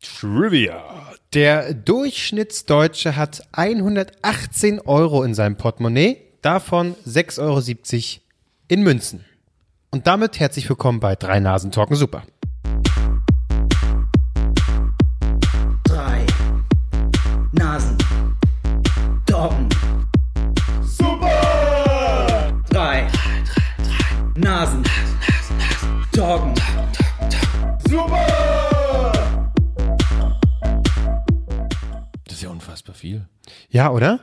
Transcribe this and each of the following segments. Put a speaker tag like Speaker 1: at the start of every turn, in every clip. Speaker 1: Trivia.
Speaker 2: Der Durchschnittsdeutsche hat 118 Euro in seinem Portemonnaie, davon 6,70 Euro in Münzen. Und damit herzlich willkommen bei Drei Nasen Talken Super.
Speaker 3: drei Nasen Doggen Super drei Nasen Doggen
Speaker 1: Das ist ja unfassbar viel.
Speaker 2: Ja, oder?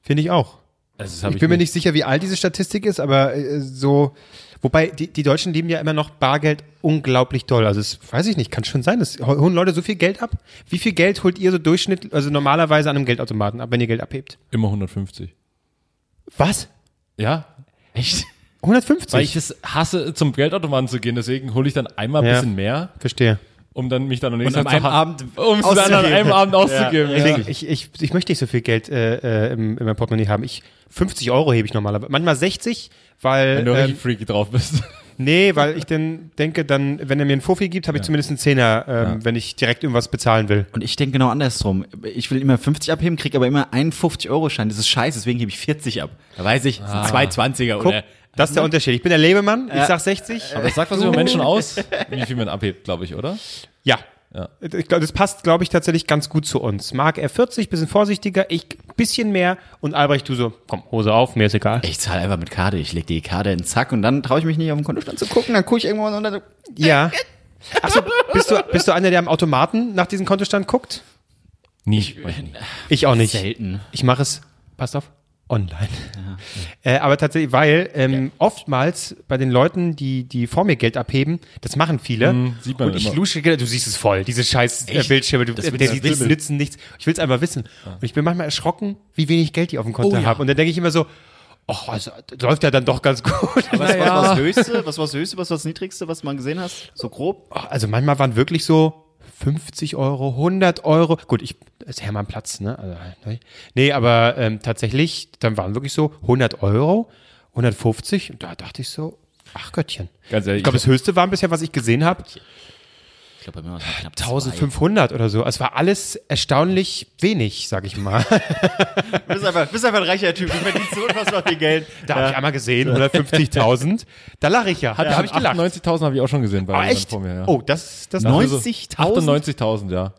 Speaker 2: Finde ich auch.
Speaker 1: Also das hab
Speaker 2: Ich bin mir nicht sicher, wie alt diese Statistik ist, aber äh, so. Wobei, die, die Deutschen leben ja immer noch Bargeld unglaublich doll. Also, es weiß ich nicht, kann schon sein. Es holen Leute so viel Geld ab. Wie viel Geld holt ihr so Durchschnitt, also normalerweise an einem Geldautomaten ab, wenn ihr Geld abhebt?
Speaker 1: immer 150.
Speaker 2: Was?
Speaker 1: Ja? Echt? Weil ich
Speaker 2: 150?
Speaker 1: es hasse, zum Geldautomaten zu gehen, deswegen hole ich dann einmal ein
Speaker 2: Ja.
Speaker 1: bisschen mehr,
Speaker 2: Verstehe.
Speaker 1: um dann mich dann am nächsten
Speaker 4: an
Speaker 1: Tag zu
Speaker 4: einem
Speaker 1: ha-
Speaker 4: Abend
Speaker 1: um es dann an
Speaker 4: auszugeben.
Speaker 1: einem Abend auszugeben. Ja.
Speaker 2: Deswegen, ich, ich, ich möchte nicht so viel Geld äh, äh, im, in meinem Portemonnaie haben. Ich, 50 Euro hebe ich normalerweise. Manchmal 60, weil.
Speaker 1: Wenn du
Speaker 2: ähm,
Speaker 1: richtig freaky drauf bist.
Speaker 2: Nee, weil ich dann denke, dann, wenn er mir einen Fuffi gibt, habe ich zumindest einen Zehner, ähm, wenn ich direkt irgendwas bezahlen will.
Speaker 4: Und ich denke genau andersrum. Ich will immer 50 abheben, kriege aber immer einen 50-Euro-Schein. Das ist scheiße, deswegen hebe ich 40 ab. Da weiß ich, es sind zwei 20er
Speaker 2: Guck,
Speaker 4: oder.
Speaker 2: das ist der Unterschied. Ich bin der Lebemann, ich sag 60.
Speaker 1: Aber das sagt was über Menschen aus, wie viel man abhebt, glaube ich, oder?
Speaker 2: ja.
Speaker 1: Ja.
Speaker 2: Ich glaub, das passt, glaube ich, tatsächlich ganz gut zu uns. Marc er 40, bisschen vorsichtiger, ich bisschen mehr und Albrecht, du so, komm, Hose auf, mir ist egal.
Speaker 4: Ich zahle einfach mit Karte. Ich lege die Karte in den Zack und dann traue ich mich nicht auf den Kontostand zu gucken. Dann gucke ich irgendwo und dann.
Speaker 2: Ja. Achso, bist du, bist du einer, der am Automaten nach diesem Kontostand guckt?
Speaker 1: Nie. Weiß ich nicht.
Speaker 2: Ich auch nicht.
Speaker 4: Selten.
Speaker 2: Ich mache es, passt auf, online. Äh, aber tatsächlich, weil ähm, oftmals bei den Leuten, die, die vor mir Geld abheben, das machen viele.
Speaker 4: Mhm,
Speaker 1: sieht man
Speaker 2: und ich
Speaker 1: immer.
Speaker 2: lusche, genau, du siehst es voll, diese scheiß äh, Bildschirme, du,
Speaker 4: Das
Speaker 2: äh,
Speaker 4: will
Speaker 2: der
Speaker 4: ich
Speaker 2: sieht
Speaker 4: wissen.
Speaker 2: nützen nichts. Ich will es einfach wissen. Und ich bin manchmal erschrocken, wie wenig Geld die auf dem Konto
Speaker 4: Oh ja.
Speaker 2: haben. Und dann denke ich immer so, ach, also, das läuft ja dann doch ganz gut.
Speaker 4: Was
Speaker 1: war das
Speaker 4: Höchste? Was war das Höchste? Was war das Niedrigste, was man gesehen hast? So grob?
Speaker 2: Ach, Also manchmal waren wirklich so 50 Euro, 100 Euro. Gut, ich ist Hermann Platz, ne? Also, ne? nee, aber ähm, tatsächlich, dann waren wirklich so 100 Euro, 150. Und da dachte ich so, ach Göttchen.
Speaker 1: Ganz ehrlich,
Speaker 2: ich glaube, das Höchste waren bisher, was ich gesehen habe,
Speaker 4: Ich glaube, bei mir war es knapp
Speaker 2: 1500 oder so. Es war alles erstaunlich wenig, sag ich mal.
Speaker 4: Du bist einfach, bist einfach ein reicher Typ. Du verdienst so unfassbar viel Geld.
Speaker 2: Da habe ich einmal gesehen, 150.000. Da lache ich ja. Da habe ich gelacht.
Speaker 1: 90.000 habe ich auch schon gesehen bei
Speaker 2: Ah,
Speaker 1: jemand
Speaker 2: echt?
Speaker 1: vor mir. Ja.
Speaker 2: Oh, das, das
Speaker 1: Also
Speaker 4: 90.000?
Speaker 1: 98.000, ja.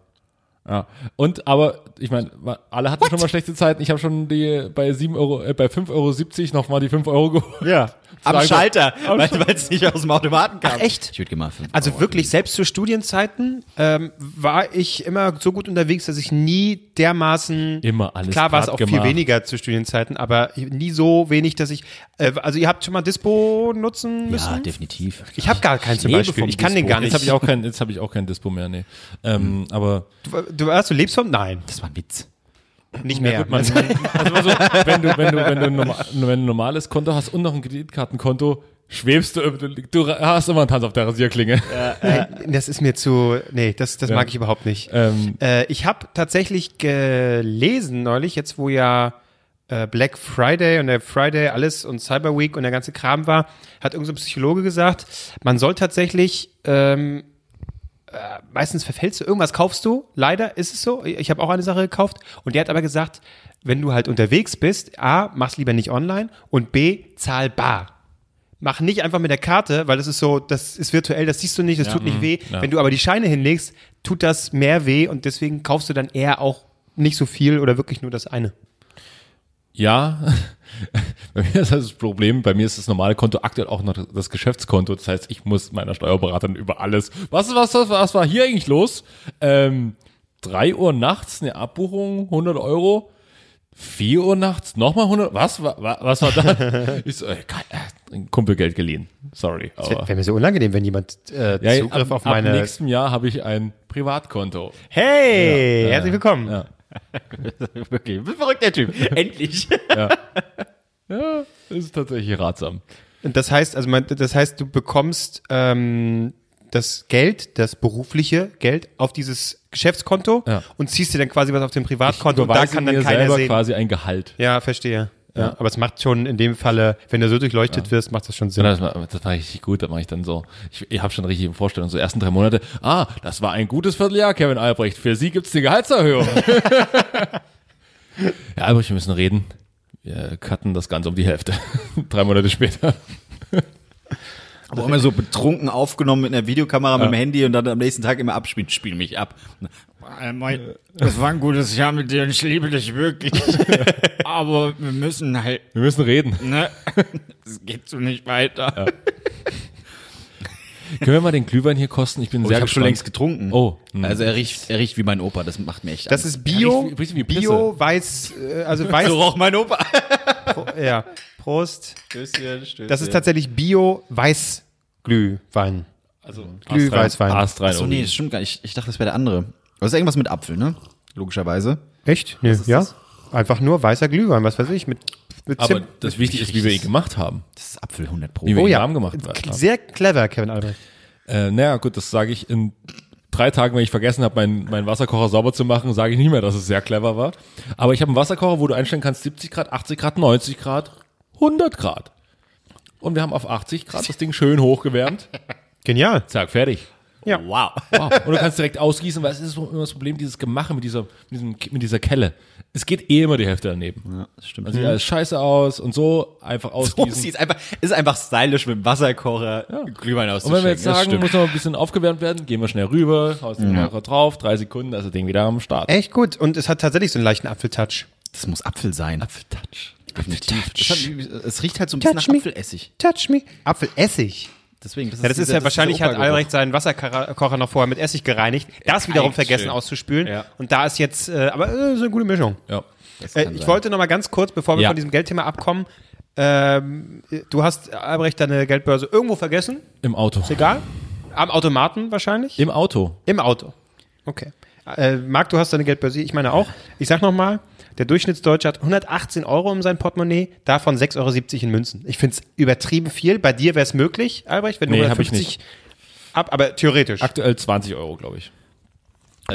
Speaker 1: Ja. Und aber, ich meine, ma- alle hatten schon mal schlechte Zeiten. Ich habe schon die bei 7 Euro, äh, bei 5,70 Euro nochmal die 5 Euro geholt.
Speaker 4: Ja. Am
Speaker 1: Sagen wir-
Speaker 4: Schalter, weil es nicht aus dem Automaten kam.
Speaker 2: Ach, echt?
Speaker 4: Ich würde gerne mal fünf
Speaker 2: Also
Speaker 1: Oh,
Speaker 4: Euro
Speaker 2: wirklich, selbst zu Studienzeiten ähm, war ich immer so gut unterwegs, dass ich nie dermaßen.
Speaker 1: Immer alles
Speaker 2: Klar war es
Speaker 1: platt
Speaker 2: auch
Speaker 1: gemacht.
Speaker 2: viel weniger zu Studienzeiten, aber nie so wenig, dass ich. Äh, also ihr habt schon mal Dispo nutzen müssen?
Speaker 4: Ja, Ah, definitiv.
Speaker 2: Ich habe gar keinen zum
Speaker 4: lebe
Speaker 2: Beispiel.
Speaker 4: vom
Speaker 2: Ich kann den
Speaker 4: Dispo.
Speaker 2: gar
Speaker 1: Jetzt
Speaker 2: nicht. Hm.
Speaker 1: habe ich auch kein, jetzt habe ich auch kein Dispo mehr, nee. Ähm, Aber
Speaker 2: du, du, hast- du lebst vom? Nein,
Speaker 4: Das war ein Witz.
Speaker 2: nicht mehr.
Speaker 1: gut, man, man, also mal so, wenn du, wenn du, wenn du, norma- wenn du ein normales Konto hast und noch ein Kreditkartenkonto, schwebst du, du hast immer einen Tanz auf der Rasierklinge.
Speaker 2: Nein, das ist mir zu. Nee, das, das mag ich überhaupt nicht.
Speaker 1: Ähm,
Speaker 2: Äh, ich habe tatsächlich gelesen neulich, jetzt wo ja äh, Black Friday und der Friday alles und Cyber Week und der ganze Kram war, hat irgendein so ein Psychologe gesagt, man soll tatsächlich ähm, äh, meistens verfällst du, irgendwas kaufst du, leider ist es so, ich habe auch eine Sache gekauft und der hat aber gesagt, wenn du halt unterwegs bist, A, mach's lieber nicht online und B, zahl bar. Mach nicht einfach mit der Karte, weil das ist so, das ist virtuell, das siehst du nicht, das tut nicht weh. Wenn du aber die Scheine hinlegst, tut das mehr weh und deswegen kaufst du dann eher auch nicht so viel oder wirklich nur das eine.
Speaker 1: Ja, bei mir ist das das Problem. Bei mir ist das normale Konto aktuell auch noch das Geschäftskonto. Das heißt, ich muss meiner Steuerberaterin über alles. Was, was, was, was war hier eigentlich los? Ähm, 3 Uhr nachts eine Abbuchung, 100 Euro. 4 Uhr nachts nochmal 100. Was, wa, wa- was war da? ich so, äh, kein- äh, Kumpelgeld geliehen. Sorry.
Speaker 2: Das
Speaker 1: aber-
Speaker 2: wäre wär mir so unangenehm, wenn jemand äh,
Speaker 1: Ja,
Speaker 2: Zugriff
Speaker 1: ab,
Speaker 2: auf meine.
Speaker 1: Ab nächstem Jahr habe ich ein Privatkonto.
Speaker 2: Hey, herzlich willkommen.
Speaker 1: Ja.
Speaker 4: Wirklich. Du bist ein verrückter Typ. Endlich.
Speaker 1: Ja, das ist tatsächlich ratsam.
Speaker 2: Und das heißt, also man, das heißt, du bekommst ähm, das Geld, das berufliche Geld auf dieses Geschäftskonto
Speaker 1: Ja.
Speaker 2: und ziehst dir dann quasi was auf dem Privatkonto und da
Speaker 1: Überweise
Speaker 2: kann dann
Speaker 1: mir
Speaker 2: keiner
Speaker 1: selber
Speaker 2: sehen.
Speaker 1: quasi ein Gehalt.
Speaker 2: Ja, verstehe. Ja, aber es macht schon in dem Falle, wenn du so durchleuchtet wirst, macht das schon Sinn.
Speaker 1: Das war, das war richtig gut, da mache ich dann so. Ich, ich habe schon richtig in Vorstellung, so ersten drei Monate. Ah, das war ein gutes Vierteljahr, Kevin Albrecht. Für Sie gibt's eine Gehaltserhöhung. ja, Albrecht, wir müssen reden. Wir cutten das Ganze um die Hälfte. drei Monate später.
Speaker 4: Aber immer so betrunken aufgenommen mit einer Videokamera, mit dem Handy und dann am nächsten Tag immer abspielen, spiel mich ab. Äh,
Speaker 5: Das war ein gutes Jahr mit dir und ich liebe dich wirklich. Aber wir müssen halt,
Speaker 1: Wir müssen reden.
Speaker 5: ne? Es geht so nicht weiter.
Speaker 1: Können wir mal den Glühwein hier kosten? Ich bin
Speaker 4: Oh,
Speaker 1: sehr
Speaker 4: ich habe
Speaker 1: gespannt.
Speaker 4: schon längst getrunken.
Speaker 1: Oh.
Speaker 4: Also er riecht, er riecht wie mein Opa, das macht mir echt
Speaker 2: Das
Speaker 4: Angst.
Speaker 2: ist Bio,
Speaker 1: Riecht wie- riecht wie Pisse.
Speaker 2: Bio, weiß, äh, also weiß,
Speaker 4: So roch mein Opa.
Speaker 2: ja, Prost.
Speaker 4: Stößchen, Stößchen.
Speaker 2: Das ist tatsächlich Bio-Weißglühwein.
Speaker 1: also
Speaker 2: Glühweißwein.
Speaker 1: Ast rein,
Speaker 4: Achso, nee, das stimmt gar nicht. Ich, ich dachte, das wäre der andere. Aber es ist irgendwas mit Apfel, ne? Logischerweise.
Speaker 2: Echt? Nee, ja? Einfach nur weißer Glühwein, was weiß ich, mit, mit
Speaker 1: Aber
Speaker 2: Zimt.
Speaker 1: das Wichtige ist, wie wir ihn gemacht haben.
Speaker 4: Das ist Apfel 100 Pro.
Speaker 1: Wie wir
Speaker 2: Oh
Speaker 1: ihn
Speaker 2: ja.
Speaker 1: warm gemacht haben.
Speaker 2: Sehr clever, Kevin Albrecht.
Speaker 1: Äh, naja, gut, das sage ich in drei Tagen, wenn ich vergessen habe, meinen, meinen Wasserkocher sauber zu machen, sage ich nicht mehr, dass es sehr clever war. Aber ich habe einen Wasserkocher, wo du einstellen kannst 70 Grad, 80 Grad, 90 Grad, 100 Grad. Und wir haben auf 80 Grad das Ding schön hochgewärmt.
Speaker 2: Genial.
Speaker 1: Zack, fertig.
Speaker 2: Ja.
Speaker 4: Wow.
Speaker 1: Wow. Und du kannst direkt ausgießen, weil es ist so immer das Problem, dieses Gemache mit dieser, mit, diesem, mit dieser Kelle. Es geht eh immer die Hälfte daneben.
Speaker 4: Ja, das stimmt.
Speaker 1: Dann sieht alles scheiße aus und so einfach
Speaker 4: Mhm. so
Speaker 1: ausgießen.
Speaker 4: sieht's einfach, ist einfach stylisch mit dem Wasserkocher Glühwein
Speaker 1: Und wenn
Speaker 4: auszuschenken.
Speaker 1: wir jetzt
Speaker 4: das
Speaker 1: sagen,
Speaker 4: stimmt.
Speaker 1: muss noch ein bisschen aufgewärmt werden, gehen wir schnell rüber, haust den Kocher drauf, drei Sekunden, da ist das Ding wieder am Start.
Speaker 2: Echt gut. Und es hat tatsächlich so einen leichten Apfeltouch.
Speaker 4: das muss Apfel sein.
Speaker 1: Touch.
Speaker 4: Definitiv. Das hat, es riecht halt so ein bisschen
Speaker 2: Touch
Speaker 4: nach
Speaker 2: me.
Speaker 4: Apfelessig.
Speaker 2: Touch me. Apfelessig.
Speaker 4: Deswegen,
Speaker 2: Ja, das ist
Speaker 4: dieser-
Speaker 2: ja wahrscheinlich
Speaker 4: dieser
Speaker 2: hat Albrecht seinen Wasserkocher noch vorher mit Essig gereinigt. Das wiederum vergessen
Speaker 4: schön.
Speaker 2: auszuspülen.
Speaker 4: Ja.
Speaker 2: Und da ist jetzt, äh, aber äh, so eine gute Mischung.
Speaker 1: Ja.
Speaker 2: Äh,
Speaker 4: kann
Speaker 2: ich
Speaker 4: sein.
Speaker 2: wollte noch mal ganz kurz, bevor wir
Speaker 1: Ja.
Speaker 2: von diesem Geldthema abkommen, ähm, du hast, Albrecht, deine Geldbörse irgendwo vergessen.
Speaker 1: Im Auto.
Speaker 2: Egal. Am Automaten wahrscheinlich.
Speaker 1: Im Auto.
Speaker 2: Im Auto. Okay. Äh, Marc, du hast deine Geldbörse, ich meine auch. Ich sag nochmal, der Durchschnittsdeutsche hat 118 Euro in sein Portemonnaie, davon 6,70 Euro in Münzen. Ich find's übertrieben viel. Bei dir wär's möglich, Albrecht, wenn du
Speaker 1: Nee, hab ich
Speaker 2: 150 ab, aber theoretisch.
Speaker 1: Aktuell 20 Euro, glaube ich.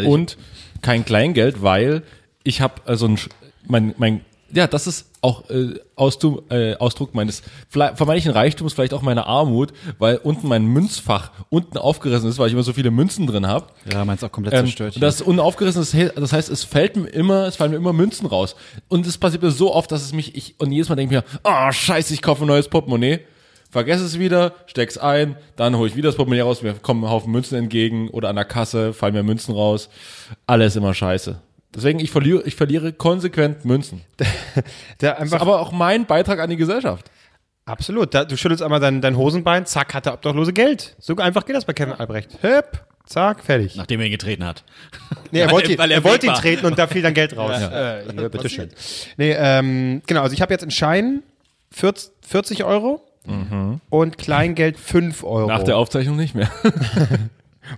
Speaker 1: Und kein Kleingeld, weil ich habe also ein, Sch- mein, mein, ja, das ist auch äh, Ausdruck, äh, Ausdruck meines vla- vermeintlichen Reichtums, vielleicht auch meiner Armut, weil unten mein Münzfach unten aufgerissen ist, weil ich immer so viele Münzen drin habe.
Speaker 4: Ja, meins auch komplett
Speaker 1: Ähm,
Speaker 4: zerstört.
Speaker 1: und das unaufgerissen ist, he- das heißt, es fällt mir immer, es fallen mir immer Münzen raus. Und es passiert mir so oft, dass es mich, ich, und jedes Mal denke ich mir, oh, scheiße, ich kaufe ein neues Portemonnaie, vergesse es wieder, steck's ein, dann hole ich wieder das Portemonnaie raus, mir kommen ein Haufen Münzen entgegen oder an der Kasse fallen mir Münzen raus. Alles immer scheiße. Deswegen, ich verliere, ich verliere konsequent Münzen.
Speaker 2: Der
Speaker 1: Das ist
Speaker 2: einfach,
Speaker 1: aber auch mein Beitrag an die Gesellschaft.
Speaker 2: absolut. Da, du schüttelst einmal dein, dein Hosenbein, zack, hat er obdachlose Geld. So einfach geht das bei Kevin Albrecht. Hüp, zack, fertig.
Speaker 4: nachdem er ihn getreten hat.
Speaker 2: Nee, er
Speaker 4: Weil
Speaker 2: wollte,
Speaker 4: er-
Speaker 2: ihn-
Speaker 4: weil
Speaker 2: er
Speaker 4: er
Speaker 2: wollte
Speaker 4: weg
Speaker 2: ihn
Speaker 4: war.
Speaker 2: treten und da fiel dann Geld raus. Äh, ja, bitteschön. Nee, ähm, genau, also ich habe jetzt in Scheinen 40, 40 Euro und Kleingeld 5 Euro.
Speaker 1: Nach der Aufzeichnung nicht mehr.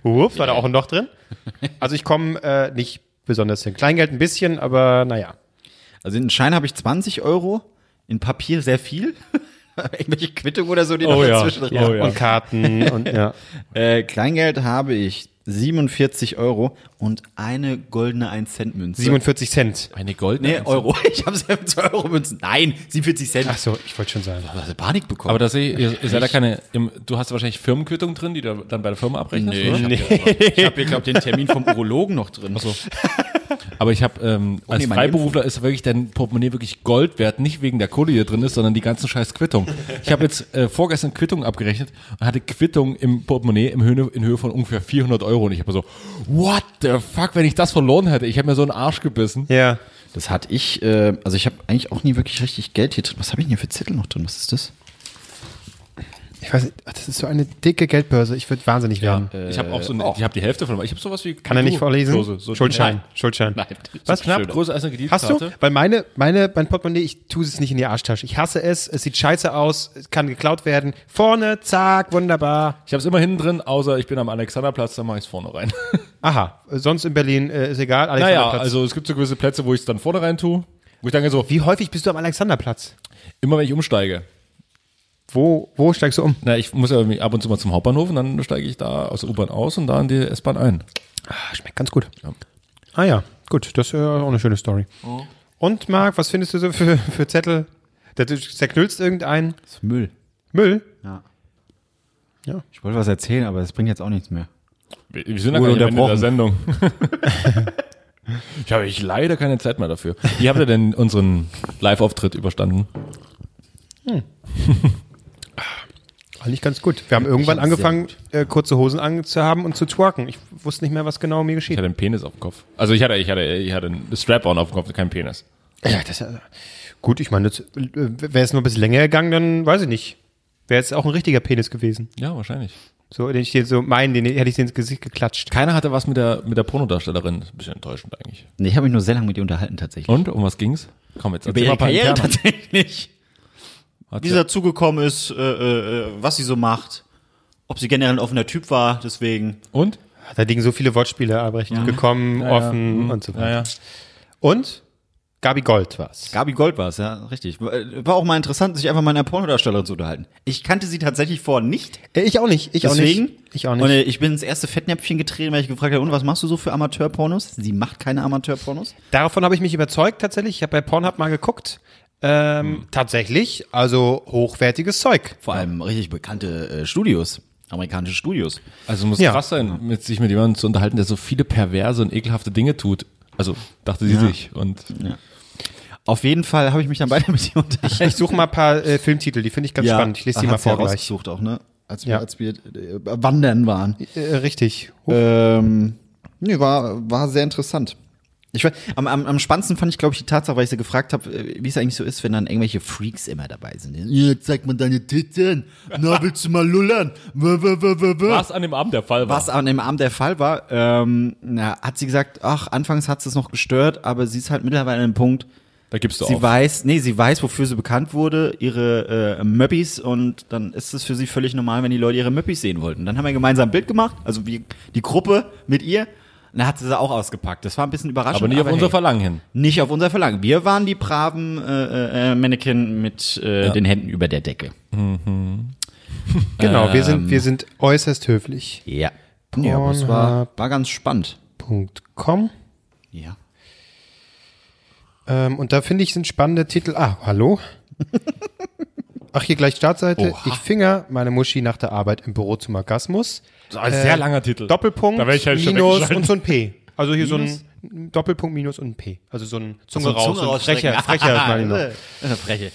Speaker 2: Ups, war da auch ein Loch drin? Also ich komme äh, nicht besonders hin. Kleingeld ein bisschen, aber naja.
Speaker 4: Also in Schein habe ich 20 Euro, in Papier sehr viel. Irgendwelche Quittungen oder so, die
Speaker 1: Oh
Speaker 4: noch
Speaker 1: ja.
Speaker 4: dazwischen drin
Speaker 1: Ja. Oh
Speaker 2: Und Karten und ja.
Speaker 4: Äh, Kleingeld habe ich 47 Euro und eine goldene 1-Cent-Münze.
Speaker 2: 47 Cent.
Speaker 1: Eine goldene.
Speaker 4: Nee, Euro. Ich habe 7 Euro Münzen. Nein, 47 Cent.
Speaker 2: Ach so, ich wollte schon sagen.
Speaker 4: du hast Panik bekommen.
Speaker 1: Aber das sehe ich, ihr, ihr seid ja keine, im, du hast wahrscheinlich Firmenquittung drin, die du dann bei der Firma abrechnest,
Speaker 4: nee,
Speaker 1: oder?
Speaker 4: ich habe hier, hab hier glaube den Termin vom Urologen noch drin. Ach so.
Speaker 1: Aber ich habe ähm,
Speaker 2: Oh,
Speaker 1: als
Speaker 4: nee, meine
Speaker 1: Freiberufler ist wirklich dein Portemonnaie wirklich Gold wert, nicht wegen der Kohle, die da drin ist, sondern die ganzen scheiß Quittung. Ich habe jetzt äh, vorgestern Quittung abgerechnet und hatte Quittung im Portemonnaie im Höhe, in Höhe von ungefähr 400 Euro und ich habe so, what the fuck, wenn ich das verloren hätte, ich hätte mir so einen Arsch gebissen.
Speaker 2: Ja.
Speaker 4: Das hatte ich, äh, also ich habe eigentlich auch nie wirklich richtig Geld hier drin. Was habe ich denn hier für Zettel noch drin? Was ist das?
Speaker 2: Ich weiß nicht, das ist so eine dicke Geldbörse. Ich würde wahnsinnig werden.
Speaker 1: ich habe auch so, eine, ich habe die Hälfte von, aber ich habe sowas wie
Speaker 2: Äh, Kann er nicht vorlesen?
Speaker 1: Dose, so
Speaker 2: Schuldschein.
Speaker 1: Ja.
Speaker 2: Schuldschein.
Speaker 4: Nein.
Speaker 1: Was
Speaker 2: Was?
Speaker 1: knapp
Speaker 2: Schöner.
Speaker 1: größer als eine
Speaker 2: Hast
Speaker 1: Kreditkarte.
Speaker 2: du? Weil meine, meine, mein Portemonnaie, ich tue es nicht in die Arschtasche. Ich hasse es, es sieht scheiße aus, es kann geklaut werden. Vorne, zack, wunderbar.
Speaker 1: Ich habe es immer hinten drin, außer ich bin am Alexanderplatz, dann mache ich es vorne rein.
Speaker 2: Aha, sonst in Berlin äh, ist egal.
Speaker 1: naja,
Speaker 2: Alexanderplatz.
Speaker 1: also es gibt so gewisse Plätze, wo ich es dann vorne rein tue, wo ich dann so,
Speaker 2: Wie häufig bist du am Alexanderplatz?
Speaker 1: immer wenn ich umsteige.
Speaker 2: Wo, wo steigst du um?
Speaker 1: Na, ich muss ja ab und zu mal zum Hauptbahnhof und dann steige ich da aus der U-Bahn aus und da in die S-Bahn ein.
Speaker 2: Ah, schmeckt ganz gut. Ah ja, gut, das ist äh, auch eine schöne Story. Und Marc, was findest du so für, für Zettel? Da du zerknüllst irgendeinen
Speaker 4: Das ist Müll.
Speaker 2: Müll.
Speaker 4: Ja.
Speaker 2: Ja.
Speaker 4: Ich wollte was erzählen, aber es bringt jetzt auch nichts mehr.
Speaker 1: Wir, wir sind ja gar
Speaker 4: Wurde
Speaker 1: nicht am Ende der
Speaker 4: unterbrochen.
Speaker 1: Sendung. ich habe ich leider keine Zeit mehr dafür. Wie habt ihr denn unseren Live-Auftritt überstanden?
Speaker 2: Eigentlich ganz gut. Wir haben irgendwann
Speaker 4: hab's sehr
Speaker 2: angefangen, äh, kurze Hosen anzuhaben und zu twerken. Ich wusste nicht mehr, was genau mir
Speaker 1: Ich
Speaker 2: geschieht.
Speaker 1: hatte einen Penis auf dem Kopf. Also ich hatte, ich hatte, ich hatte einen Strap-on auf dem Kopf, keinen Penis.
Speaker 2: Ja, das, äh, gut, ich meine, äh, wäre es nur ein bisschen länger gegangen, dann weiß ich nicht. Wäre es auch ein richtiger Penis gewesen.
Speaker 1: Ja, wahrscheinlich.
Speaker 2: So, den ich dir so meinen, den hätte ich dir ins Gesicht geklatscht.
Speaker 1: Keiner hatte was mit der, mit der Pornodarstellerin. Ist ein bisschen enttäuschend eigentlich.
Speaker 4: Nee, ich habe mich nur sehr lange mit ihr unterhalten tatsächlich.
Speaker 1: Und? Um was ging's? Komm, jetzt erzähl mal ein paar Internen.
Speaker 4: tatsächlich.
Speaker 1: Hat
Speaker 4: Wie
Speaker 1: sie-
Speaker 4: sie dazugekommen ist, äh, äh, äh, was sie so macht, ob sie generell ein offener Typ war, deswegen.
Speaker 1: Und?
Speaker 2: Da liegen so viele Wortspiele, Albrecht, gekommen, offen
Speaker 4: Mhm.
Speaker 2: und so weiter.
Speaker 1: Naja.
Speaker 2: Und Gabi Gold war's.
Speaker 4: Gabi Gold war es, ja, richtig. War äh, war auch mal interessant, sich einfach mal in einer Pornodarstellerin zu unterhalten. Ich kannte sie tatsächlich vorher nicht.
Speaker 2: Äh, Ich auch nicht, ich
Speaker 4: Deswegen?
Speaker 2: auch nicht. Ich auch
Speaker 4: Und
Speaker 2: nicht.
Speaker 4: äh, ich bin ins erste Fettnäpfchen getreten, weil ich gefragt habe, und was machst du so für Amateurpornos? Sie macht keine Amateurpornos.
Speaker 2: Davon habe ich mich überzeugt tatsächlich. Ich habe bei Pornhub mal geguckt.
Speaker 4: Hm.
Speaker 2: Ähm, Tatsächlich, also hochwertiges Zeug.
Speaker 4: Vor allem richtig bekannte äh, Studios, amerikanische Studios.
Speaker 1: Also muss
Speaker 2: Ja.
Speaker 1: krass sein, mit, sich mit jemandem zu unterhalten, der so viele perverse und ekelhafte Dinge tut. Also dachte sie
Speaker 4: Ja.
Speaker 1: sich. Und
Speaker 4: Auf jeden Fall habe ich mich dann weiter mit ihr unterhalten.
Speaker 2: Ich suche mal ein paar äh, Filmtitel, die finde ich ganz spannend. Ich lese die
Speaker 4: Ach,
Speaker 2: mal
Speaker 4: hat's ja
Speaker 2: vor gleich.
Speaker 4: rausgesucht auch, ne? Als wir,
Speaker 2: Ja.
Speaker 4: als wir äh, wandern waren.
Speaker 2: Äh, richtig.
Speaker 4: Ähm, nee, war, war sehr interessant. Ich, weiß- am, am, am spannendsten fand ich, glaube ich, die Tatsache, weil ich sie gefragt habe, äh, wie es eigentlich so ist, wenn dann irgendwelche Freaks immer dabei sind. ne? Ja, zeig mal deine Titten. Na, willst du mal lullern? Wö, wö, wö, wö, wö.
Speaker 1: was an dem Abend der Fall war.
Speaker 4: Was an dem Abend der Fall war, ähm, na, hat sie gesagt, ach, anfangs hat sie es noch gestört, aber sie ist halt mittlerweile an einem Punkt,
Speaker 1: Da gibst du
Speaker 4: sie
Speaker 1: auf.
Speaker 4: weiß, nee, sie weiß, wofür sie bekannt wurde, ihre äh, Möppis und dann ist es für sie völlig normal, wenn die Leute ihre Möppis sehen wollten. Dann haben wir gemeinsam ein Bild gemacht, also wir, die Gruppe mit ihr. Und dann hat sie sie auch ausgepackt. Das war ein bisschen überraschend.
Speaker 1: aber nicht auf unser
Speaker 4: hey,
Speaker 1: Verlangen hin.
Speaker 4: Nicht auf unser Verlangen. Wir waren die braven äh, äh, Mannequin mit äh, den Händen über der Decke.
Speaker 2: Genau, wir
Speaker 4: Ähm.
Speaker 2: sind, wir sind äußerst höflich.
Speaker 4: Ja. Ja, aber es war, war ganz spannend.
Speaker 2: .com.
Speaker 4: Ja.
Speaker 2: Ähm, und da finde ich sind spannende Titel. Ah, hallo? Ach, hier gleich Startseite.
Speaker 1: Oha.
Speaker 2: Ich finger meine Muschi nach der Arbeit im Büro zum Orgasmus.
Speaker 1: Das war ein sehr langer Titel.
Speaker 2: Doppelpunkt,
Speaker 1: Da wär ich halt schon
Speaker 2: Minus
Speaker 1: weggeschaltet.
Speaker 2: und so ein P. Also hier so ein Doppelpunkt, Minus und ein P. Also so ein Zunge
Speaker 4: So
Speaker 2: raus.
Speaker 4: Zunge
Speaker 2: so ein frecher,
Speaker 4: rausstrecken.
Speaker 2: frecher. ist meine Nummer.
Speaker 4: Äh, Freche.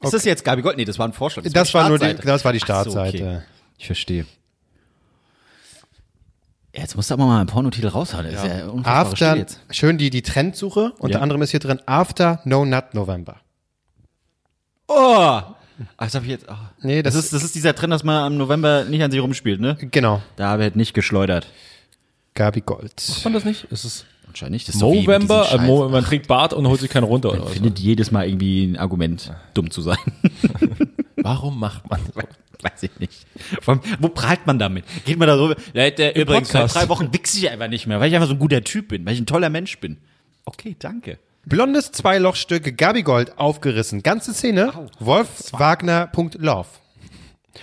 Speaker 4: Ist das jetzt Gabi Gold? Nee, das war ein Vorschlag.
Speaker 2: Das war nur die,
Speaker 4: Startseite.
Speaker 2: das war die
Speaker 4: Ach so, okay.
Speaker 2: Startseite.
Speaker 4: Ich verstehe. Ja, Jetzt musst du aber mal einen Pornotitel raushauen. Das ist ja unfassbare Stille
Speaker 2: After,
Speaker 4: jetzt.
Speaker 2: schön die, die Trendsuche. Unter
Speaker 4: Ja.
Speaker 2: anderem ist hier drin After No Nut November.
Speaker 4: Oh! Ach, das hab ich jetzt. ach.
Speaker 2: Nee, das
Speaker 4: das, ist, das ist dieser Trend, dass man im November nicht an sich rumspielt, ne?
Speaker 2: Genau.
Speaker 4: Da wird nicht geschleudert.
Speaker 2: Gabi Gold.
Speaker 1: Kann das nicht? Ist es
Speaker 4: Anscheinend nicht. Das ist so wie mit
Speaker 1: November?
Speaker 4: diesem
Speaker 1: äh,
Speaker 4: Scheiß.
Speaker 1: Mo- man trinkt Bart und holt sich keinen runter oder was?
Speaker 4: Findet jedes Mal irgendwie ein Argument, dumm zu sein.
Speaker 1: Warum macht man so?
Speaker 4: Weiß ich nicht. Vor allem, wo prahlt man damit? Geht man da so? Ja, der, übrigens,
Speaker 1: Podcast.
Speaker 4: seit drei Wochen wichse ich einfach nicht mehr, weil ich einfach so ein guter Typ bin, weil ich ein toller Mensch bin. Okay, danke.
Speaker 2: Blondes Zweilochstück Gabi Gold aufgerissen. Ganze Szene. Wolf Wagner.love.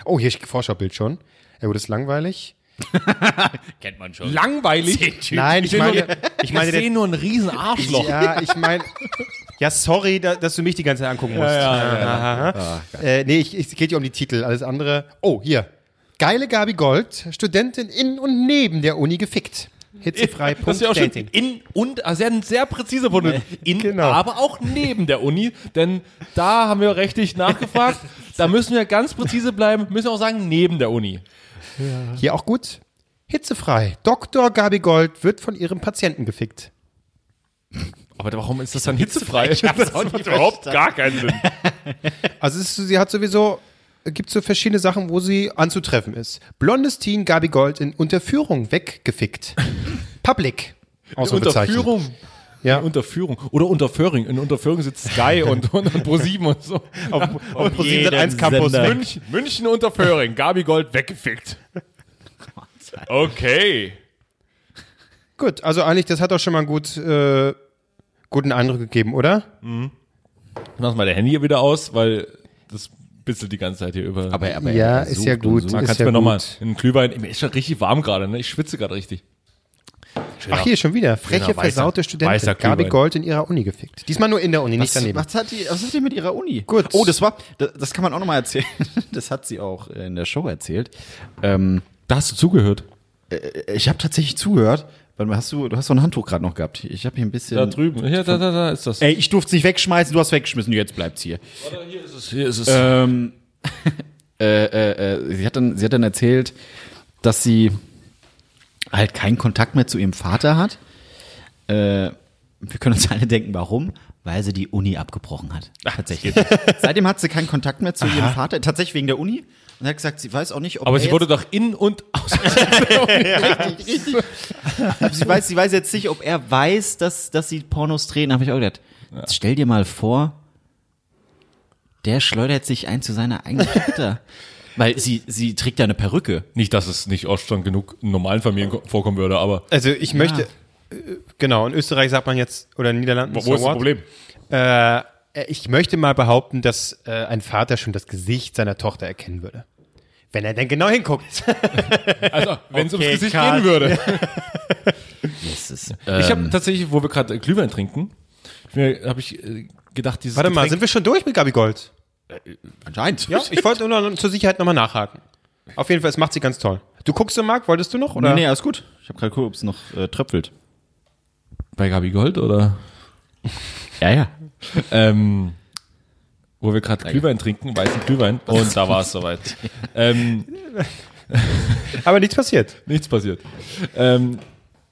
Speaker 2: Oh, hier ist Forscherbild schon. Ja gut, das ist langweilig.
Speaker 4: Kennt man schon.
Speaker 1: Langweilig.
Speaker 2: Nein, ich meine, ich meine, der,
Speaker 1: nur ein riesen Arschloch.
Speaker 2: ja, ich meine, ja, sorry, da, dass du mich die ganze Zeit angucken musst.
Speaker 1: Ah,
Speaker 2: Aha. äh, nee, ich, ich, es geht ja um die Titel, alles andere. Oh, hier. Geile Gabi Gold, Studentin in und neben der Uni gefickt. Hitzefrei.
Speaker 1: Das ist ja auch schön. In und, also sehr, sehr präzise Bunde. In,
Speaker 2: Genau.
Speaker 1: aber auch neben der Uni, denn da haben wir richtig nachgefragt. da müssen wir ganz präzise bleiben, müssen auch sagen, neben der Uni.
Speaker 2: Hier auch gut. Hitzefrei. Dr. Gabi Gold wird von ihrem Patienten gefickt.
Speaker 1: Aber warum ist das dann hitzefrei?
Speaker 4: hab's auch nicht überhaupt
Speaker 1: gar keinen Sinn.
Speaker 2: Also es ist, sie hat sowieso, gibt so verschiedene Sachen, wo sie anzutreffen ist. Blondes Teen Gabi Gold in Unterführung weggefickt. Public. Ausrufezeichen.
Speaker 1: Unterführung.
Speaker 2: Ja.
Speaker 1: Unterführung. Oder Unterföhring. In Unterföhring sitzt Sky und, und, und ProSieben und so. Auf,
Speaker 2: auf ProSieben Sat.1 Campus.
Speaker 1: München, München Unterföhring. Gabi Gold weggefickt. Okay.
Speaker 2: Gut, also eigentlich, das hat auch schon mal einen gut, äh, guten Eindruck gegeben, oder?
Speaker 1: Ich mach mal der Handy hier wieder aus, weil das bitzelt die ganze Zeit hier über.
Speaker 4: Aber, aber
Speaker 2: Ja,
Speaker 4: er
Speaker 2: ist
Speaker 4: sucht
Speaker 2: ja
Speaker 4: und
Speaker 2: gut.
Speaker 4: sucht.
Speaker 1: Mal,
Speaker 2: ist
Speaker 1: kannst du
Speaker 2: ja
Speaker 1: mir nochmal
Speaker 2: gut.
Speaker 1: einen Glühwein. Mir ist schon richtig warm gerade, ne? Ich schwitze gerade richtig.
Speaker 2: Ach, hier schon wieder. Freche,
Speaker 1: Schöner weißer-
Speaker 2: versaute
Speaker 1: weißer
Speaker 2: Studentin.
Speaker 1: Glühwein.
Speaker 2: Gabi Gold in ihrer Uni gefickt. Diesmal nur in der Uni, nicht
Speaker 4: Was,
Speaker 2: daneben.
Speaker 4: was, hat die, was hat die mit ihrer Uni?
Speaker 2: Gut.
Speaker 4: Oh, das war, das, das kann man auch nochmal erzählen. Das hat sie auch äh, in der Show erzählt. Ähm, äh,
Speaker 1: Da hast du zugehört.
Speaker 4: ich habe tatsächlich zugehört. Warte mal, hast du, du hast so ein Handtuch gerade noch gehabt. Ich habe hier ein bisschen.
Speaker 1: Da drüben. Ja, da, da, da ist das.
Speaker 4: Ey, ich durfte es nicht wegschmeißen, du hast weggeschmissen, jetzt bleibt's hier.
Speaker 1: Hier ist es. Hier ist es.
Speaker 4: Ähm, äh, äh, äh, sie, hat dann, sie hat dann erzählt, dass sie halt keinen Kontakt mehr zu ihrem Vater hat. Äh, wir können uns alle denken, warum? Weil sie die Uni abgebrochen hat. Tatsächlich. Seitdem hat sie keinen Kontakt mehr zu ihrem Vater, tatsächlich wegen der Uni. Und hat gesagt, sie weiß auch nicht, ob
Speaker 1: Aber
Speaker 4: er
Speaker 1: sie
Speaker 4: jetzt-
Speaker 1: wurde doch in und aus.
Speaker 4: Aber sie, weiß, sie weiß jetzt nicht, ob er weiß, dass, dass sie Pornos drehen. Habe ich auch gedacht. Jetzt Stell dir mal vor, der schleudert sich ein zu seiner eigenen Tochter. Weil sie, sie trägt ja eine Perücke.
Speaker 1: nicht, dass es nicht oft schon genug in normalen Familien ko- vorkommen würde, aber
Speaker 2: Also ich möchte, äh, genau, in Österreich sagt man jetzt, oder in den Niederlanden,
Speaker 1: wo
Speaker 2: so
Speaker 1: ist das
Speaker 2: what?
Speaker 1: Problem?
Speaker 2: Äh, ich möchte mal behaupten, dass äh, ein Vater schon das Gesicht seiner Tochter erkennen würde. Wenn er denn genau hinguckt.
Speaker 1: Also, wenn es
Speaker 2: Okay,
Speaker 1: ums Gesicht
Speaker 2: Karl.
Speaker 1: gehen würde.
Speaker 4: Das ist,
Speaker 1: Ich habe tatsächlich, wo wir gerade Glühwein trinken, habe ich äh, gedacht, dieses
Speaker 2: Warte mal, sind wir schon durch mit Gabi Gold?
Speaker 4: anscheinend.
Speaker 2: Ja, ich wollte nur noch zur Sicherheit nochmal nachhaken. Auf jeden Fall, es macht sie ganz toll. Du guckst so, Marc, wolltest du noch? Oder?
Speaker 4: Nee, nee, alles gut. Ich habe gerade geguckt, ob es noch äh, tröpfelt.
Speaker 1: bei Gabi Gold oder
Speaker 4: Ja, ja.
Speaker 1: ähm, wo wir gerade Glühwein trinken, weißen Glühwein und da war es soweit. ähm,
Speaker 2: Aber nichts passiert.
Speaker 1: nichts passiert. Ähm,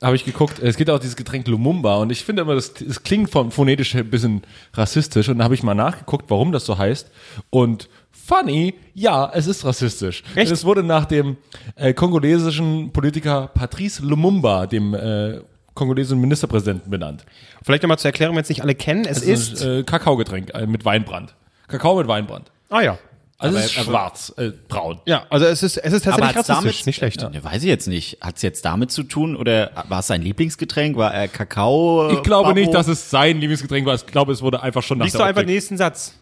Speaker 1: habe ich geguckt, es gibt auch dieses Getränk Lumumba und ich finde immer, das, das klingt von phonetisch her ein bisschen rassistisch und da habe ich mal nachgeguckt, warum das so heißt und funny, ja, es ist rassistisch.
Speaker 2: Echt?
Speaker 1: Es wurde nach dem äh, kongolesischen Politiker Patrice Lumumba, dem äh, kongolesischen Ministerpräsidenten benannt.
Speaker 2: Vielleicht nochmal zur Erklärung, wenn es nicht alle kennen. Es
Speaker 1: Es
Speaker 2: ist.
Speaker 1: ist äh, Kakaogetränk äh, mit Weinbrand. Kakao mit Weinbrand.
Speaker 2: ah ja.
Speaker 1: Also es ist schwarz, äh, braun.
Speaker 2: Ja, also es ist, es ist
Speaker 4: Aber
Speaker 2: tatsächlich
Speaker 4: hat's
Speaker 2: rassistisch.
Speaker 4: damit,
Speaker 2: Nicht schlecht.
Speaker 4: Ja. Ne, weiß ich jetzt nicht. Hat es jetzt damit zu tun oder war es sein Lieblingsgetränk? War er Kakao?
Speaker 1: Ich glaube nicht, dass es sein Lieblingsgetränk war. Ich glaube, es wurde einfach schon nach
Speaker 2: Liest du einfach den
Speaker 1: Optik-
Speaker 2: nächsten Satz.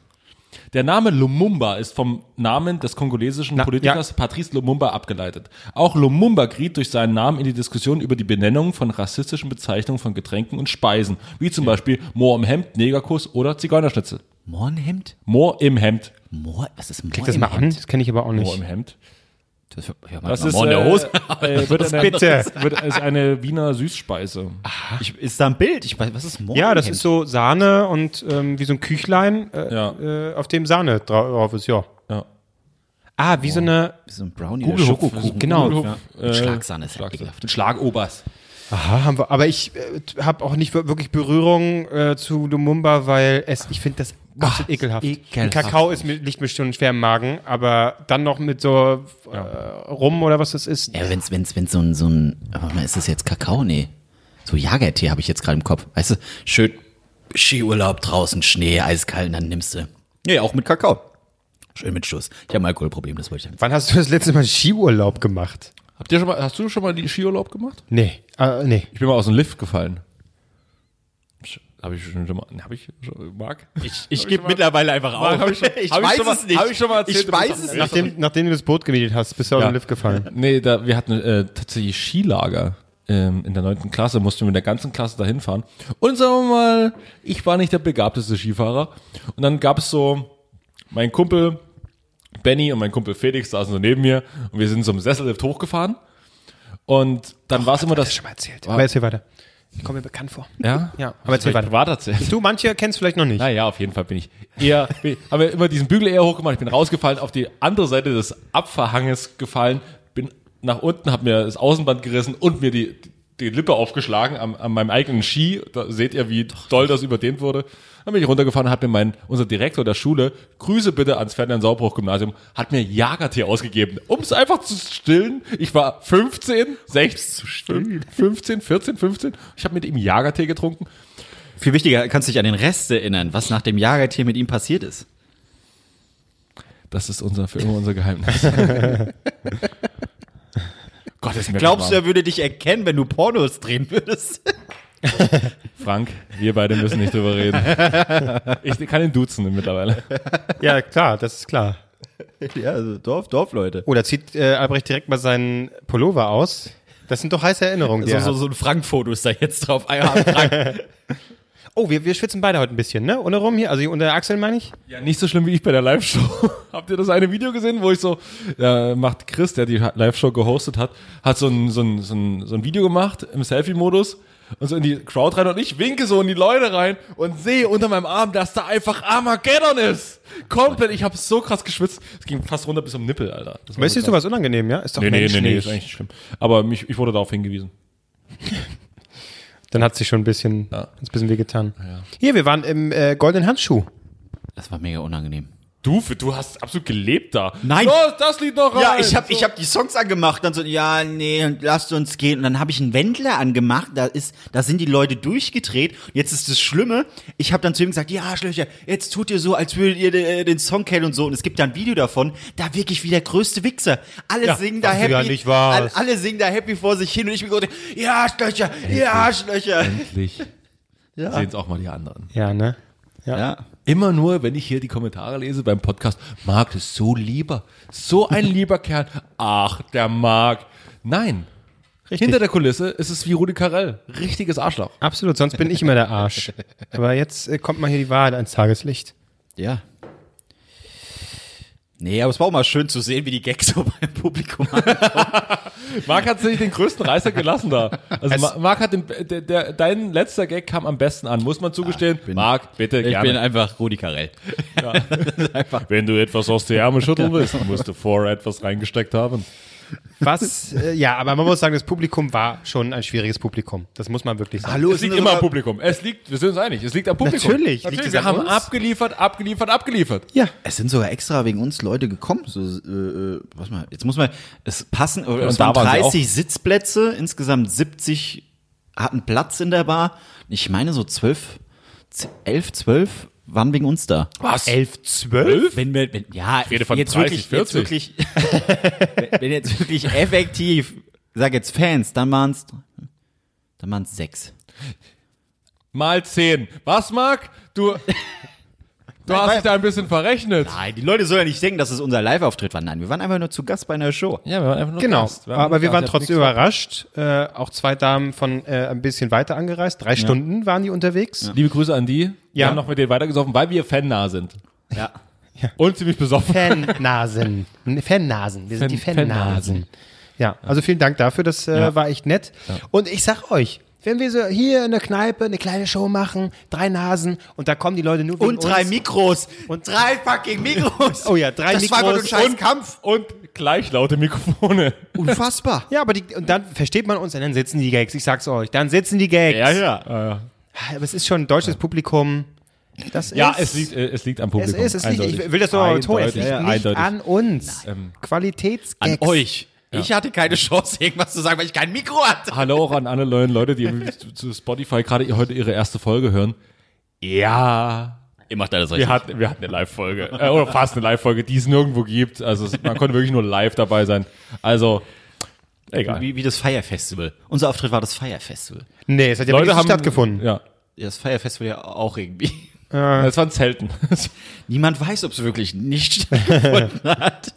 Speaker 1: Der Name Lumumba ist vom Namen des kongolesischen
Speaker 2: Na,
Speaker 1: Politikers Patrice Lumumba abgeleitet. Auch Lumumba geriet durch seinen Namen in die Diskussion über die Benennung von rassistischen Bezeichnungen von Getränken und Speisen, wie zum Beispiel Moor im Hemd, Negerkuss oder Zigeunerschnitzel.
Speaker 4: Mohrenhemd?
Speaker 1: Moor im Hemd.
Speaker 4: Mohr? Was ist Mohr?
Speaker 2: Klick das mal an. Das kenne ich aber auch
Speaker 1: Moor
Speaker 2: nicht.
Speaker 1: im Hemd.
Speaker 4: Das, ja, man
Speaker 1: Das
Speaker 4: hat mal genau.
Speaker 1: ist,
Speaker 4: Mohr in der Hose.
Speaker 1: Äh, äh, wird
Speaker 2: Was
Speaker 1: eine,
Speaker 2: bitte?
Speaker 1: Wird, ist eine Wiener Süßspeise.
Speaker 4: Ich, ist da ein Bild? Ich weiß, was ist Mohr?
Speaker 2: Ja, das ist so Sahne und ähm, wie so ein Küchlein, äh,
Speaker 1: Ja.
Speaker 2: äh, auf dem Sahne drau- drauf ist, ja.
Speaker 1: Ja.
Speaker 2: Ah, wie so eine.
Speaker 4: So ein Brownie.
Speaker 1: Google
Speaker 4: oder
Speaker 1: Hook,
Speaker 4: Schokokuchen.
Speaker 2: genau.
Speaker 4: Ja. Mit Schlagsahne ist ja ekelhaft.
Speaker 1: Ein Schlagobers.
Speaker 2: Aha, haben wir, aber ich äh, habe auch nicht wir- wirklich Berührung äh, zu Lumumba, weil es, ich finde das absolut ekelhaft.
Speaker 4: ekelhaft.
Speaker 2: Kakao ist mir, liegt mir schon schwer im Magen, aber dann noch mit so äh, Rum oder was das ist.
Speaker 4: Ja, wenn's, wenn's, wenn's so ein, so ein, warte mal, ist das jetzt Kakao? Nee. So Jagertee habe ich jetzt gerade im Kopf. Weißt du, schön Skiurlaub draußen, Schnee, eiskalt, und dann nimmst du. Nee, auch mit Kakao. Schön mit Schuss. Ich habe ein Alkoholproblem, das wollte ich damit
Speaker 2: Wann hast du das letzte Mal Skiurlaub gemacht?
Speaker 1: Habt ihr schon mal, hast du schon mal die Skiurlaub gemacht?
Speaker 2: Nee, äh, nee.
Speaker 1: Ich bin mal aus dem Lift gefallen. Habe ich schon mal, habe ich, schon- Marc?
Speaker 4: Ich, ich gebe mittlerweile einfach auf.
Speaker 1: Hab ich schon- hab ich schon mal- hab ich schon mal erzählt,
Speaker 4: Ich
Speaker 1: du bist
Speaker 4: weiß
Speaker 1: doch-
Speaker 4: es nicht.
Speaker 2: Nachdem, nachdem du das Boot gemietet hast, bist du aus
Speaker 1: Ja.
Speaker 2: dem Lift gefallen.
Speaker 1: Nee, da, wir hatten äh, tatsächlich Skilager ähm, in der neunten Klasse, mussten wir mit der ganzen Klasse dahin fahren. Und sagen wir mal, ich war nicht der begabteste Skifahrer. Und dann gab es so, mein Kumpel Benny und mein Kumpel Felix saßen so neben mir und wir sind so im Sessellift hochgefahren. Und dann war es immer das.
Speaker 2: Schon mal erzählt.
Speaker 1: War-
Speaker 2: Aber erzähl weiter. Ich komme mir bekannt vor.
Speaker 1: Ja?
Speaker 2: Ja, aber erzähl weiter.
Speaker 1: Privat erzählt.
Speaker 2: Du, manche kennst vielleicht noch nicht.
Speaker 1: Naja, auf jeden Fall bin ich eher, bin- haben wir immer diesen Bügel eher hochgemacht. Ich bin rausgefallen, auf die andere Seite des Abverhanges gefallen, bin nach unten, habe mir das Außenband gerissen und mir die, die Lippe aufgeschlagen am, an meinem eigenen Ski. Da seht ihr, wie doll das überdehnt wurde. Dann bin ich runtergefahren, hat mir mein, unser Direktor der Schule, Grüße bitte ans Ferdinand Saubruch Gymnasium, hat mir Jagertee ausgegeben, um es einfach zu stillen. Ich war 15, 16, 15, 14, 15. Ich habe mit ihm Jagertee getrunken.
Speaker 4: Viel wichtiger, kannst du dich an den Rest erinnern, was nach dem Jagertee mit ihm passiert ist.
Speaker 1: Das ist unser, für immer unser Geheimnis. Gott, ist mir
Speaker 4: Glaubst du,
Speaker 1: warm.
Speaker 4: er würde dich erkennen, wenn du Pornos drehen würdest?
Speaker 1: Frank, wir beide müssen nicht drüber reden. Ich kann ihn duzen mittlerweile.
Speaker 2: Ja, klar, das ist klar. Oh,
Speaker 4: ja, also Dorf, Dorfleute.
Speaker 2: Oder zieht äh, Albrecht direkt mal seinen Pullover aus. Das sind doch heiße Erinnerungen. Die
Speaker 6: So,
Speaker 2: er
Speaker 6: Also so,
Speaker 2: hat.
Speaker 6: so ein Frank-Foto ist da jetzt drauf. Einmal am Frank.
Speaker 2: Oh, wir, wir schwitzen beide heute ein bisschen, ne? Ohne rum hier, also hier unter der Achsel meine ich.
Speaker 1: Ja, nicht so schlimm wie ich bei der Live-Show. Habt ihr das eine Video gesehen, wo ich so, da macht Chris, der die Live-Show gehostet hat, hat so ein, so ein, so ein, so ein Video gemacht im Selfie-Modus und so in die Crowd rein und ich winke so in die Leute rein und sehe unter meinem Arm, dass da einfach Armageddon ist. Komplett, ich habe so krass geschwitzt. Es ging fast runter bis zum Nippel, Alter. Das war
Speaker 2: Weißt du, ist
Speaker 1: so krass.
Speaker 2: sowas unangenehm, ja? Ist doch
Speaker 1: Nee, nee, nee,
Speaker 2: menschlich.
Speaker 1: nee, ist eigentlich nicht schlimm. Aber mich, ich wurde darauf hingewiesen.
Speaker 2: Dann hat sich schon ein bisschen,
Speaker 1: Ja.
Speaker 2: hat's ein bisschen wehgetan. Hier, wir waren im äh, goldenen Handschuh.
Speaker 4: Das war mega unangenehm.
Speaker 1: Du, für- du hast absolut gelebt da.
Speaker 4: Nein.
Speaker 1: Los, das Lied noch rein.
Speaker 4: Ja, ich hab, ich hab die Songs angemacht, dann so, ja, nee, und lasst uns gehen. Und dann hab ich einen Wendler angemacht, da ist, da sind die Leute durchgedreht. Jetzt ist das Schlimme, ich hab dann zu ihm gesagt, ja, Arschlöcher, jetzt tut ihr so, als würdet ihr äh, den, den Song kennen und so. Und es gibt da ein Video davon, da wirklich wie der größte Wichser. Alle singen da
Speaker 2: was du
Speaker 4: happy,
Speaker 2: ja nicht warst.
Speaker 4: alle, alle singen da happy vor sich hin und ich bin gedacht, ja, Arschlöcher, ja, Arschlöcher.
Speaker 1: Endlich. Ja. Sehen's auch mal die anderen.
Speaker 2: Ja, ne?
Speaker 4: Ja.
Speaker 1: Immer nur, wenn ich hier die Kommentare lese beim Podcast, Marc ist so lieber, so ein lieber Kerl. Ach, der Marc. Nein. Hinter der Kulisse ist es wie Rudi Carell. Richtiges Arschloch.
Speaker 2: Absolut, sonst bin ich immer der Arsch. Aber jetzt äh, kommt mal hier die Wahrheit ans Tageslicht.
Speaker 4: Ja. Nee, aber es war auch mal schön zu sehen, wie die Gags so beim Publikum ankommen.
Speaker 1: Marc hat sich den größten Reißer gelassen da. Also Ma- Marc hat den, der, der, dein letzter Gag kam am besten an, muss man zugestehen. Marc, bitte
Speaker 6: Ich bin
Speaker 1: gerne.
Speaker 6: einfach Rudi Carell.
Speaker 1: Wenn du etwas aus der Ärmel schütteln willst, musst du vorher etwas reingesteckt haben.
Speaker 2: Was, äh, ja, aber man muss sagen, das Publikum war schon ein schwieriges Publikum. Das muss man wirklich sagen.
Speaker 4: Hallo,
Speaker 1: Es liegt immer am Publikum. Es liegt, wir sind uns einig, es liegt am Publikum.
Speaker 2: Natürlich. Liegt
Speaker 1: Natürlich.
Speaker 2: es
Speaker 1: Wir
Speaker 2: an
Speaker 1: haben
Speaker 2: uns?
Speaker 1: abgeliefert, abgeliefert, abgeliefert.
Speaker 2: Ja.
Speaker 4: Es sind sogar extra wegen uns Leute gekommen. So, äh, äh, was mal, jetzt muss man, es passen, oder es
Speaker 1: da
Speaker 4: waren
Speaker 1: waren sie
Speaker 4: 30 Sitzplätze, insgesamt 70 hatten Platz in der Bar. Ich meine so 12, 11, 12 waren wegen uns da.
Speaker 1: Was?
Speaker 2: 11, 12?
Speaker 4: Wenn wir, wenn, ja,
Speaker 1: rede von
Speaker 4: jetzt
Speaker 1: 30,
Speaker 4: wirklich, jetzt
Speaker 1: 40.
Speaker 4: wirklich, wenn- wenn jetzt wirklich effektiv, sag jetzt Fans, dann waren's, dann waren's sechs.
Speaker 1: mal 10. Was, Marc? Du, du hast dich da ein bisschen verrechnet.
Speaker 4: Nein, die Leute sollen ja nicht denken, dass es unser Live-Auftritt war. Nein, wir waren einfach nur zu Gast bei einer Show.
Speaker 1: Ja, wir waren einfach nur
Speaker 2: Genau,
Speaker 1: Gast.
Speaker 2: aber wir waren
Speaker 1: Gast, ihr habt
Speaker 2: trotzdem
Speaker 1: nichts
Speaker 2: überrascht. Äh, auch zwei Damen von äh, ein bisschen weiter angereist. Drei Stunden waren die unterwegs.
Speaker 1: Liebe Grüße an die. Wir
Speaker 2: Ja.
Speaker 1: haben noch mit denen weitergesoffen, weil wir fannah sind.
Speaker 4: Ja.
Speaker 1: Und ziemlich besoffen.
Speaker 2: Fannasen. N- Fannasen. Wir sind die
Speaker 1: Fan-
Speaker 2: Fannasen. Ja, also vielen Dank dafür. Das äh, war echt nett. Und ich sag euch, wenn wir so hier in der Kneipe eine kleine Show machen, drei Nasen und da kommen die Leute nur wegen
Speaker 4: Und drei
Speaker 2: uns.
Speaker 4: Mikros. Und drei fucking Mikros.
Speaker 2: Oh ja, drei
Speaker 4: das war einfach nur ein
Speaker 2: Mikros
Speaker 4: scheiß
Speaker 2: und-
Speaker 4: Kampf.
Speaker 1: Und gleich laute Mikrofone.
Speaker 4: Unfassbar.
Speaker 2: Ja, aber die, und dann versteht man uns und dann sitzen die Gags. Ich sag's euch, dann sitzen die Gags.
Speaker 1: ja.
Speaker 2: Aber es ist schon ein deutsches Publikum. Das
Speaker 1: Ja,
Speaker 2: ist,
Speaker 1: es liegt, äh, es liegt am
Speaker 2: Es
Speaker 1: Publikum.
Speaker 2: ist, es liegt,
Speaker 1: Eindeutig.
Speaker 2: ich will das nur mal betonen, es
Speaker 1: Eindeutig.
Speaker 2: liegt
Speaker 1: Ja, ja.
Speaker 2: nicht
Speaker 1: Eindeutig. Ähm.
Speaker 2: an uns. Qualitätsgags.
Speaker 6: An euch. Ich hatte keine Chance, irgendwas zu sagen, weil ich kein Mikro hatte.
Speaker 1: Hallo auch an alle neuen Leute, die zu- zu Spotify gerade heute ihre erste Folge hören. Ja,
Speaker 6: Ihr macht alles richtig.
Speaker 1: wir hatten, wir hatten eine Live-Folge. Äh, oder fast eine Live-Folge, die es nirgendwo gibt. Also es, man konnte wirklich nur live dabei sein. Also, egal.
Speaker 4: Wie, wie das Feierfestival. Unser Auftritt war das Feierfestival.
Speaker 2: Nee, es hat ja
Speaker 1: Leute
Speaker 2: wirklich
Speaker 1: haben
Speaker 2: stattgefunden. Äh.
Speaker 1: Ja,
Speaker 4: Ja, Das Feierfestival ja auch irgendwie.
Speaker 1: das waren Zelten.
Speaker 4: Niemand weiß, ob es wirklich nicht stattgefunden hat.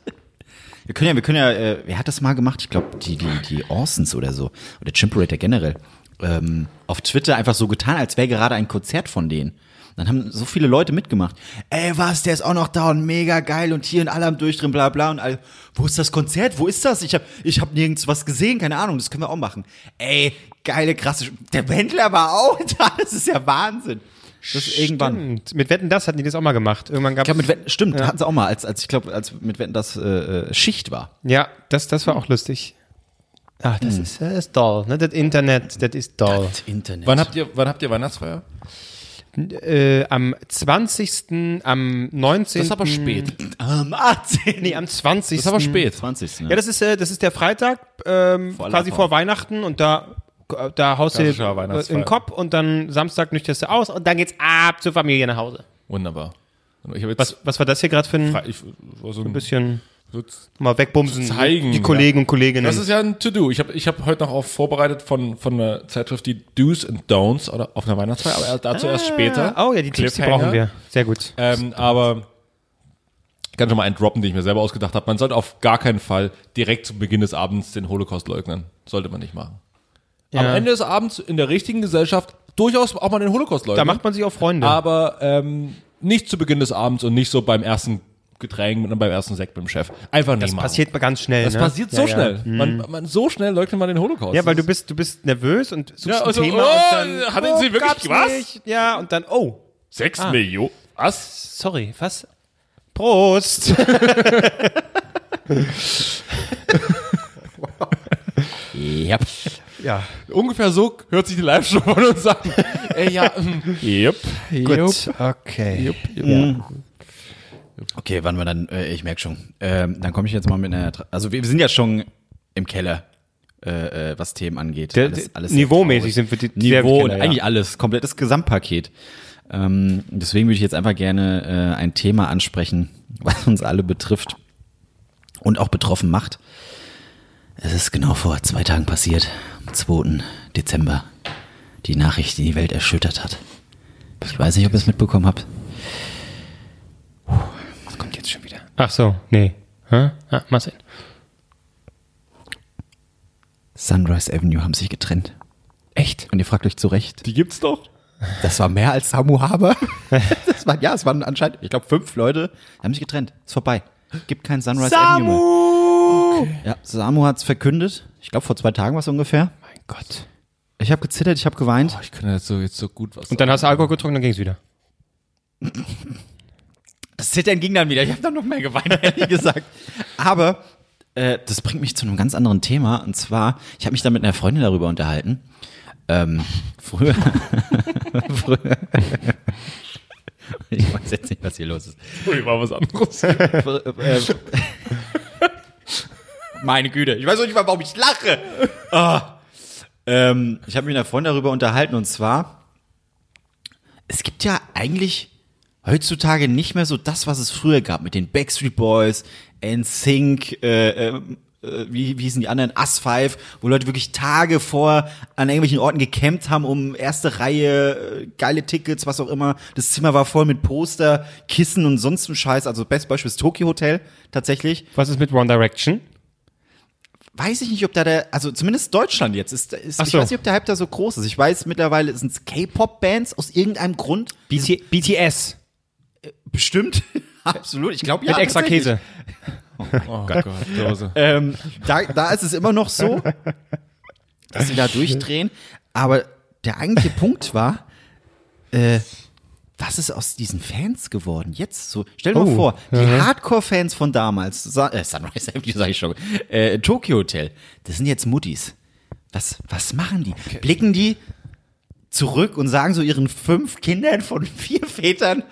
Speaker 4: Wir können ja, wir können ja, äh, wer hat das mal gemacht? Ich glaube, die, die, die Orsons oder so. Oder Chimperator generell. Ähm, auf Twitter einfach so getan, als wäre gerade ein Konzert von denen. Und Dann haben so viele Leute mitgemacht. Ey, was, der ist auch noch da und mega geil und hier und alle am Durchdrehen, bla bla. Und alle, wo ist das Konzert? Wo ist das? Ich habe ich hab nirgends was gesehen, keine Ahnung, das können wir auch machen. Ey, geile, krasse, Sch- der Wendler war auch da, das ist ja Wahnsinn. Das ist irgendwann.
Speaker 2: Stimmt. Mit Wetten, das hatten die das auch mal gemacht. Irgendwann gab
Speaker 4: Ich glaube, mit Wetten, stimmt, hatten sie auch mal, als, als ich glaube, als mit Wetten das äh, äh, Schicht war.
Speaker 2: Ja, das, das war auch lustig. Ach, Ah,
Speaker 1: Hm.
Speaker 2: das ist, das ist doll, ne? Das Internet, das ist doll.
Speaker 4: Internet.
Speaker 1: wann, habt ihr, wann habt ihr Weihnachtsfeier?
Speaker 2: Äh, am 20., am 19.
Speaker 4: Am 18.
Speaker 2: Nee, am 20.
Speaker 1: Das ist aber spät.
Speaker 4: 20.
Speaker 2: Ja, das ist, äh, das ist der Freitag, ähm, quasi vor Weihnachten und da, äh, da haust du
Speaker 1: Klassischer
Speaker 2: dir
Speaker 1: Weihnachtsfeier.
Speaker 2: im Kopf und dann Samstag nüchterst du aus und dann geht's ab zur Familie nach Hause.
Speaker 1: Wunderbar. Ich habe jetzt
Speaker 2: Was, was war das hier gerade für ein
Speaker 1: ich, war so ein
Speaker 2: bisschen
Speaker 1: so-
Speaker 2: mal wegbumsen?
Speaker 1: Zu zeigen,
Speaker 2: die Kollegen und Kolleginnen.
Speaker 1: Das ist ja ein To-Do. Ich habe ich hab heute noch auch vorbereitet von, von einer Zeitschrift, die Do's and Don'ts oder auf einer Weihnachtsfeier, aber dazu erst später.
Speaker 2: Ah, oh ja, die oh Tipps, die
Speaker 1: Cliffhanger.
Speaker 2: brauchen wir. Sehr gut.
Speaker 1: Ähm, aber Ähm, Ich kann schon mal einen droppen, den ich mir selber ausgedacht habe. Man sollte auf gar keinen Fall direkt zu Beginn des Abends den Holocaust leugnen. Sollte man nicht machen. Am Ende des Abends in der richtigen Gesellschaft durchaus auch mal den Holocaust leugnen.
Speaker 2: Da macht man sich auch Freunde.
Speaker 1: Aber ähm, nicht zu Beginn des Abends und nicht so beim ersten Getränk und beim ersten Sekt beim Chef. Einfach nicht
Speaker 2: das
Speaker 1: machen.
Speaker 2: passiert mal ganz schnell.
Speaker 1: Das
Speaker 2: ne?
Speaker 1: passiert so
Speaker 2: ja,
Speaker 1: schnell.
Speaker 2: Ja.
Speaker 1: Man, man, so schnell leugnet man den Holocaust.
Speaker 2: Ja, weil du
Speaker 1: Das
Speaker 2: bist, du bist nervös und suchst
Speaker 1: Ja, also,
Speaker 2: ein Thema
Speaker 1: oh,
Speaker 2: und dann,
Speaker 1: hatten Sie wirklich
Speaker 2: gab's
Speaker 1: was?
Speaker 2: Nicht. Ja, und dann, oh,
Speaker 1: ist sechs Millionen. Was?
Speaker 2: sorry, was? Prost!
Speaker 1: Yep.
Speaker 2: ja,
Speaker 1: Ungefähr so hört sich die Live-Show von uns an. Ey, ja. hm. Yep.
Speaker 2: gut, okay.
Speaker 4: Okay, wann wir dann, äh, ich merke schon. Ähm, dann komme ich jetzt mal mit einer, Tra- also wir sind ja schon im Keller, äh, äh, was Themen angeht.
Speaker 2: Der- der-
Speaker 4: sehr
Speaker 2: niveaumäßig
Speaker 4: traurig.
Speaker 2: sind wir die- sehr im
Speaker 4: Niveau und
Speaker 2: Keller, ja.
Speaker 4: eigentlich alles, komplettes Gesamtpaket. Ähm, deswegen würde ich jetzt einfach gerne äh, ein Thema ansprechen, was uns alle betrifft und auch betroffen macht. Es ist genau vor zwei Tagen passiert, am 2. Dezember, die Nachricht, die die Welt erschüttert hat. Ich weiß nicht, ob ihr es mitbekommen habt.
Speaker 2: Was kommt jetzt schon wieder? Ach so, nee. Hä? Ah, mal sehen.
Speaker 4: Sunrise Avenue haben sich getrennt. Echt? Und ihr fragt euch zu Recht.
Speaker 1: Die gibt's doch.
Speaker 4: Das war mehr als Samu Haber. Das waren, ja, es waren anscheinend, ich glaube, fünf Leute. Die haben sich getrennt. Ist vorbei. Gibt kein Sunrise Avenue mehr. Ja, Samu hat's verkündet. Ich glaube, vor zwei Tagen war es ungefähr.
Speaker 2: Mein Gott.
Speaker 4: Ich habe gezittert, ich habe geweint.
Speaker 1: Ich könnte jetzt so, jetzt so gut was
Speaker 2: Und dann hast du Alkohol getrunken, dann ging's wieder.
Speaker 4: Das Zittern ging dann wieder. Ich habe dann noch mehr geweint, ehrlich gesagt. Aber äh, das bringt mich zu einem ganz anderen Thema. Und zwar, ich habe mich da mit einer Freundin darüber unterhalten. Ähm, früher. früher. ich weiß jetzt nicht, was hier los ist.
Speaker 1: Ui, war was anderes.
Speaker 4: Äh, Meine Güte, ich weiß auch nicht mal, warum ich lache. Ah. Ähm, ich habe mich mit einer Freundin darüber unterhalten und zwar, es gibt ja eigentlich heutzutage nicht mehr so das, was es früher gab mit den Backstreet Boys, NSYNC, äh, ähm, äh, wie, wie hießen die anderen, Us 5, wo Leute wirklich Tage vor an irgendwelchen Orten gekämpft haben, um erste Reihe, äh, geile Tickets, was auch immer. Das Zimmer war voll mit Poster, Kissen und sonst Scheiß. Also best Beispiel ist Tokyo Hotel tatsächlich
Speaker 2: Was ist mit One Direction?
Speaker 4: weiß ich nicht, ob da der, also zumindest Deutschland jetzt ist, ist
Speaker 2: Ach
Speaker 4: ich
Speaker 2: so.
Speaker 4: weiß nicht, ob der Hype da so groß ist. Ich weiß mittlerweile sind es K-Pop-Bands aus irgendeinem Grund.
Speaker 2: BT BTS.
Speaker 4: Bestimmt. Absolut. Ich glaube ja.
Speaker 2: Mit extra
Speaker 4: tatsächlich.
Speaker 2: Käse.
Speaker 1: Oh Gott, Dose.
Speaker 4: Ähm, da, da ist es immer noch so, dass sie da durchdrehen. Aber der eigentliche Punkt war, äh, was ist aus diesen Fans geworden? Jetzt so, stell dir mal
Speaker 2: Oh,
Speaker 4: vor, die Hardcore-Fans von damals, Sa äh, Sunrise Avenue sag ich schon, äh, Tokyo Hotel, das sind jetzt Muttis. Was, was machen die? Blicken die zurück und sagen so ihren fünf Kindern von vier Vätern,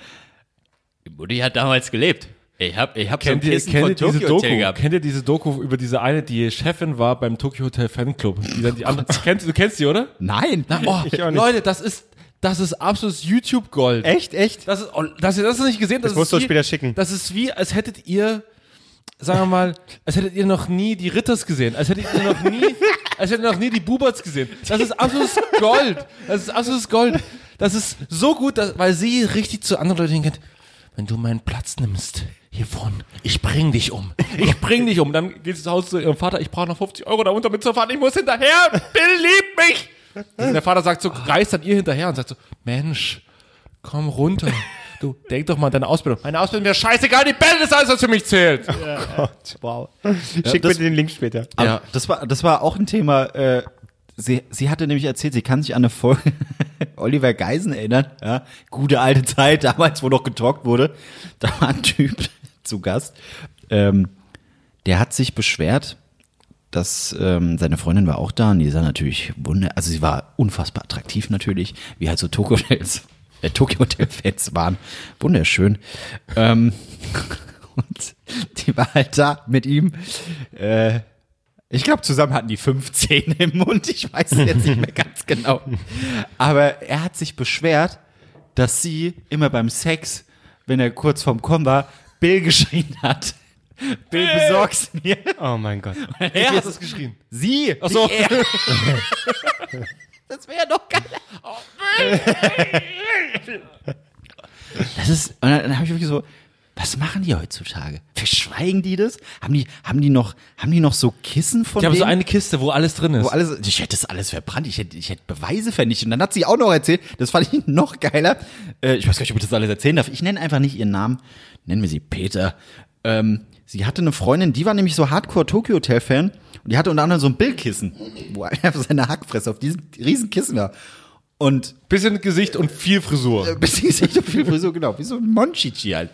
Speaker 4: die Mutti hat damals gelebt. Ich hab, ich hab so ein
Speaker 1: Kennt ihr,
Speaker 4: Kissen
Speaker 1: kennt,
Speaker 4: von
Speaker 1: ihr diese
Speaker 4: Tokyo
Speaker 1: Doku,
Speaker 4: Hotel gehabt.
Speaker 1: kennt ihr diese Doku über diese eine, die Chefin war beim Tokyo Hotel Fanclub? Die dann die andere, kennst, du kennst die, oder?
Speaker 4: Nein.
Speaker 1: Oh,
Speaker 2: Ich auch nicht.
Speaker 1: Leute, das ist, das ist absolutes YouTube-Gold.
Speaker 2: Echt, echt?
Speaker 1: Das ist, oh, dass ihr das nicht gesehen habt, das,
Speaker 2: Das musst
Speaker 1: ist
Speaker 2: du
Speaker 1: wie,
Speaker 2: später schicken.
Speaker 1: Das ist wie, als hättet ihr, sagen wir mal, als hättet ihr noch nie die Ritters gesehen. Als hättet ihr noch nie, als hättet ihr noch nie die Buberts gesehen. Das ist absolutes Gold. Das ist absolutes Gold. Das ist so gut, dass, weil sie richtig zu anderen Leuten hingeht. Wenn du meinen Platz nimmst, hier vorne, ich bring dich um. Ich bring dich um. Dann geht sie zu Hause zu ihrem Vater, ich brauche noch 50 Euro, da runter mitzufahren, ich muss hinterher, bitte lieb mich.
Speaker 4: Äh.
Speaker 1: Und der Vater sagt so, reißt dann ihr hinterher und sagt so, Mensch, komm runter. Du, denk doch mal an deine Ausbildung. Meine Ausbildung wäre scheißegal, die Band ist alles, was für mich zählt.
Speaker 2: Wow. Schick
Speaker 4: das-
Speaker 2: bitte den Link später.
Speaker 4: Aber
Speaker 1: Ja.
Speaker 4: das, war, das war auch ein Thema. Äh, sie, sie hatte nämlich erzählt, sie kann sich an eine Folge Oliver Geisen erinnern. Ja, gute alte Zeit, damals, wo noch getalkt wurde. Da war ein Typ zu Gast. Ähm, der hat sich beschwert, dass ähm, seine Freundin war auch da und die sah natürlich wunder, also sie war unfassbar attraktiv natürlich, wie halt so Tokyo Hotels, äh, Tokyo Hotel Fans waren, wunderschön. ähm, und die war halt da mit ihm. Äh, ich glaube, zusammen hatten die fünf Zähne im Mund. Ich weiß es jetzt nicht mehr ganz genau. Aber er hat sich beschwert, dass sie immer beim Sex, wenn er kurz vorm Kommen war, Bill geschrien hat. Bill, besorg's mir.
Speaker 2: Oh mein Gott.
Speaker 1: Er hat es geschrien.
Speaker 4: Sie. Ach
Speaker 1: so.
Speaker 4: das wäre doch geil.
Speaker 1: Oh,
Speaker 4: Das ist, und dann, dann habe ich wirklich so, was Was machen die heutzutage? Verschweigen die das? Haben die, haben die noch, haben die noch so Kissen von
Speaker 1: Die haben
Speaker 4: denen?
Speaker 1: so eine Kiste, wo alles drin ist.
Speaker 4: wo alles, ich hätte das alles verbrannt, ich hätte, ich hätte Beweise vernichtet. Und dann hat sie auch noch erzählt, das fand ich noch geiler. Äh, ich weiß gar nicht, ob ich das alles erzählen darf. Ich nenne einfach nicht ihren Namen, nennen wir sie Peter. Ähm, sie hatte eine Freundin, die war nämlich so Hardcore Tokyo Hotel Fan und die hatte unter anderem so ein Bildkissen, wo einfach seine Hackfresse auf diesem riesen Kissen war. Und
Speaker 1: Bisschen Gesicht und viel
Speaker 2: Äh,
Speaker 1: Frisur.
Speaker 4: beziehungsweise viel Frisur, genau, wie so ein Monchichi halt.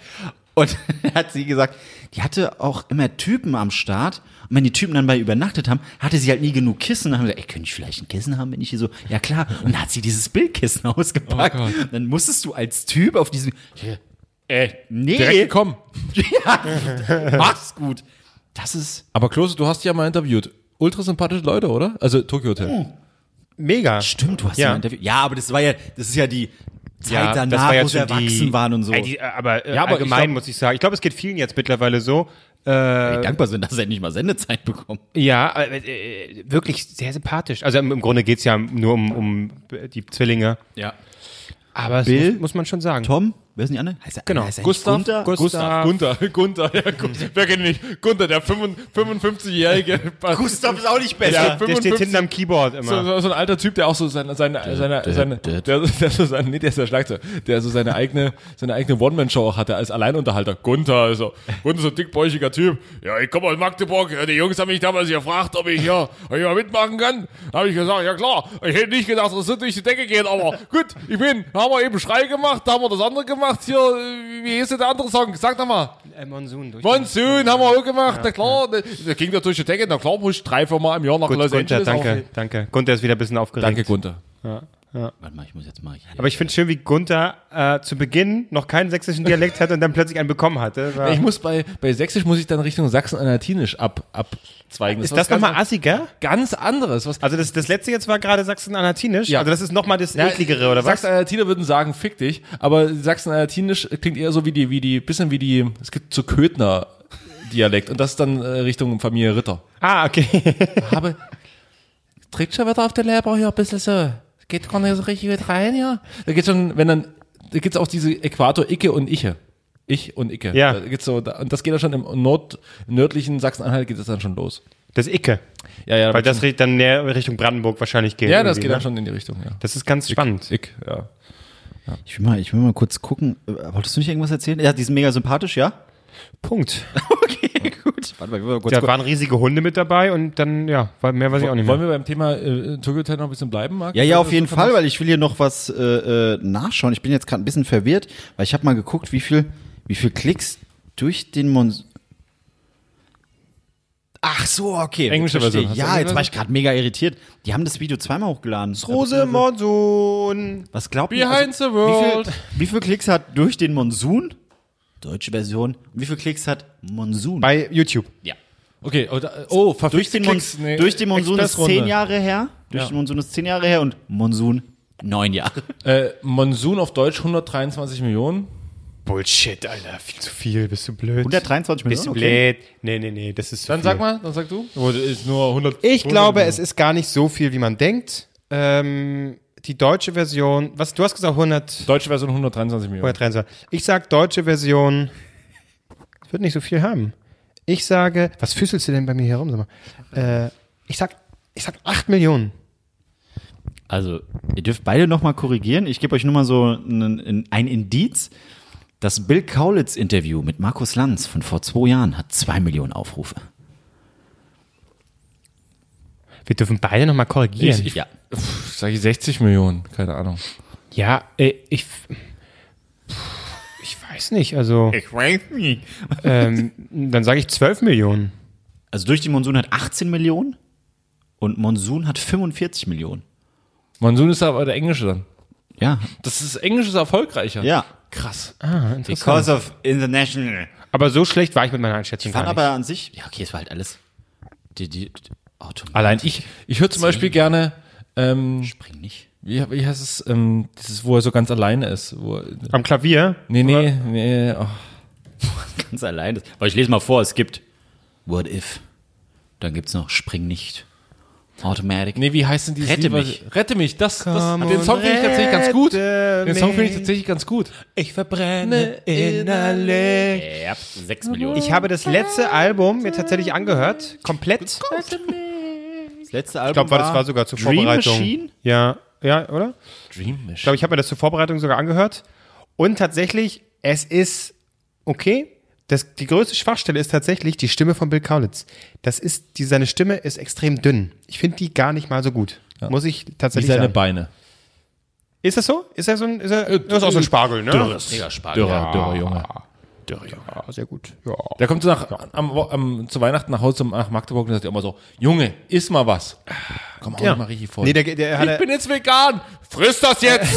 Speaker 4: Und hat sie gesagt, die hatte auch immer Typen am Start. Und wenn die Typen dann bei ihr übernachtet haben, hatte sie halt nie genug Kissen. Dann haben sie gesagt, ey, könnte ich vielleicht ein Kissen haben, wenn ich hier so, ja klar. Und dann hat sie dieses Bildkissen ausgepackt.
Speaker 1: Oh Gott.
Speaker 4: Und dann musstest du als Typ auf diesem,
Speaker 1: Ey,
Speaker 4: nee,
Speaker 1: direkt komm.
Speaker 4: ja, mach's gut. Das ist,
Speaker 1: Aber Klose, du hast die ja mal interviewt. Ultra sympathische Leute, oder? Also Tokyo Hotel.
Speaker 4: Hm.
Speaker 2: Mega.
Speaker 4: stimmt, du hast
Speaker 2: Ja.
Speaker 4: ja ein Interview. Ja, aber das war ja, das ist ja die Zeit
Speaker 2: Ja, das
Speaker 4: danach,
Speaker 2: war ja
Speaker 4: wo sie
Speaker 2: schon die-
Speaker 4: erwachsen waren und so.
Speaker 2: Ey, die, äh, aber äh,
Speaker 1: Ja, aber ich
Speaker 2: allgemein
Speaker 1: glaub-
Speaker 2: muss ich sagen, ich glaube, es geht vielen jetzt mittlerweile so.
Speaker 4: Ey, dankbar sind, dass sie endlich mal Sendezeit bekommen.
Speaker 2: Ja, aber, äh, wirklich sehr sympathisch. Also im, im Grunde geht's ja nur um, um die Zwillinge.
Speaker 4: Ja.
Speaker 2: Aber
Speaker 4: Bill,
Speaker 2: das muss, muss man schon sagen.
Speaker 4: Tom, wer ist denn die andere? Heißt er,
Speaker 2: Genau.
Speaker 4: Heißt er
Speaker 1: Gustav,
Speaker 4: Gustav?
Speaker 2: Gustav.
Speaker 1: Gustav, Gunther, Gunther, ja, Gu- wer kennt ihn nicht? Gunther, der 55-jährige.
Speaker 6: Gustav ist auch nicht
Speaker 2: Der,
Speaker 6: besser.
Speaker 2: der steht
Speaker 1: 55
Speaker 2: hinterm Keyboard
Speaker 1: So,
Speaker 2: immer.
Speaker 1: so, so ein alter Typ, der auch so seine, seine, seine, seine der, der so seine, nee, der ist der Schlagzeug, der so seine eigene, seine eigene One-Man-Show auch hatte als Alleinunterhalter. Gunther, also, Gunther, so ein dickbäuchiger Typ. Ja, ich komme aus Magdeburg, Ja, die Jungs haben mich damals gefragt, ob ich hier, ob ich mal mitmachen kann. Da habe ich gesagt, ja klar, ich hätte nicht gedacht, das wird durch die Decke gehen, aber gut, ich bin, da haben wir eben Schrei gemacht, da haben wir das andere gemacht, hier, äh, wie hieß denn der andere Song? Sag doch mal.
Speaker 2: Äh, Monsoon durch.
Speaker 1: Monsoon haben wir auch gemacht, na klar, da ging der durch die Decke, na klar, muss ich drei, viermal im Jahr nach
Speaker 2: Gut,
Speaker 1: Los
Speaker 2: Gunther,
Speaker 1: Angeles.
Speaker 2: danke, danke. Gunther ist wieder ein bisschen aufgeregt.
Speaker 1: Danke, Gunther.
Speaker 4: Warte mal, ich muss jetzt mal hier.
Speaker 2: Aber ich finde schön, wie Gunther äh, zu Beginn noch keinen sächsischen Dialekt hatte und dann plötzlich einen bekommen hatte. War,
Speaker 1: Ich muss bei, bei Sächsisch muss ich dann Richtung Sachsen-Anhaltinisch ab, abzweigen.
Speaker 2: ist
Speaker 1: was
Speaker 2: das
Speaker 1: ganz,
Speaker 2: nochmal assiger?
Speaker 1: ganz anderes? Was,
Speaker 2: Also das, das letzte jetzt war gerade Sachsen-Anhaltinisch.
Speaker 1: Ja.
Speaker 2: Also das ist nochmal das ekligere, oder was?
Speaker 1: Sachsen-Anhaltiner würden sagen, fick dich, aber Sachsen-Anhaltinisch klingt eher so wie die, wie die, bisschen wie die, es gibt so Köthner Dialekt und das ist dann äh, Richtung Familie Ritter.
Speaker 2: Ah, okay.
Speaker 1: Habe, trägt schon wieder auf der Leber hier ein bisschen so, geht gar nicht so richtig gut rein hier. Da geht's schon, wenn dann, da gibt's auch diese Äquator Icke und Iche. Ich und Icke.
Speaker 2: Ja.
Speaker 1: Da gibt's so, da, und das geht dann schon im Nord, nördlichen Sachsen-Anhalt geht es dann schon los.
Speaker 2: Das Icke.
Speaker 1: Ja, ja,
Speaker 2: Weil das ri- dann mehr Richtung Brandenburg wahrscheinlich geht.
Speaker 1: Ja, das
Speaker 2: irgendwie,
Speaker 1: geht
Speaker 2: ne?
Speaker 1: dann schon in die Richtung, ja.
Speaker 2: Das ist ganz spannend.
Speaker 1: Dick, ja.
Speaker 4: Ich will mal, ich will mal kurz gucken. Äh, Wolltest du nicht irgendwas erzählen? Ja, die sind mega sympathisch, ja?
Speaker 2: Punkt.
Speaker 4: Okay, gut. Warte mal, ich will mal kurz
Speaker 2: Da
Speaker 4: gucken.
Speaker 2: waren riesige Hunde mit dabei und dann, ja, weil mehr weiß ich auch nicht mehr.
Speaker 1: Wollen wir beim Thema äh, Tokyo Hotel noch ein bisschen bleiben, Marc?
Speaker 4: Ja, ja, auf jeden Fall, weil ich will hier noch was äh, äh, nachschauen. Ich bin jetzt gerade ein bisschen verwirrt, weil ich habe mal geguckt, wie viel, wie viel Klicks durch den Mons. Ach so, okay.
Speaker 1: Englische
Speaker 4: Jetzt verstehe
Speaker 1: Version.
Speaker 4: ich.
Speaker 1: Hast du
Speaker 4: Ja,
Speaker 1: die
Speaker 4: jetzt war ich gerade mega irritiert. Die haben das Video zweimal hochgeladen.
Speaker 2: Rose Monsoon.
Speaker 4: Was glaubt ihr? Also,
Speaker 1: Behind the world.
Speaker 4: Wie viel, wie viel Klicks hat durch den Monsun? Deutsche Version. Und wie viel Klicks hat Monsun?
Speaker 2: Bei YouTube.
Speaker 1: Okay, oh, da, oh
Speaker 4: durch
Speaker 1: verflixt
Speaker 4: den, Mon durch den Monsun ist zehn Jahre her. Durch
Speaker 1: Ja.
Speaker 4: den Monsun ist zehn Jahre her und Monsun neun Jahre.
Speaker 1: Äh, Monsoon auf Deutsch 123 Millionen.
Speaker 2: Bullshit, Alter. Viel zu viel. Bist du blöd?
Speaker 4: 123
Speaker 2: Bist du
Speaker 4: Millionen. Okay.
Speaker 2: blöd? Nee, nee, nee. Das ist zu
Speaker 1: Dann
Speaker 2: viel.
Speaker 1: sag mal, dann sag du. Oh, das ist nur 100.
Speaker 2: Ich glaube, es ist gar nicht so viel, wie man denkt. Ähm, die deutsche Version, was du hast gesagt, 100,
Speaker 1: Deutsche Version 123 Millionen.
Speaker 2: 123. Ich sag deutsche Version, es wird nicht so viel haben. Ich sage, was füßelst du denn bei mir herum? Sag mal. Äh, ich sag, ich sag 8 Millionen.
Speaker 4: Also, ihr dürft beide nochmal korrigieren. Ich gebe euch nur mal so ein, ein Indiz. Das Bill Kaulitz-Interview mit Markus Lanz von vor zwei Jahren hat zwei Millionen Aufrufe.
Speaker 2: Wir dürfen beide nochmal korrigieren.
Speaker 4: ja.
Speaker 1: Pff, Sag ich 60 Millionen, keine Ahnung.
Speaker 2: ja, äh, ich. Pff, Ich weiß nicht, also.
Speaker 6: Ich weiß nicht.
Speaker 2: Ähm, dann sage ich 12 Millionen.
Speaker 4: Also durch den Monsun hat 18 Millionen und Monsun hat 45 Millionen.
Speaker 1: Monsoon ist aber der Englische dann.
Speaker 4: Ja.
Speaker 1: Das ist Englisch ist erfolgreicher.
Speaker 4: Ja.
Speaker 1: Krass.
Speaker 2: Ah,
Speaker 4: Because of international.
Speaker 2: Aber so schlecht war ich mit meiner Einschätzung.
Speaker 4: Fand
Speaker 2: gar nicht.
Speaker 4: aber an sich. Ja, okay, es war halt alles. Die, die, die Automatisch.
Speaker 1: Allein ich, ich höre zum Beispiel gerne, ähm,
Speaker 4: Spring nicht.
Speaker 1: wie, wie heißt es, ähm, dieses, wo er so ganz alleine ist. Wo,
Speaker 2: Am Klavier
Speaker 1: nee, nee, nee, oh.
Speaker 4: Ganz allein. Das- Aber ich lese mal vor, es gibt What If. Dann gibt es noch Spring nicht. Automatic.
Speaker 1: Nee, wie heißt denn dieses
Speaker 4: Rette
Speaker 1: Lied, was-
Speaker 4: mich.
Speaker 1: Rette mich, das, das den Song finde ich tatsächlich ganz gut.
Speaker 2: rette
Speaker 1: Den Song finde ich
Speaker 2: mich.
Speaker 1: tatsächlich ganz gut.
Speaker 2: Ich verbrenne innerlich.
Speaker 5: Ja, 6 Millionen.
Speaker 2: Ich habe das letzte Album mir tatsächlich angehört, komplett.
Speaker 4: Das letzte Album
Speaker 2: Ich glaube, das war sogar zur
Speaker 4: Dream
Speaker 2: Vorbereitung.
Speaker 4: Machine?
Speaker 2: Ja, ja, oder?
Speaker 1: Dream
Speaker 2: Ich glaube, ich habe mir das zur Vorbereitung sogar angehört. Und tatsächlich, es ist okay. Das, die größte Schwachstelle ist tatsächlich die Stimme von Bill Kaulitz. Das ist, die, seine Stimme ist extrem dünn. Ich finde die gar nicht mal so gut. Muss ich
Speaker 1: Wie
Speaker 2: tatsächlich
Speaker 1: seine
Speaker 2: sagen.
Speaker 1: Beine.
Speaker 2: Ist das so? Ist er so ein, ist er, das ist auch so ein Spargel, ne?
Speaker 5: Mega Spaß.
Speaker 1: Dürrer, dürrer Junge.
Speaker 2: Ja, Ah, sehr gut. Ja.
Speaker 1: Der kommt so nach, am, Wo- am, zu Weihnachten nach Hause, nach Magdeburg und sagt immer so, Junge, iss mal was. Komm, hau
Speaker 2: Ja.
Speaker 1: ja. mal richtig voll.
Speaker 2: Nee, der, der
Speaker 1: ich
Speaker 2: hat,
Speaker 1: bin jetzt vegan. Friss das jetzt.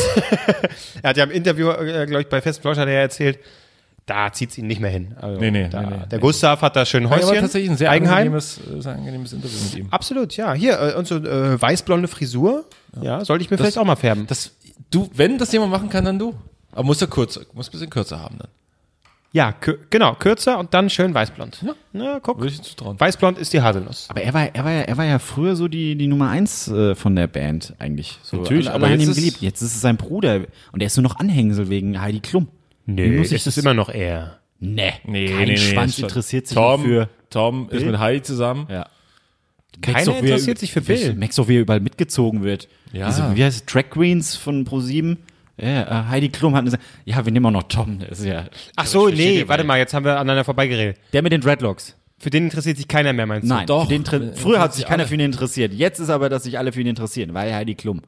Speaker 2: er hat ja im Interview, äh, glaube ich, bei Fest Fleisch hat er ja erzählt, da zieht es ihn nicht mehr hin. Also,
Speaker 1: Nee, nee,
Speaker 2: da,
Speaker 1: nee, nee.
Speaker 2: der Gustav hat da schön
Speaker 1: Aber
Speaker 2: Häuschen.
Speaker 1: tatsächlich ein sehr
Speaker 2: Eigenheim.
Speaker 1: angenehmes, äh, sehr angenehmes Interview mit ihm.
Speaker 2: Absolut, ja. Hier, äh, und so äh, weißblonde Frisur. Ja, sollte ich mir vielleicht auch mal färben.
Speaker 1: Das, du, wenn das jemand machen kann, dann du. Aber muss er kurz, muss ein bisschen kürzer haben dann.
Speaker 2: ja, kür genau, kürzer und dann schön weißblond. Na, guck.
Speaker 1: Würde ich ihm zutrauen.
Speaker 2: Weißblond ist die Haselnuss.
Speaker 4: Aber er war, er war, ja, er war ja früher so die, die Nummer eins äh, von der Band eigentlich. So,
Speaker 1: Natürlich,
Speaker 4: alle,
Speaker 1: aber
Speaker 4: alle haben
Speaker 1: jetzt
Speaker 4: ihn
Speaker 1: ist-
Speaker 4: geliebt. Jetzt ist es sein Bruder und er ist nur noch Anhängsel wegen Heidi Klum.
Speaker 2: Nee,
Speaker 4: muss ich
Speaker 2: ist es immer noch er.
Speaker 4: Nee,
Speaker 1: Nee,
Speaker 4: kein
Speaker 1: nee, nee,
Speaker 4: Schwanz
Speaker 1: ist schon-
Speaker 4: interessiert sich
Speaker 1: Tom,
Speaker 4: dafür.
Speaker 1: Tom ist mit Heidi zusammen.
Speaker 4: Ja.
Speaker 2: Keiner
Speaker 1: doch, wer-
Speaker 2: interessiert sich für Bill.
Speaker 4: Merkst du, wie er überall mitgezogen wird?
Speaker 1: Ja.
Speaker 4: Diese, wie heißt es, Drag Queens von Pro7? Ja, äh, Heidi Klum hat gesagt, ja, wir nehmen auch noch Tom. Der, ist ja,
Speaker 2: Ach so, nee, warte mal, jetzt haben wir aneinander vorbeigeredet.
Speaker 4: der mit den Dreadlocks.
Speaker 2: Für den interessiert sich keiner mehr, meinst
Speaker 4: Nein,
Speaker 1: doch.
Speaker 4: für den Tre-
Speaker 1: Äh,
Speaker 4: früher hat sich
Speaker 1: alle.
Speaker 4: keiner für ihn interessiert. Jetzt ist aber, dass sich alle für ihn interessieren, weil Heidi Klum.
Speaker 2: du?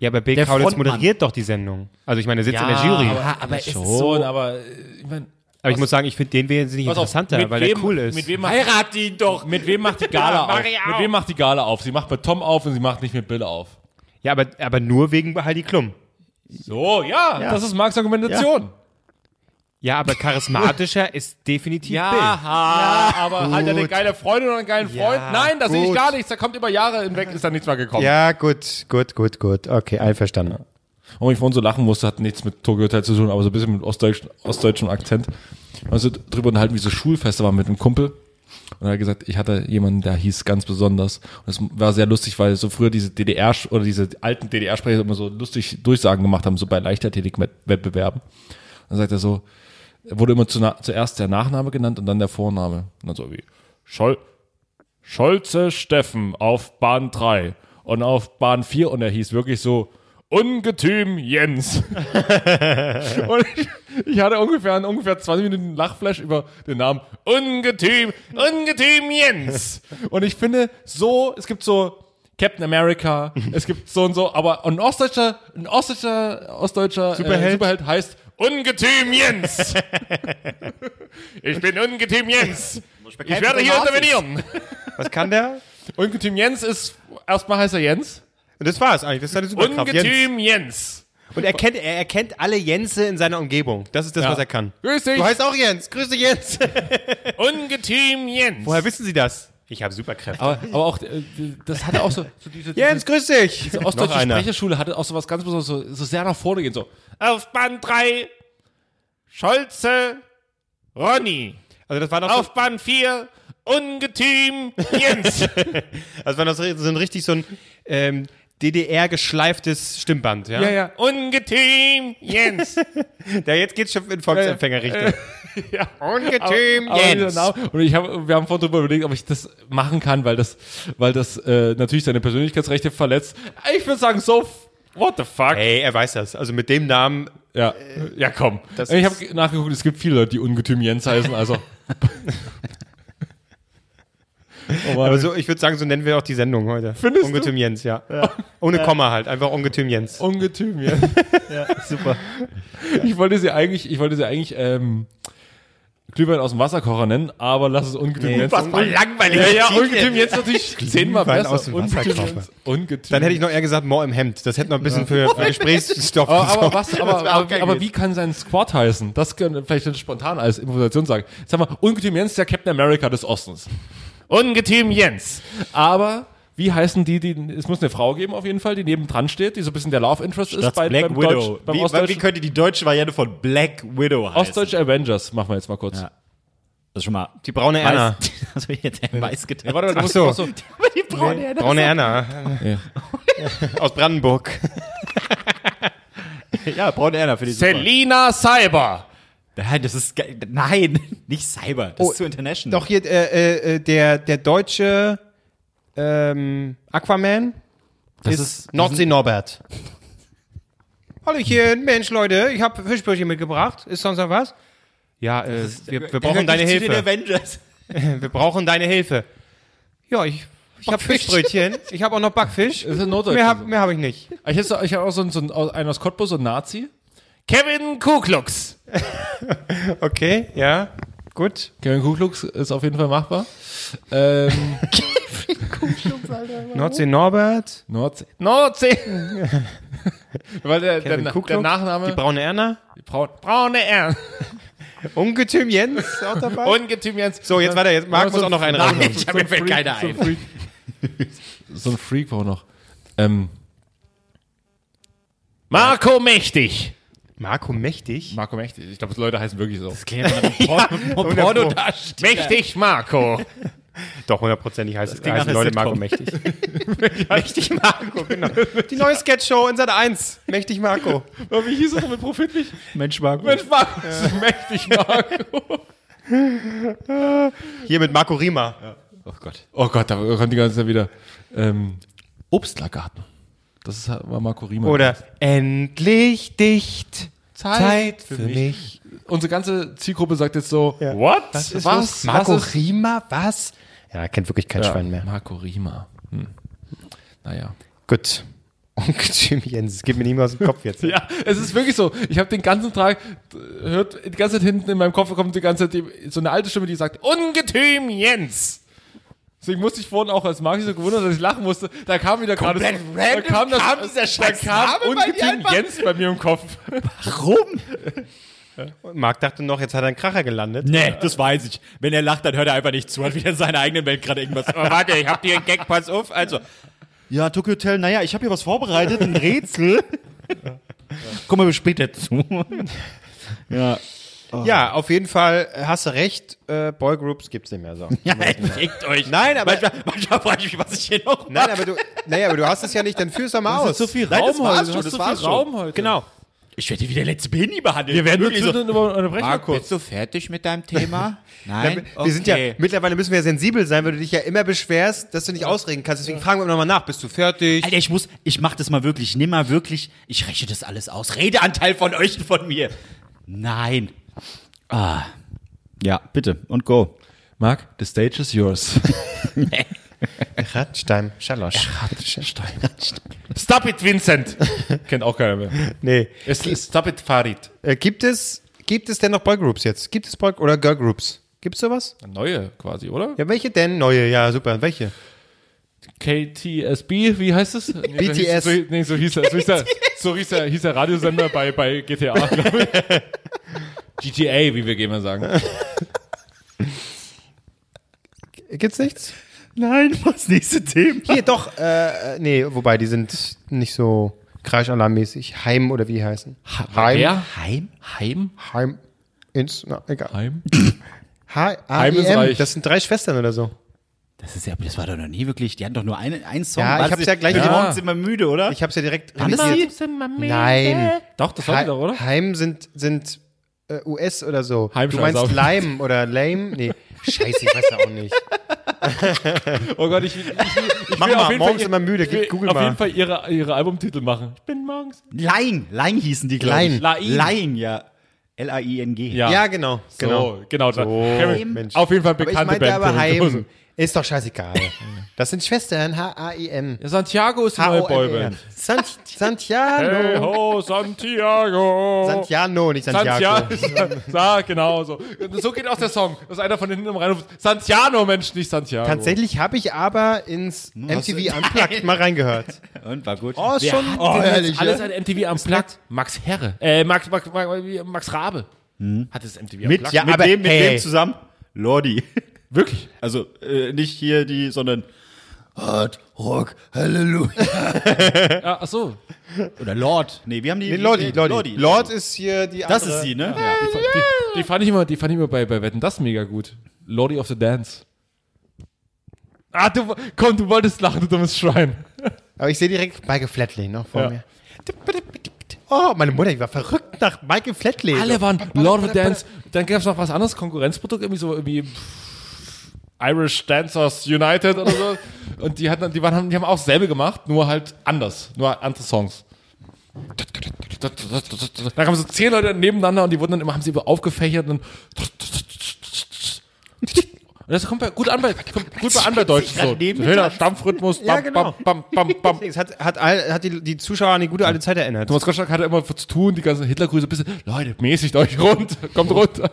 Speaker 2: Ja, aber Bill
Speaker 4: Der
Speaker 2: Kaulitz
Speaker 4: Frontmann.
Speaker 2: moderiert doch die Sendung. Also ich meine, er sitzt in der Jury. Aber,
Speaker 4: aber, aber es ist
Speaker 1: Schon,
Speaker 4: so,
Speaker 1: aber äh, ich meine,
Speaker 2: ich muss sagen, ich finde den wesentlich
Speaker 1: Pass auf,
Speaker 2: interessanter,
Speaker 1: mit
Speaker 2: weil
Speaker 1: wem,
Speaker 2: der cool ist.
Speaker 1: Mit wem Heirat ihn doch! Mit wem macht die Gala auf? Mit wem macht die Gala auf? Sie macht mit Tom auf und sie macht nicht mit Bill auf.
Speaker 2: ja, aber, aber nur wegen Heidi Klum.
Speaker 1: So, ja, das ist Marks Argumentation.
Speaker 2: Ja, aber charismatischer ist definitiv Bill.
Speaker 1: ja aber hat er eine geile Freundin oder einen geilen Freund? Nein, da sehe ich
Speaker 2: gut.
Speaker 1: gar nichts. Da kommt über Jahre hinweg, ist da nichts mehr gekommen.
Speaker 2: Ja, gut, gut, gut, gut. Okay, einverstanden.
Speaker 1: Warum ich vorhin so lachen musste, hat nichts mit Tokyo Hotel zu tun, aber so ein bisschen mit ostdeutschen, ostdeutschem Akzent. Also drüber unterhalten, wie so Schulfeste war mit einem Kumpel. Und er hat gesagt, ich hatte jemanden, der hieß ganz besonders. Und es war sehr lustig, weil so früher diese DDR sch- oder diese alten DDR-Sprecher immer so lustig Durchsagen gemacht haben, so bei Leichtathletik-Wettbewerben. Dann sagt er so, wurde immer zu, zuerst der Nachname genannt und dann der Vorname. Und dann so wie Schol Scholze Steffen auf Bahn 3 und auf Bahn 4 und er hieß wirklich so Ungetüm Jens. und ich, ich hatte ungefähr, ungefähr 20 Minuten Lachflash über den Namen Ungetüm, Ungetüm Jens. Und ich finde so, es gibt so Captain America, es gibt so und so, aber ein ostdeutscher, ein ostdeutscher, ostdeutscher
Speaker 2: Superheld.
Speaker 1: Äh, Superheld heißt Ungetüm Jens. ich bin Ungetüm Jens. Ich werde hier intervenieren.
Speaker 2: Was kann der?
Speaker 1: Ungetüm Jens ist, erstmal heißt er Jens.
Speaker 2: Und das war's eigentlich. Das ist seine Superkraft. Jens.
Speaker 1: Ungetüm Jens.
Speaker 2: Und er kennt, er erkennt alle Jense in seiner Umgebung. Das ist das, was er kann.
Speaker 1: Grüß dich.
Speaker 2: Du heißt auch Jens. Grüß dich, Jens.
Speaker 1: Ungetüm Jens.
Speaker 2: Woher wissen Sie das? Ich habe Superkräfte.
Speaker 1: Aber, aber auch, äh, das hatte auch so, so diese,
Speaker 2: Jens, grüß dich.
Speaker 1: diese
Speaker 2: Noch
Speaker 1: ostdeutsche
Speaker 2: einer.
Speaker 1: Sprecherschule hatte auch so was ganz Besonderes, so, so sehr nach vorne gehen, so. Auf Band 3, Scholze, Ronny.
Speaker 2: Also das war noch,
Speaker 1: Auf
Speaker 2: so,
Speaker 1: Band 4, Ungetüm Jens.
Speaker 2: also war noch so so ein richtig so ein ähm, DDR-geschleiftes Stimmband. Ja?
Speaker 1: ja. Ungetüm Jens.
Speaker 2: Da jetzt geht's schon in Volksempfängerrichtung. Ungetüm,
Speaker 1: Aber
Speaker 2: Jens.
Speaker 1: dieser Name- genau. Und ich hab, wir haben vorhin drüber überlegt, ob ich das machen kann, weil das, weil das äh, natürlich seine Persönlichkeitsrechte verletzt. Ich würde sagen, so, f- what the fuck?
Speaker 2: Ey, er weiß das. Also mit dem Namen,
Speaker 1: Ja, ja, komm.
Speaker 2: Äh, das
Speaker 1: Ich
Speaker 2: ist-
Speaker 1: habe nachgeguckt, es gibt viele Leute, die Ungetüm Jens heißen, also. oh Mann.
Speaker 2: aber so, ich würde sagen, so nennen wir auch die Sendung heute.
Speaker 1: Findest du?
Speaker 2: Ungetüm Jens, ja. Ohne Komma halt, einfach Ungetüm Jens.
Speaker 1: Ungetüm Jens. ja, super. Ich wollte sie eigentlich, ich wollte sie eigentlich ähm, Glühwein aus dem Wasserkocher nennen, aber lass es Ungetüm Jens.
Speaker 2: Unfassbar langweilig.
Speaker 1: Ja, ja, ungetüm jetzt natürlich zehnmal
Speaker 2: Glühwein
Speaker 1: besser.
Speaker 2: aus dem
Speaker 1: ungetüm
Speaker 2: Wasserkocher.
Speaker 1: Jens. Ungetüm
Speaker 2: Dann hätte ich noch eher gesagt, Moor im Hemd. Das hätte noch ein bisschen für, für Gesprächsstoff
Speaker 1: Aber, Oh, aber,
Speaker 2: gesorgt.
Speaker 1: was, aber,
Speaker 2: auch geil
Speaker 1: aber, aber
Speaker 2: gewesen.
Speaker 1: wie kann sein Squad heißen? Das können vielleicht dann spontan als Improvisation sagen. Sag mal, Ungetüm Jens ist der Captain America des Ostens. Ungetüm Jens. Aber wie heißen die, die, es muss eine Frau geben auf jeden Fall, die nebendran steht, die so ein bisschen der Love Interest ist bei,
Speaker 5: Black
Speaker 1: beim,
Speaker 5: Widow.
Speaker 1: Deutsch, beim
Speaker 5: wie, wie
Speaker 1: Ostdeutschen,
Speaker 5: könnte die deutsche Variante von Black Widow heißen?
Speaker 1: Ostdeutsche Avengers, machen wir jetzt mal kurz.
Speaker 4: Das ist schon mal.
Speaker 2: Die braune Erna.
Speaker 4: Weiß, das hab ich jetzt weiß getan.
Speaker 1: warte mal, du
Speaker 2: Ach
Speaker 1: musst
Speaker 2: so.
Speaker 1: noch so.
Speaker 4: die braune Erna.
Speaker 2: Braune Erna.
Speaker 1: Ja.
Speaker 2: Aus Brandenburg.
Speaker 4: Ja, braune Erna für die
Speaker 1: Selina Cyber.
Speaker 4: Nein, das ist ge- nein, nicht Cyber, das
Speaker 2: Oh,
Speaker 4: ist zu international.
Speaker 2: Doch hier äh, äh, äh, der, der deutsche ähm, Aquaman
Speaker 4: das
Speaker 2: ist, Nordsee Norbert. Hallöchen, Mensch, Leute, ich habe Fischbrötchen mitgebracht. Ist sonst noch was? Ja, äh, wir, wir brauchen deine
Speaker 4: Zu den
Speaker 2: Hilfe.
Speaker 4: Avengers.
Speaker 2: Wir brauchen deine Hilfe. Ja, ich, ich habe Fischbrötchen. Ich habe auch noch Backfisch.
Speaker 1: Das ist ein Notdeutsch.
Speaker 2: Mehr habe mehr hab ich nicht.
Speaker 1: Ich hätte so- ich hätte auch so einen, so einen aus- einen aus Cottbus, so einen Nazi. Kevin Kuklux.
Speaker 2: Okay, ja, gut.
Speaker 1: Kevin Kuklux ist auf jeden Fall machbar. Ähm,
Speaker 2: Nordsee Norbert,
Speaker 1: Nordsee. Nordsee. Weil der, der,
Speaker 2: Kevin
Speaker 1: Na- der
Speaker 2: Kuklux, die
Speaker 1: Nachname.
Speaker 2: braune Erna,
Speaker 1: Die Braun- braune Ern.
Speaker 2: Ungetüm Jens ist auch dabei.
Speaker 1: Ungetüm Jens.
Speaker 2: so, jetzt weiter, jetzt Marc muss auch noch einen
Speaker 1: Nein,
Speaker 2: reinhauen.
Speaker 1: ich hab mir fällt keiner ein. So ein Freak, so ein Freak war auch noch. Ähm, Marco Mächtig.
Speaker 2: Marco Mächtig?
Speaker 1: Marco Mächtig. Ich glaube, Leute heißen wirklich so.
Speaker 4: Oh.
Speaker 2: Porno
Speaker 1: Mächtig Marco.
Speaker 2: Doch, hundertprozentig heißt es.
Speaker 4: klingt
Speaker 2: Heißen
Speaker 4: nach
Speaker 2: Leute
Speaker 4: einer
Speaker 2: Marco Mächtig. Mächtig Marco, genau. Die neue Sketch-Show in Sat 1. Mächtig Marco.
Speaker 1: Wie hieß es noch mit Profitlich?
Speaker 4: Mensch, Marco.
Speaker 1: Mensch, Marco. das ist Mächtig ne? Marco.
Speaker 2: Hier mit Marco Rima.
Speaker 4: Oh Gott.
Speaker 1: Oh Gott, da kommt die ganze Zeit wieder. Ähm, Obstlergarten. Das ist, halt- war Marco Riemann.
Speaker 2: Oder endlich dicht. Zeit für mich.
Speaker 1: Unsere ganze Zielgruppe sagt jetzt so,
Speaker 2: Ja.
Speaker 1: what?
Speaker 2: los? Marco Rima, was? Ja, kennt wirklich kein Schwein mehr.
Speaker 1: Marco Riemer. Hm. Naja.
Speaker 2: Gut. Ungetüm Jens, es geht mir nicht mehr aus dem Kopf jetzt.
Speaker 1: Ja, es ist wirklich so. Ich habe den ganzen Tag, hört die ganze Zeit hinten in meinem Kopf kommt die ganze Zeit die, so eine alte Stimme, die sagt, Ungetüm Jens. Deswegen musste ich vorhin auch als Marc so gewundert, dass ich lachen musste. Da kam wieder gerade so,
Speaker 4: Komplett
Speaker 1: da
Speaker 4: random
Speaker 1: kam, das,
Speaker 4: kam dieser
Speaker 1: da
Speaker 4: scheiß
Speaker 1: kam
Speaker 4: Name bei mir
Speaker 1: Ungetüm
Speaker 4: einfach.
Speaker 1: Jens bei mir im Kopf.
Speaker 4: Warum?
Speaker 2: Marc dachte noch, jetzt hat er einen Kracher gelandet.
Speaker 4: Nee, das weiß ich. Wenn er lacht, dann hört er einfach nicht zu, hat wieder in seiner eigenen Welt gerade irgendwas. Oh, warte, ich hab dir einen Gag, pass auf. Also. Ja, Tokyo Hotel, naja, ich habe hier was vorbereitet, ein Rätsel. Kommen wir später zu. ja.
Speaker 2: Ja, auf jeden Fall hast du recht. Äh, Boygroups gibt's nicht mehr so.
Speaker 4: Ja, fickt euch.
Speaker 2: Nein, aber-
Speaker 4: Manchmal, manchmal frage ich mich, was ich hier noch mache.
Speaker 2: Nein, aber du, naja, aber du hast es ja nicht, dann führ's doch mal aus.
Speaker 4: Nein, das war's schon,
Speaker 1: Das
Speaker 4: das
Speaker 1: ist so
Speaker 4: war's
Speaker 1: viel
Speaker 4: schon.
Speaker 1: Raum heute.
Speaker 2: Genau.
Speaker 4: Ich werde wie der letzte Penny behandelt. Wir werden wirklich so.
Speaker 1: Markus.
Speaker 6: Bist du fertig mit deinem Thema?
Speaker 2: Wir
Speaker 6: Nein?
Speaker 2: sind ja, mittlerweile müssen wir ja sensibel sein, weil du dich ja immer beschwerst, dass du nicht ausreden kannst. Deswegen fragen wir nochmal nach. Bist du fertig?
Speaker 4: Alter, ich muss, ich mach das mal wirklich, nimm mal wirklich, ich räche das alles aus. Redeanteil von euch und von mir. Nein. Ah. Ja, bitte und go.
Speaker 1: Marc, the stage is yours.
Speaker 2: Radstein, Schalosch.
Speaker 1: Stop it, Vincent. Kennt auch keiner mehr.
Speaker 2: Nee.
Speaker 1: Es ist Stop it, Farid.
Speaker 2: Äh, gibt es, gibt es denn noch Boygroups jetzt? Gibt es Boy oder Girlgroups? Gibt's sowas?
Speaker 1: Neue quasi, oder?
Speaker 2: Ja, welche denn? Neue, ja, super. Welche?
Speaker 1: KTSB, wie heißt es? Nee,
Speaker 2: BTS.
Speaker 1: So, hieß- nee, so hieß er. So hieß er, so hieß er, hieß er Radiosender bei, bei GTA, glaube ich. GTA, wie wir gerne sagen.
Speaker 2: Gibt's nichts?
Speaker 4: Nein, was nächste Thema?
Speaker 2: Hier, doch, äh, äh, nee, wobei, die sind nicht so kreischalarmmäßig. Heim oder wie die heißen? Heim.
Speaker 4: Heim?
Speaker 1: Heim?
Speaker 2: Heim. Ins, na, egal.
Speaker 1: Heim?
Speaker 2: Hi,
Speaker 1: Heim ist
Speaker 2: AIM,
Speaker 1: reich.
Speaker 2: das sind drei Schwestern oder so.
Speaker 4: Das ist ja, das war doch noch nie wirklich, die hatten doch nur einen, einen Song.
Speaker 2: Ja, ich
Speaker 4: Was?
Speaker 2: hab's ja gleich-
Speaker 4: Wir
Speaker 1: Ja.
Speaker 4: morgens immer müde, oder?
Speaker 2: Ich hab's ja direkt
Speaker 4: das
Speaker 2: revidiert. Nein.
Speaker 1: Doch, das war
Speaker 2: Hei-
Speaker 1: wieder, oder?
Speaker 2: Heim sind, sind äh, US oder so. Du
Speaker 1: Heimscheiß
Speaker 2: meinst
Speaker 1: auf.
Speaker 2: Lime oder Lame? Nee. Scheiße, ich weiß ja auch nicht.
Speaker 1: Oh Gott, ich, ich, ich
Speaker 2: Mach
Speaker 1: will
Speaker 2: mal,
Speaker 1: auf jeden
Speaker 2: morgens
Speaker 1: Fall,
Speaker 2: immer müde,
Speaker 1: ich will
Speaker 2: google
Speaker 1: auf
Speaker 2: mal.
Speaker 1: jeden Fall ihre, ihre Albumtitel machen. Ich bin morgens.
Speaker 4: Laing, Laing hießen die, glaube ich.
Speaker 1: Laing.
Speaker 4: Laing, ja. L-A-I-N-G.
Speaker 2: Ja, genau. genau.
Speaker 1: So, genau. da. Kevin,
Speaker 2: Mensch.
Speaker 1: Auf jeden Fall
Speaker 2: Aber ich
Speaker 1: bekannte
Speaker 2: meinte aber
Speaker 1: Kevin Klose.
Speaker 2: Heim. Ist doch scheißegal. Das sind Schwestern. H-A-I-M.
Speaker 1: Ja, Santiago ist die neue
Speaker 2: H-O-M-R.
Speaker 1: Boyband.
Speaker 2: Sant Santiano.
Speaker 1: ho, Santiago.
Speaker 2: Santiano, nicht Santiago.
Speaker 1: Santiago. Sa, genau so. So geht auch der Song. Dass einer von hinten im reinruft, Santiano, Mensch, nicht Santiago.
Speaker 2: Tatsächlich habe ich aber ins MTV Unplugged mal reingehört.
Speaker 4: Und war gut.
Speaker 2: Oh,
Speaker 4: Wer
Speaker 2: schon
Speaker 4: hat-
Speaker 2: oh,
Speaker 1: Alles, alles an MTV am Platt. Max Herre. Äh, Max, Max, Max, Max Rabe. Hat es MTV am
Speaker 4: Mit,
Speaker 1: Platt.
Speaker 4: ja, mit,
Speaker 2: aber
Speaker 4: dem, mit
Speaker 2: hey.
Speaker 4: dem zusammen? Lordi.
Speaker 1: Wirklich.
Speaker 4: Also äh, nicht hier die, sondern Hard Rock Hallelujah.
Speaker 1: Ja, ach so.
Speaker 4: Oder Lord. Nee, wir haben die.
Speaker 2: Nee, Lodi,
Speaker 4: die-
Speaker 2: Lodi. Lord ist hier die
Speaker 4: Das
Speaker 2: andere.
Speaker 4: ist sie, ne?
Speaker 1: Die fand ich immer, die fand ich immer bei, bei Wetten das mega gut. Lordy of the Dance. Ah, du, komm, du wolltest lachen, du dummes Schwein.
Speaker 2: Aber ich sehe direkt Michael Flatley noch vor
Speaker 1: Ja.
Speaker 2: mir. Oh, meine Mutter, die war verrückt nach Michael Flatley.
Speaker 1: Alle waren Lord of the Dance. Dann gab es noch was anderes, Konkurrenzprodukt, irgendwie so irgendwie pff, Irish Dancers United oder so. Und die hatten, die waren, haben- die haben auch selbe gemacht, nur halt anders, nur andere Songs. Da kamen so zehn Leute nebeneinander und die wurden dann immer, haben sie immer aufgefächert und und das kommt bei, gut an bei, kommt gut bei an bei Deutschen so. Schöner Stampfrhythmus, bam,
Speaker 2: Ja, genau.
Speaker 1: bam, bam, bam, bam.
Speaker 2: Es hat, hat, all, hat die, die Zuschauer an die gute alte Zeit erinnert.
Speaker 1: Thomas Gottschalk hatte immer zu tun, die ganzen Hitlergrüße, bisschen, Leute, mäßigt euch rund, kommt runter.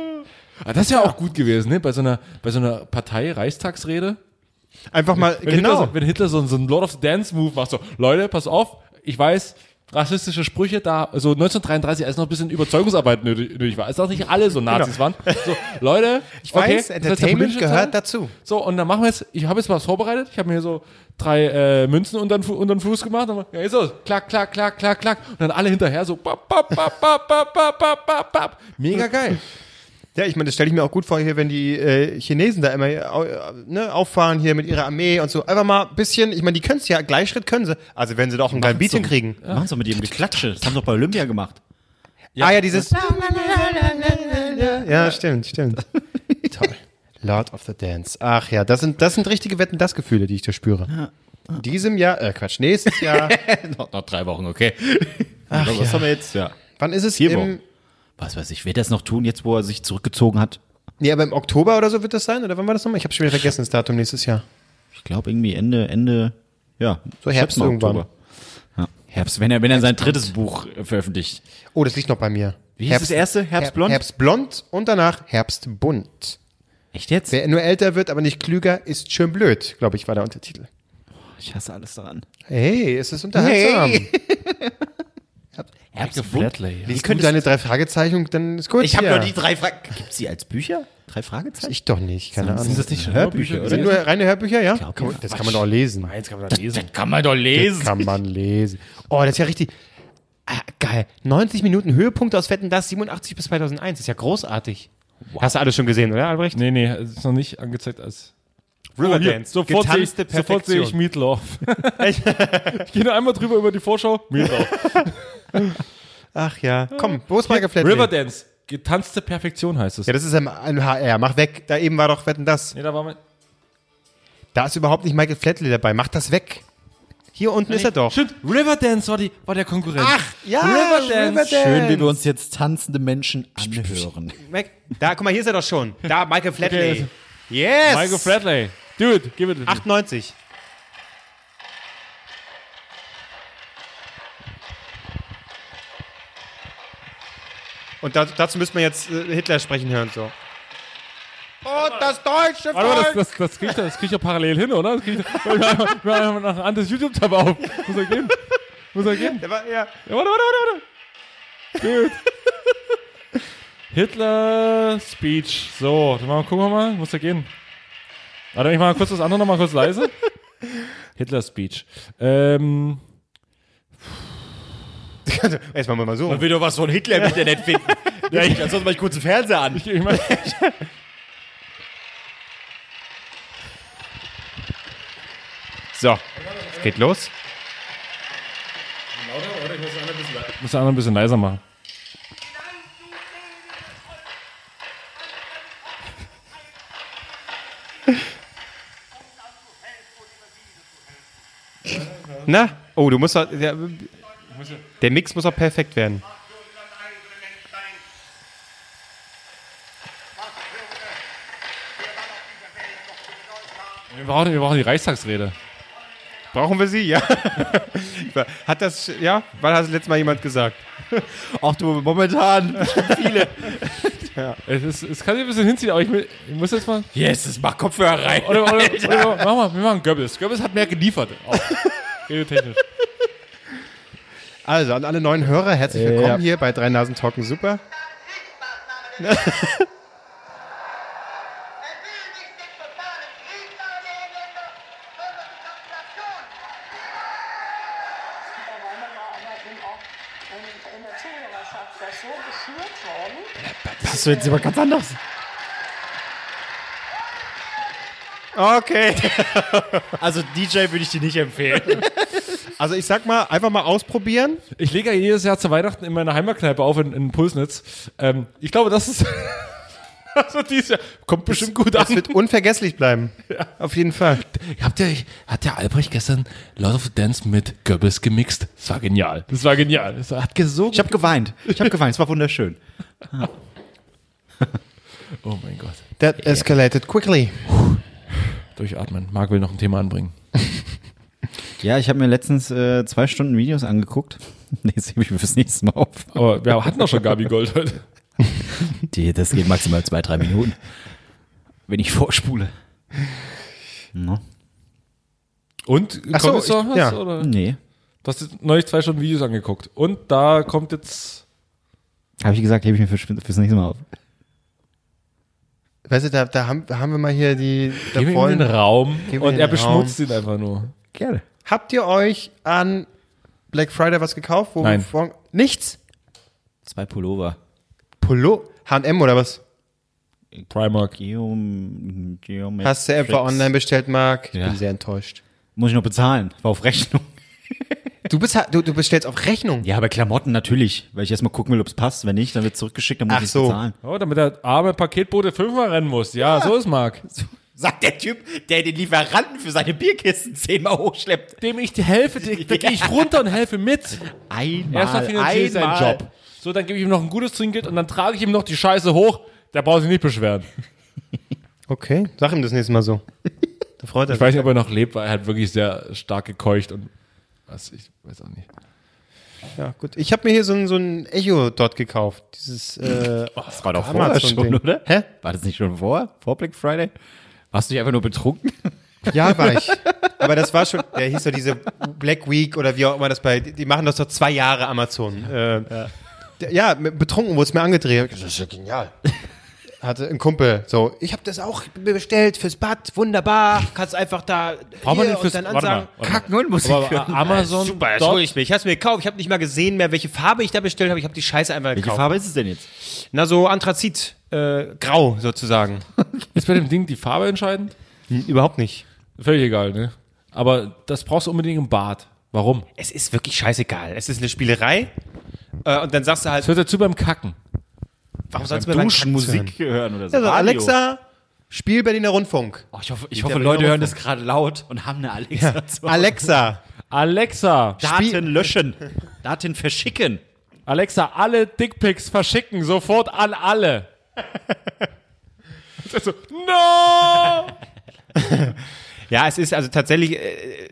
Speaker 1: Ah, das ist ja auch gut gewesen, ne? Bei so einer, bei so einer Partei, Reichstagsrede.
Speaker 2: Einfach mal,
Speaker 1: Wenn
Speaker 2: genau.
Speaker 1: Hitler, so, wenn Hitler so, so einen Lord of the Dance Move macht, so, Leute, pass auf, ich weiß, rassistische Sprüche da, so 1933, als noch ein bisschen Überzeugungsarbeit nötig, nötig war, als noch nicht alle so Nazis waren. So, Leute,
Speaker 2: Genau. ich weiß, Entertainment gehört
Speaker 1: dazu.
Speaker 2: dazu.
Speaker 1: So, und dann machen wir jetzt, ich habe jetzt was vorbereitet, ich habe mir so drei äh, Münzen unter den, Fu unter den Fuß gemacht, und dann, ja, ist so, klack, klack, klack, klack, klack, und dann alle hinterher so, bap, bap, bap, bap, bap, bap, bap, bap, bap. mega geil.
Speaker 2: Ja, ich meine, das stelle ich mir auch gut vor, hier, wenn die äh, Chinesen da immer äh, ne, auffahren hier mit ihrer Armee und so. Einfach mal ein bisschen, ich meine, die können es ja, Gleichschritt können sie. Also wenn sie doch einen kleinen Beat hinkriegen.
Speaker 4: Machen sie mit ihrem Geklatsche. Das haben sie doch bei Olympia gemacht.
Speaker 2: Ah ja, dieses. Ja, stimmt, stimmt. Toll. Lord of the Dance. Ach ja, das sind, das sind richtige Wetten, das Gefühle, die ich da spüre. In diesem Jahr, äh, Quatsch, nächstes Jahr.
Speaker 6: Noch, noch drei Wochen, okay.
Speaker 4: Ach, was haben wir jetzt?
Speaker 6: Ja.
Speaker 2: Wann ist es?
Speaker 4: Vier
Speaker 2: Im,
Speaker 4: Wochen. Was weiß ich, wird das noch tun, jetzt wo er sich zurückgezogen hat?
Speaker 2: Nee, aber im Oktober oder so wird das sein? Oder wann war das nochmal? Ich habe schon wieder vergessen, das Datum nächstes Jahr.
Speaker 4: Ich glaube irgendwie Ende, Ende, ja.
Speaker 2: So Herbst
Speaker 4: im
Speaker 2: irgendwann.
Speaker 4: Oktober. Ja. Herbst, wenn er, wenn er sein drittes Buch äh, veröffentlicht.
Speaker 2: Oh, das liegt noch bei mir.
Speaker 4: Wie hieß das erste? Herbstblond?
Speaker 2: Herbstblond und danach Herbstbunt.
Speaker 4: Echt jetzt?
Speaker 2: Wer nur älter wird, aber nicht klüger, ist schön blöd, glaube ich, war der Untertitel.
Speaker 4: Ich hasse alles daran.
Speaker 2: Hey, es ist unterhaltsam. Hey.
Speaker 4: Herbst
Speaker 2: Lies du deine drei Fragezeichen, dann ist gut.
Speaker 6: Ich habe
Speaker 2: ja.
Speaker 6: nur die drei Fragen.
Speaker 4: Gibt sie als Bücher? Drei Fragezeichen?
Speaker 2: Ich doch nicht, keine Ahnung.
Speaker 1: das nicht schon Hörbücher,
Speaker 2: Sind nur reine Hörbücher, ja?
Speaker 4: glaub,
Speaker 2: Kann man-
Speaker 4: ja.
Speaker 2: das kann man doch lesen.
Speaker 1: Eins kann man dann lesen.
Speaker 6: Das kann man doch
Speaker 2: Das
Speaker 6: lesen.
Speaker 2: kann man lesen. Oh, das ist ja richtig. Ah, geil. 90 Minuten Höhepunkte aus Wetten, das 87 bis 2001. Ist ja großartig. Hast du alles schon gesehen, oder, Albrecht?
Speaker 1: Nee, nee, es ist noch nicht angezeigt als.
Speaker 2: Riverdance.
Speaker 1: Oh, hier, sofort, sehe ich,
Speaker 2: Getanzte
Speaker 1: sofort sehe ich
Speaker 2: Perfektion.
Speaker 1: Meatloaf. ich gehe nur einmal drüber über die Vorschau. Meatloaf.
Speaker 2: Ach ja. Komm, wo ist Michael Flatley?
Speaker 1: Riverdance. Getanzte Perfektion heißt es.
Speaker 2: Ja, das ist im im HR. Mach weg. Da eben war doch Wetten, das.
Speaker 1: Nee, da war mein.
Speaker 2: Da ist überhaupt nicht Michael Flatley dabei. Mach das weg. Hier unten ist er doch.
Speaker 1: Stimmt, Riverdance war, die, war der Konkurrent. Ach,
Speaker 2: ja,
Speaker 1: Riverdance.
Speaker 4: Schön, wie wir uns jetzt tanzende Menschen anhören.
Speaker 2: Weg. Da, guck mal, hier ist er doch schon. Da, Michael Flatley. Yes!
Speaker 1: Michael Bradley. Dude, gib it.
Speaker 2: 98. Und da, dazu müsste man jetzt äh, Hitler sprechen hören, so. Und das deutsche
Speaker 1: Warte mal, das, das, das kriegt er das krieg ja parallel hin, oder? Das krieg ich, wir haben wir haben noch ein anderes YouTube-Tab auf. Muss er gehen. Muss er gehen.
Speaker 2: Der war- ja.
Speaker 1: Ja, warte, warte, warte, warte. Gut. Hitler Speech. So, dann machen wir, gucken wir mal. Muss er gehen. Warte, ich mache kurz das andere nochmal kurz leise. Hitler Speech. Ähm,
Speaker 2: Erstmal mal so.
Speaker 6: Man will doch was von Hitler im Internet finden. ja, ich, ansonsten mach ich kurz den Fernseher an.
Speaker 1: ich, ich mein,
Speaker 2: So, es geht los.
Speaker 1: muss der andere ein bisschen leiser machen.
Speaker 2: Na? Oh, du musst doch, der, der Mix muss doch perfekt werden.
Speaker 1: Wir brauchen, wir brauchen die Reichstagsrede.
Speaker 2: Brauchen wir sie, ja. Hat das, ja? Wann hat das letzte Mal jemand gesagt?
Speaker 4: Auch du, momentan.
Speaker 1: Es, ist, es kann sich ein bisschen hinziehen, aber ich, will, ich muss jetzt mal.
Speaker 6: Yes, es macht Kopfhörer rein.
Speaker 1: Oder, oder, oder, mach mal, wir machen Goebbels. Goebbels hat mehr geliefert. Auch. Redetechnisch.
Speaker 2: Also, an alle neuen Hörer, herzlich willkommen hier bei Drei Nasen Talken Super.
Speaker 7: Er will nicht den verbalen in der Zuhörerschaft das so geführt worden,
Speaker 4: Das wird jetzt aber ganz anders.
Speaker 2: Okay.
Speaker 4: Also DJ würde ich dir nicht empfehlen.
Speaker 2: Also ich sag mal, einfach mal ausprobieren.
Speaker 1: Ich lege ja jedes Jahr zu Weihnachten in meiner Heimatkneipe auf in, in Pulsnitz. Ähm, ich glaube, das ist. also dieses Jahr kommt bestimmt gut
Speaker 2: Das
Speaker 1: an.
Speaker 2: wird unvergesslich bleiben. Auf jeden Fall.
Speaker 1: Habt ihr, hat der Albrecht gestern Lord of the Dance mit Goebbels gemixt? Das war genial. Das war genial. Das hat gesungen.
Speaker 4: Ich habe geweint. Ich habe geweint. Es war wunderschön.
Speaker 1: Oh mein Gott.
Speaker 2: That escalated quickly.
Speaker 1: Durchatmen. Marc will noch ein Thema anbringen.
Speaker 4: Ja, ich habe mir letztens äh, zwei Stunden Videos angeguckt. Nee, das hebe ich mir fürs nächste Mal auf.
Speaker 1: Aber wir hatten doch schon Gabi Gold heute.
Speaker 4: Die, das geht maximal zwei, drei Minuten. Wenn ich vorspule. No.
Speaker 1: Und
Speaker 2: Ach so,
Speaker 1: kommt jetzt noch
Speaker 2: ich-
Speaker 1: was?
Speaker 2: ja.
Speaker 1: Oder?
Speaker 4: Nee.
Speaker 1: Du hast jetzt neulich zwei Stunden Videos angeguckt. Und da kommt jetzt.
Speaker 4: Habe ich gesagt, hebe ich mir fürs, fürs nächste Mal auf.
Speaker 2: Weißt du, da, da, haben, da haben wir mal hier die. Da
Speaker 1: Gib ihm
Speaker 2: wollen-
Speaker 1: den Raum.
Speaker 2: Gib ihm
Speaker 1: Und
Speaker 2: den
Speaker 1: er
Speaker 2: Raum.
Speaker 1: beschmutzt ihn einfach nur.
Speaker 4: Gerne.
Speaker 2: Habt ihr euch an Black Friday was gekauft? Wo
Speaker 1: Nein.
Speaker 2: wir vorhin- Nichts?
Speaker 4: Zwei Pullover.
Speaker 2: Pullo? H&M oder was?
Speaker 1: Primark.
Speaker 4: Geom, Geometry-
Speaker 2: Hast du etwa online bestellt, Marc? Ich
Speaker 4: Ja.
Speaker 2: bin sehr enttäuscht.
Speaker 4: Muss ich noch bezahlen. War auf Rechnung.
Speaker 2: Du, bist, ha- du, du bestellst auf Rechnung.
Speaker 4: Ja, bei Klamotten natürlich. Weil ich erstmal gucken will, ob es passt. Wenn nicht, dann wird zurückgeschickt, dann muss
Speaker 2: Ach
Speaker 4: ich es
Speaker 2: so.
Speaker 4: bezahlen.
Speaker 1: Oh, damit der arme Paketbote fünfmal rennen muss. Ja, so ist Marc.
Speaker 6: Sagt der Typ, der den Lieferanten für seine Bierkisten zehnmal hochschleppt.
Speaker 1: Dem ich die helfe, da gehe ich runter und helfe mit.
Speaker 4: Einmal,
Speaker 1: Erstmal finanziere ich seinen
Speaker 4: einmal.
Speaker 1: Job. So, dann gebe ich ihm noch ein gutes Trinkgeld und dann trage ich ihm noch die Scheiße hoch. Der braucht sich nicht beschweren.
Speaker 2: Okay, sag ihm das nächste Mal so. Da freut er
Speaker 1: Ich weiß nicht, ob er noch lebt, weil er hat wirklich sehr stark gekeucht und was, ich weiß auch nicht.
Speaker 2: Ja, gut. Ich habe mir hier so ein, so ein Echo dort gekauft. Dieses äh,
Speaker 4: Das war doch vorher
Speaker 2: Amazon
Speaker 4: schon,
Speaker 2: Ding.
Speaker 4: oder?
Speaker 2: Hä?
Speaker 4: War das nicht schon vor? Vor Black Friday? Warst du nicht einfach nur betrunken?
Speaker 2: Ja, war ich. Aber das war schon, der hieß doch diese Black Week oder wie auch immer das bei, die machen das doch zwei Jahre Amazon. Äh, ja. ja, mit- betrunken wurde es mir angedreht. Das ist ja genial. Hatte ein Kumpel, so, ich habe das auch bestellt fürs Bad, wunderbar, kannst einfach da
Speaker 1: Braucht man
Speaker 2: hier
Speaker 1: denn fürs-
Speaker 2: und dann
Speaker 1: warte mal,
Speaker 2: ansagen.
Speaker 1: warte mal.
Speaker 4: Null Musik.
Speaker 1: Aber äh, Amazon,
Speaker 2: Super,
Speaker 1: dort,
Speaker 2: entschuldige mich, ich hab's mir gekauft, ich habe nicht mal gesehen mehr, welche Farbe ich da bestellt habe, ich habe die Scheiße einmal
Speaker 4: Welche
Speaker 2: gekauft.
Speaker 4: Farbe ist es denn jetzt?
Speaker 2: Na so Anthrazit, äh, grau sozusagen.
Speaker 1: ist bei dem Ding die Farbe entscheidend?
Speaker 2: Überhaupt nicht.
Speaker 1: Völlig egal, ne? Aber das brauchst du unbedingt im Bad. Warum?
Speaker 2: Es ist wirklich scheißegal. Es ist eine Spielerei. Äh, und dann sagst du halt,
Speaker 1: Das hört dazu beim Kacken.
Speaker 2: warum sollst du mir
Speaker 4: Duschen,
Speaker 2: Musik?
Speaker 4: Musik hören oder so.
Speaker 2: Also
Speaker 4: Radio.
Speaker 2: Alexa, spiel Berliner Rundfunk.
Speaker 4: Oh, ich hoffe, ich
Speaker 2: Geht
Speaker 4: hoffe
Speaker 2: der
Speaker 4: Leute
Speaker 2: Berliner
Speaker 4: hören das gerade laut und haben eine Alexa. zu Hause.
Speaker 2: Alexa,
Speaker 1: Alexa,
Speaker 4: Daten löschen. Daten verschicken.
Speaker 1: Alexa, alle Dickpics verschicken, sofort an alle. Das ist so, Also, no!
Speaker 2: Ja, es ist also tatsächlich, äh,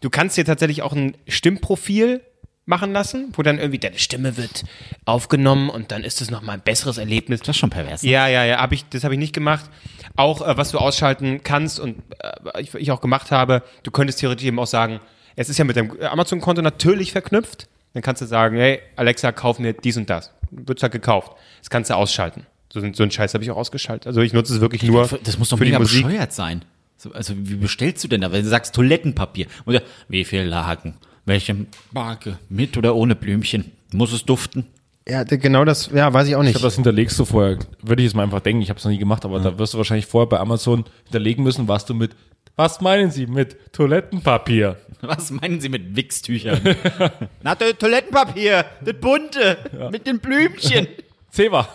Speaker 2: du kannst dir tatsächlich auch ein Stimmprofil machen lassen, wo dann irgendwie deine Stimme wird aufgenommen und dann ist es nochmal ein besseres Erlebnis.
Speaker 4: Das ist schon pervers. ne?
Speaker 2: Ja, ja, ja, hab ich, das habe ich nicht gemacht. Auch äh, was du ausschalten kannst und äh, ich, ich auch gemacht habe, du könntest theoretisch eben auch sagen, es ist ja mit deinem Amazon-Konto natürlich verknüpft. Dann kannst du sagen, hey, Alexa, kauf mir dies und das. Wird's halt gekauft. Das kannst du ausschalten. So, so einen Scheiß habe ich auch ausgeschaltet. Also ich nutze es wirklich nur
Speaker 4: Das muss doch
Speaker 2: für die
Speaker 4: mega
Speaker 2: Musik.
Speaker 4: bescheuert sein. So, Also, wie bestellst du denn da? Wenn du sagst Toilettenpapier. Und ja, wie viel Laken? Welche Marke? Mit oder ohne Blümchen? Muss es duften?
Speaker 2: Ja, d- genau das, ja, weiß ich auch
Speaker 1: Ich
Speaker 2: nicht.
Speaker 1: glaube, das hinterlegst du vorher. Würde ich jetzt mal einfach denken, ich habe es noch nie gemacht, aber da wirst du wahrscheinlich vorher bei Amazon hinterlegen müssen, was du mit, was meinen sie mit Toilettenpapier?
Speaker 4: Was meinen Sie mit Wichstüchern? Na, to Toilettenpapier. Das bunte. Mit den Blümchen.
Speaker 1: Zewa.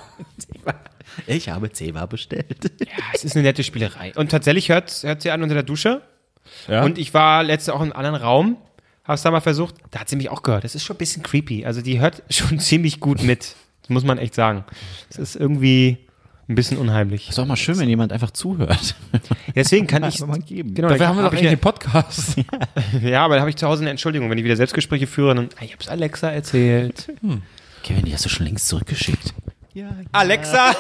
Speaker 4: Ich habe Zeba bestellt.
Speaker 2: ja, Ah, es ist eine nette Spielerei. Und tatsächlich hört, hört sie an unter der Dusche.
Speaker 1: Ja?
Speaker 2: Und ich war letzte auch in einem anderen Raum, hab's da mal versucht, da hat sie mich auch gehört. Das ist schon ein bisschen creepy. Also die hört schon ziemlich gut mit. Das muss man echt sagen. Das ist irgendwie ein bisschen unheimlich.
Speaker 4: Ist doch mal schön, wenn jemand einfach zuhört.
Speaker 2: Deswegen kann ich.
Speaker 4: Kann man geben.
Speaker 2: Genau,
Speaker 1: Dafür haben wir
Speaker 2: hab
Speaker 1: doch
Speaker 2: ich
Speaker 1: eigentlich den Podcast.
Speaker 2: eine, Ja, aber da habe ich zu Hause eine Entschuldigung, wenn ich wieder Selbstgespräche führe, dann. ah, Ich hab's Alexa erzählt.
Speaker 4: Kevin, die hast du schon längst zurückgeschickt.
Speaker 6: Alexa,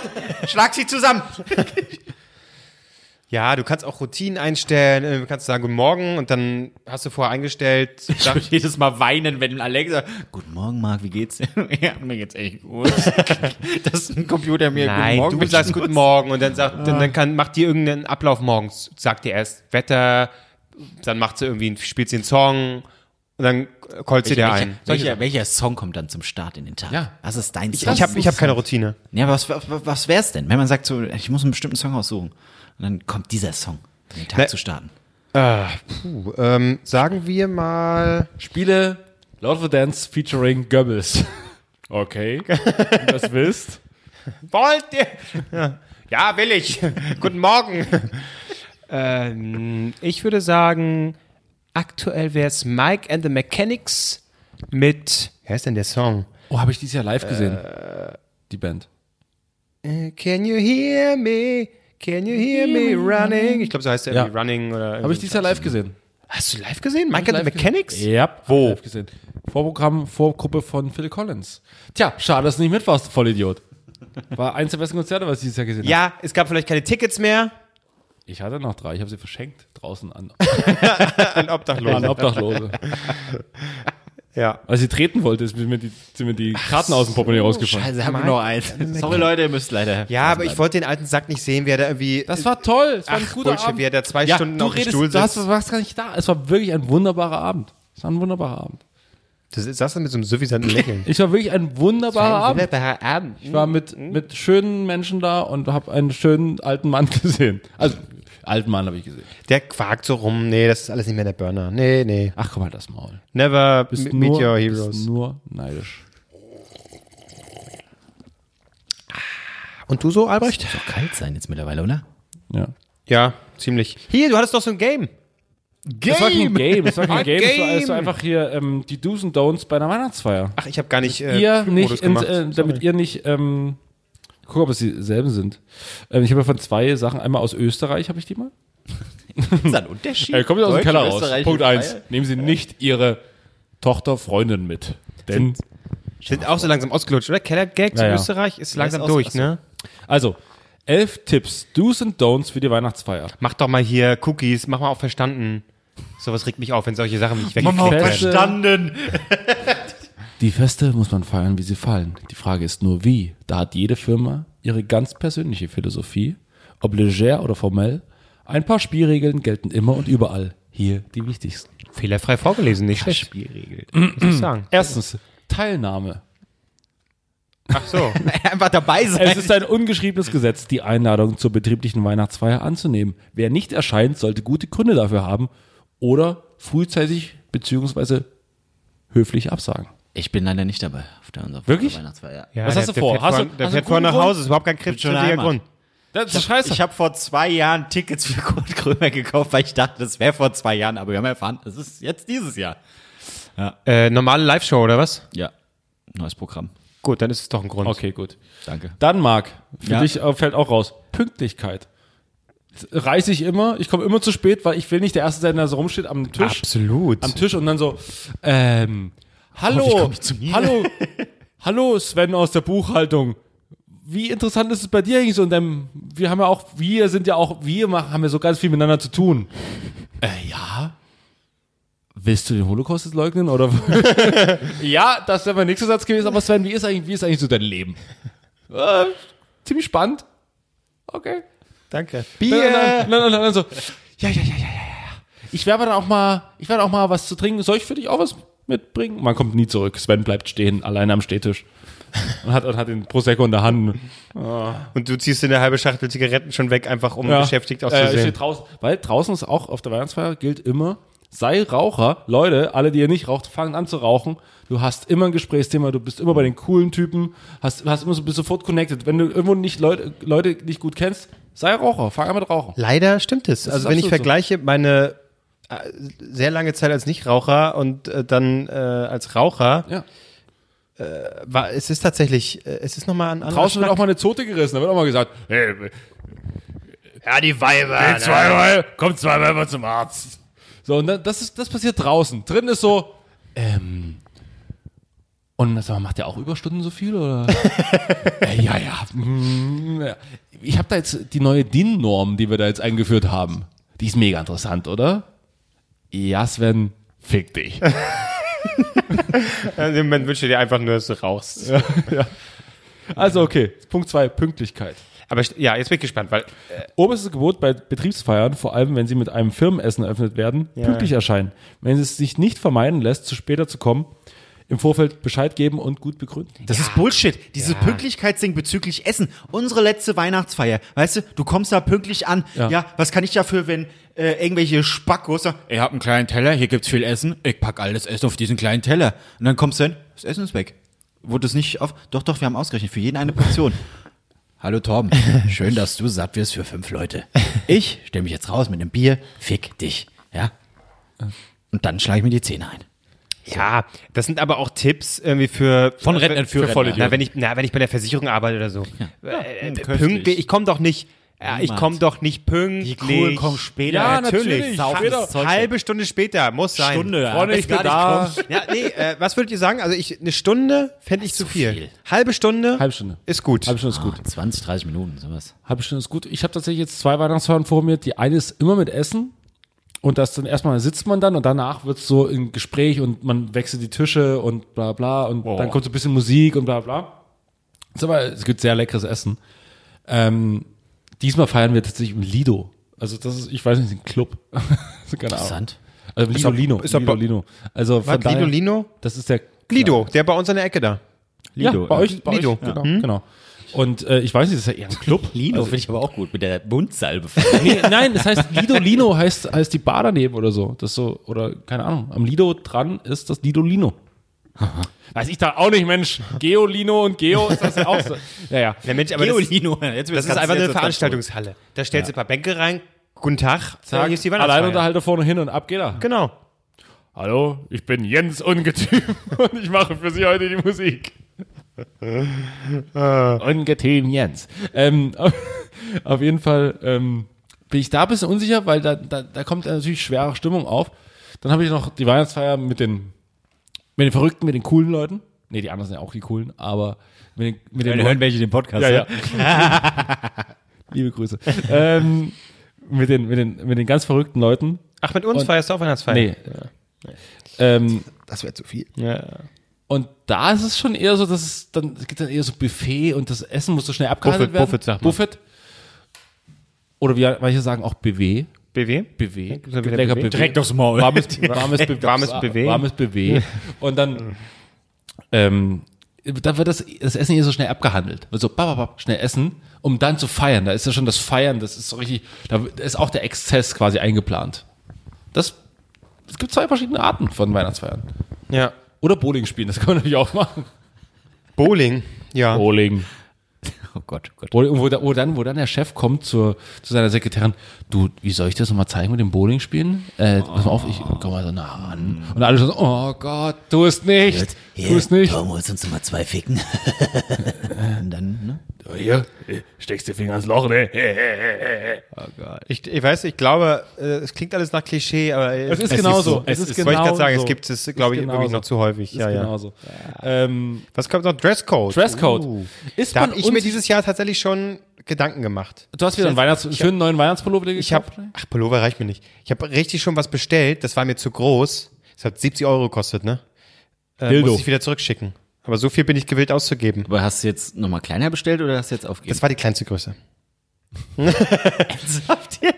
Speaker 6: schlag sie zusammen.
Speaker 2: Ja, du kannst auch Routinen einstellen, äh, du kannst sagen Guten Morgen und dann hast du vorher eingestellt.
Speaker 4: Ich würde jedes Mal weinen, wenn Alexa, guten Morgen, Marc, wie geht's dir? ja, mir geht's echt gut. Dass ein Computer mir
Speaker 2: Nein,
Speaker 4: guten Morgen
Speaker 2: du sagst
Speaker 4: wünschen
Speaker 2: Guten
Speaker 4: muss.
Speaker 2: Morgen und dann sagt, dann, dann kann, macht die irgendeinen Ablauf morgens. Sagt dir erst Wetter, dann macht sie irgendwie, ein- spielt sie einen Song Und dann callt sie dir
Speaker 6: welcher,
Speaker 2: ein.
Speaker 6: Welcher, welcher Song kommt dann zum Start in den Tag?
Speaker 1: Ja.
Speaker 6: Was ist dein Song?
Speaker 2: Ich habe ich hab keine Routine.
Speaker 6: Ja, aber was, was, was wär's denn, wenn man sagt, so, ich muss einen bestimmten Song aussuchen? Und dann kommt dieser Song, um den Tag
Speaker 2: Ne.
Speaker 6: zu starten.
Speaker 2: Puh, ähm, sagen wir mal.
Speaker 1: Spiele Lord of the Dance featuring Goebbels. Okay, wenn du das willst.
Speaker 2: Wollt ihr? Ja, will ich. Guten Morgen. ähm, ich würde sagen, aktuell wäre es Mike and the Mechanics mit. Wer ist denn der Song?
Speaker 1: Oh, habe ich dieses Jahr live gesehen. Die Band.
Speaker 2: Äh, Can you hear me? Can you hear me running? Ich glaube, so heißt der
Speaker 1: Ja.
Speaker 2: irgendwie Running oder.
Speaker 1: Habe
Speaker 2: irgendwie-
Speaker 1: ich dieses Jahr live gesehen.
Speaker 2: Hast du live gesehen? Mike and the
Speaker 1: Live gesehen.
Speaker 2: Mechanics?
Speaker 1: Ja, wo? Live gesehen. Vorprogramm, Vorgruppe von Phil Collins. Tja, schade, dass du nicht mit warst, Vollidiot. War eins der besten Konzerte, was ich dieses Jahr gesehen habe.
Speaker 2: Ja, es gab vielleicht keine Tickets mehr.
Speaker 1: Ich hatte noch drei, ich habe sie verschenkt draußen an,
Speaker 2: Ein Obdachloser.
Speaker 1: an Obdachlose.
Speaker 2: Ja.
Speaker 1: Als ich treten wollte, ist mir die, sind mir die Karten aus dem Portemonnaie rausgefallen.
Speaker 6: haben wir noch eins. Oh, Sorry Leute, ihr müsst leider.
Speaker 2: Ja, aber ich wollte den alten Sack nicht sehen, wer da irgendwie.
Speaker 1: Das war toll. Es war ein
Speaker 2: Ach,
Speaker 1: guter
Speaker 2: Bullshit,
Speaker 1: Abend.
Speaker 2: wie er da zwei Stunden
Speaker 1: du
Speaker 2: auf dem
Speaker 1: redest-
Speaker 2: Stuhl
Speaker 1: Du hast,
Speaker 2: sitzt.
Speaker 1: du warst gar nicht da. Es war wirklich ein wunderbarer Abend. Es war ein wunderbarer Abend.
Speaker 2: das saß da mit so einem suffisanten Lächeln.
Speaker 1: Ich war wirklich ein wunderbarer Abend.
Speaker 2: Wunderbarer Abend.
Speaker 1: Ich war mit,
Speaker 2: Mhm.
Speaker 1: mit schönen Menschen da und habe einen schönen alten Mann gesehen. Also, alten Mann habe ich gesehen.
Speaker 2: Der quakt so rum. Nee, das ist alles nicht mehr der Burner. Nee, nee.
Speaker 1: Ach, komm mal das Maul.
Speaker 2: Never m- meet
Speaker 1: nur,
Speaker 2: your
Speaker 1: Bist
Speaker 2: heroes.
Speaker 1: nur neidisch.
Speaker 2: Und du so, Albrecht?
Speaker 6: Muss doch kalt sein jetzt mittlerweile, oder?
Speaker 1: Ja.
Speaker 2: Ja, ziemlich. Hier, du hattest doch so ein Game.
Speaker 1: Das war kein Game. Das war kein
Speaker 2: Ein
Speaker 1: Game. Das war,
Speaker 2: Ah, Game.
Speaker 1: das war einfach hier ähm, die Do's und Don'ts bei einer Weihnachtsfeier.
Speaker 2: Ach, ich habe gar nicht.
Speaker 1: ihr nicht,
Speaker 2: Flugmodus
Speaker 1: in,
Speaker 2: gemacht.
Speaker 1: äh, damit ihr nicht, ähm, guck, ob es dieselben sind. Ähm, ich habe ja von zwei Sachen, einmal aus Österreich, habe ich die mal.
Speaker 6: Ist das ein Unterschied?
Speaker 1: Äh, kommen Sie aus dem
Speaker 6: Deutsche,
Speaker 1: Keller raus.
Speaker 6: österreichische
Speaker 1: Punkt eins.
Speaker 6: Feier?
Speaker 1: Nehmen Sie nicht Ihre Tochter, Freundin mit. Denn,
Speaker 2: Sind auch so langsam ausgelutscht, oder? Kellergags
Speaker 1: Ja, ja.
Speaker 2: in Österreich ist langsam
Speaker 6: aus-
Speaker 2: durch,
Speaker 6: achso.
Speaker 2: ne?
Speaker 1: also, elf Tipps, Do's und Don'ts für die Weihnachtsfeier.
Speaker 2: Mach doch mal hier Cookies, mach mal auf verstanden. Sowas regt mich auf, wenn solche Sachen nicht
Speaker 1: Mama,
Speaker 2: weggeklickt werden.
Speaker 1: Feste- Die Feste muss man feiern, wie sie fallen. Die Frage ist nur wie. Da hat jede Firma ihre ganz persönliche Philosophie, ob leger oder formell. Ein paar Spielregeln gelten immer und überall. Hier die wichtigsten.
Speaker 2: Fehlerfrei vorgelesen, nicht schlecht. Spielregel. Muss ich sagen.
Speaker 1: Erstens, Teilnahme.
Speaker 2: Ach so.
Speaker 6: Einfach dabei sein.
Speaker 1: Es ist ein ungeschriebenes Gesetz, die Einladung zur betrieblichen Weihnachtsfeier anzunehmen. Wer nicht erscheint, sollte gute Gründe dafür haben oder frühzeitig bzw. höflich absagen.
Speaker 6: Ich bin leider nicht dabei auf der unserer
Speaker 1: Wirklich?
Speaker 6: Weihnachtsfeier.
Speaker 2: Ja,
Speaker 1: Was hast du
Speaker 2: der
Speaker 1: vor?
Speaker 2: fährt
Speaker 1: Hast
Speaker 2: vor-
Speaker 1: du-
Speaker 2: der
Speaker 1: hast du
Speaker 2: fährt
Speaker 1: einen
Speaker 2: vor
Speaker 1: guten
Speaker 2: nach
Speaker 1: Grund?
Speaker 2: Hause. Ist überhaupt kein
Speaker 6: schon
Speaker 2: kritischer
Speaker 6: Heimat.
Speaker 2: Grund.
Speaker 1: Das ist scheiße.
Speaker 6: Ich habe vor zwei Jahren Tickets für Kurt Krömer gekauft, weil ich dachte, das wäre vor zwei Jahren, aber wir haben erfahren, das ist jetzt dieses Jahr.
Speaker 2: Äh, normale Live-Show oder was?
Speaker 6: Ja, neues Programm.
Speaker 2: Gut, dann ist es doch ein Grund.
Speaker 1: okay, gut.
Speaker 6: Danke.
Speaker 1: Dann, Marc, für
Speaker 6: Ja.
Speaker 1: dich äh, fällt auch raus. Pünktlichkeit. Reiß ich immer, ich komme immer zu spät, weil ich will nicht der Erste sein, der so rumsteht am Tisch.
Speaker 2: Absolut.
Speaker 1: Am Tisch und dann so, ähm,
Speaker 6: Hoffentlich
Speaker 1: hallo,
Speaker 6: komm ich zu mir.
Speaker 1: hallo, hallo Sven aus der Buchhaltung. Wie interessant ist es bei dir eigentlich so? Und dann, wir haben ja auch, wir sind ja auch, wir machen, haben ja so ganz viel miteinander zu tun. Äh, ja. Willst du den Holocaust jetzt leugnen? Oder? ja, das wäre mein nächster Satz gewesen. Aber Sven, wie ist eigentlich, wie ist eigentlich so dein Leben? Äh, ziemlich spannend. Okay.
Speaker 2: Danke.
Speaker 1: Nein, nein, nein, nein, nein, nein, so. Ja, ja, ja, ja, ja, ja. Ich werde dann auch mal, ich werde auch mal was zu trinken. Soll ich für dich auch was mitbringen? Man kommt nie zurück. Sven bleibt stehen, alleine am Stehtisch. Und hat, und hat den Prosecco in der Hand.
Speaker 2: Und du ziehst dir eine halbe Schachtel Zigaretten schon weg, einfach um beschäftigt
Speaker 1: Äh, ich stehe
Speaker 2: auszusehen.
Speaker 1: draußen, weil draußen ist auch auf der Weihnachtsfeier gilt immer, sei Raucher. Leute, alle, die ihr nicht raucht, fangen an zu rauchen. Du hast immer ein Gesprächsthema, du bist immer bei den coolen Typen, hast, hast immer so, bist sofort connected. Wenn du irgendwo nicht Leute, Leute nicht gut kennst, sei Raucher, fang an mit Rauchen.
Speaker 2: Leider stimmt es.
Speaker 1: ist
Speaker 2: also wenn ich
Speaker 1: absolut so.
Speaker 2: vergleiche meine äh, sehr lange Zeit als Nichtraucher und äh, dann äh, als Raucher, äh,
Speaker 1: Ja.
Speaker 2: war, es ist tatsächlich, äh, es ist nochmal ein anderer
Speaker 1: Draußen wird auch mal eine Zote gerissen, da wird auch mal gesagt, hey, ja, die Weiber. Zwei Weiber, kommt zwei Weiber zum Arzt. So, und dann, das, ist, das passiert draußen. Drin ist so, ähm, und sag mal, macht der auch Überstunden so viel? Oder? äh, ja, ja. mm, ja. Ich habe da jetzt die neue DIN-Norm, die wir da jetzt eingeführt haben. Die ist mega interessant, oder? Ja, Sven, fick dich.
Speaker 2: Im Moment wünsche dir einfach nur, dass du rauchst.
Speaker 1: Also, okay, Punkt zwei, Pünktlichkeit.
Speaker 2: Aber ich, ja, jetzt bin ich gespannt, weil
Speaker 1: Oberstes Gebot bei Betriebsfeiern, vor allem wenn sie mit einem Firmenessen eröffnet werden, pünktlich erscheinen. Wenn es sich nicht vermeiden lässt, zu später zu kommen, im Vorfeld Bescheid geben und gut begründen.
Speaker 4: Das ist Bullshit. Dieses Pünktlichkeitsding bezüglich Essen. Unsere letzte Weihnachtsfeier. Weißt du, du kommst da pünktlich an. Ja, was kann ich dafür, wenn äh, irgendwelche Spackos sagen, ich hab einen kleinen Teller, hier gibt's viel Essen, ich pack alles Essen auf diesen kleinen Teller. Und dann kommst du hin, das Essen ist weg. Wurde es nicht auf. Doch, doch, wir haben ausgerechnet, für jeden eine Portion. Hallo Torben, schön, dass du satt wirst für fünf Leute. Ich stelle mich jetzt raus mit einem Bier, fick dich. Ja? Und dann schlage ich mir die Zähne ein.
Speaker 2: Ja, das sind aber auch Tipps irgendwie für von
Speaker 6: Rentnern für Rentner.
Speaker 2: Na, wenn ich na, wenn ich bei der Versicherung arbeite oder so. Äh, pünktlich, ich komme doch nicht. Ja, ich komme doch nicht pünktlich.
Speaker 6: später.
Speaker 1: Ja, natürlich.
Speaker 6: Saures
Speaker 1: Später.
Speaker 6: Zeug.
Speaker 2: Halbe Stunde später muss sein.
Speaker 6: Stunde.
Speaker 1: Freunde, ich bin da.
Speaker 2: Ja, nee, äh, was würdet ihr sagen? Also ich eine Stunde fände ich zu viel.
Speaker 6: viel.
Speaker 2: Halbe Stunde
Speaker 1: Halbe Stunde.
Speaker 2: ist gut.
Speaker 1: Halbe Stunde ist gut.
Speaker 6: 20, 30 Minuten, sowas.
Speaker 1: Halbe Stunde ist gut. Ich habe tatsächlich jetzt zwei Weihnachtsfeiern vor mir. Die eine ist immer mit Essen. Und das dann erstmal sitzt man dann und danach wird's so ein Gespräch und man wechselt die Tische und bla bla und dann kommt so ein bisschen Musik und bla bla. Ist aber, es gibt sehr leckeres Essen. Ähm, diesmal feiern wir tatsächlich im Lido. Also das ist, ich weiß nicht, ein Club. Keine Ahnung.
Speaker 6: Interessant.
Speaker 1: Also im Lido
Speaker 2: doch-
Speaker 1: Lino.
Speaker 2: ist doch
Speaker 1: Lido
Speaker 2: bei-
Speaker 1: Lino. Also von
Speaker 2: Was,
Speaker 1: daher,
Speaker 2: Lido Lino?
Speaker 1: Das ist der
Speaker 2: Lido, der bei uns an der Ecke da.
Speaker 1: Lido. Ja, bei euch, bei
Speaker 2: Lido,
Speaker 1: euch. Genau, genau. Und äh, ich weiß nicht, das ist ja eher ein Club.
Speaker 4: Oh,
Speaker 1: Also
Speaker 6: Lino finde ich aber auch gut, mit der Mundsalbe.
Speaker 1: Nee, nein, das heißt Lido Lino heißt, heißt die Bar daneben oder so. Das so, oder keine Ahnung. Am Lido dran ist das Lido Lino. Weiß ich da auch nicht, Mensch. Geo Lino und Geo ist das ja auch so. Ja, ja.
Speaker 2: Der Mensch, aber das, ist-
Speaker 6: Jetzt
Speaker 2: das ist einfach eine Veranstaltungshalle. Da stellst du ein paar Bänke rein. Guten Tag. ja, hier ist die Weihnachtsfeier.
Speaker 1: Alleinunterhalter vorne hin und ab geht er.
Speaker 2: Genau.
Speaker 1: Hallo, ich bin Jens Ungetüm und ich mache für Sie heute die Musik. Ungetüm Jens. Ähm, auf jeden Fall ähm, bin ich da ein bisschen unsicher, weil da, da, da kommt natürlich schwere Stimmung auf. Dann habe ich noch die Weihnachtsfeier mit den, mit den Verrückten, mit den coolen Leuten. Nee, die anderen sind ja auch die coolen, aber mit den, mit den
Speaker 6: Dann
Speaker 1: Leuten,
Speaker 6: hören welche den Podcast. ne?
Speaker 1: ja, ja. Liebe Grüße. ähm, mit, den, mit, den, mit den ganz verrückten Leuten.
Speaker 2: Ach, mit uns
Speaker 1: Und-
Speaker 2: feierst du auch Weihnachtsfeier?
Speaker 1: Nee. Ähm,
Speaker 4: Das wäre zu viel.
Speaker 2: Ja.
Speaker 1: Und da ist es schon eher so, dass es dann, es gibt dann eher so Buffet und das Essen muss so schnell abgehandelt
Speaker 2: Buffet,
Speaker 1: werden.
Speaker 2: Buffet sagt man.
Speaker 1: Buffet. Oder wie manche sagen auch BW.
Speaker 2: BW?
Speaker 1: BW.
Speaker 2: Gibt's da wieder
Speaker 1: Lecker
Speaker 2: BW?
Speaker 1: BW.
Speaker 6: Direkt aufs Maul.
Speaker 1: Warmes, warmes, BW.
Speaker 2: Warmes BW.
Speaker 1: Warmes BW. Und dann, ähm, dann wird das, das Essen hier so schnell abgehandelt. Wird so bap, bap, bap, schnell essen, um dann zu feiern. Da ist ja schon das Feiern, das ist so richtig, da ist auch der Exzess quasi eingeplant. Das, es gibt zwei verschiedene Arten von Weihnachtsfeiern.
Speaker 2: Ja.
Speaker 1: Oder Bowling spielen, das kann man natürlich auch machen.
Speaker 2: Bowling. Ja.
Speaker 1: Bowling.
Speaker 6: Oh Gott, oh Gott.
Speaker 1: Wo, wo, da- wo, dann, wo dann der Chef kommt zur, zu seiner Sekretärin, du, wie soll ich das nochmal zeigen mit dem Bowling spielen? Äh, pass mal auf, ich
Speaker 2: Oh.
Speaker 1: komm mal so nah an. Und alle schon, so, oh Gott, tu es
Speaker 6: Oh,
Speaker 1: nicht, tu es nicht.
Speaker 4: Tom, holst uns nochmal zwei Ficken. Und dann, ne?
Speaker 1: Hier, steckst dir Finger ins Loch, ne?
Speaker 2: Ich, ich weiß, ich glaube, äh, es klingt alles nach Klischee, aber äh,
Speaker 1: Es ist genauso, es ist
Speaker 2: Wollte ich
Speaker 1: genau
Speaker 2: gerade sagen,
Speaker 1: so.
Speaker 2: es gibt es, glaube ich,
Speaker 1: genau
Speaker 2: wirklich
Speaker 1: so.
Speaker 2: noch zu häufig. Ja, ja.
Speaker 1: Genauso. Ähm,
Speaker 2: Was kommt noch? Dresscode. Uh.
Speaker 1: Dresscode. Ist
Speaker 2: Da
Speaker 1: man
Speaker 2: habe ich mir
Speaker 1: uns-
Speaker 2: dieses Jahr tatsächlich schon Gedanken gemacht.
Speaker 1: du hast wieder einen Weihnachts schönen neuen Weihnachtspullover gekauft?
Speaker 2: Ich habe,
Speaker 1: ne?
Speaker 2: ach, Pullover reicht mir nicht. Ich habe richtig schon was bestellt, das war mir zu groß. Das hat 70 Euro gekostet, ne? Äh,
Speaker 1: Dildo.
Speaker 2: Muss ich wieder zurückschicken. Aber so viel bin ich gewillt auszugeben.
Speaker 6: Aber hast du jetzt nochmal kleiner bestellt oder hast du jetzt aufgegeben?
Speaker 2: Das war die kleinste Größe.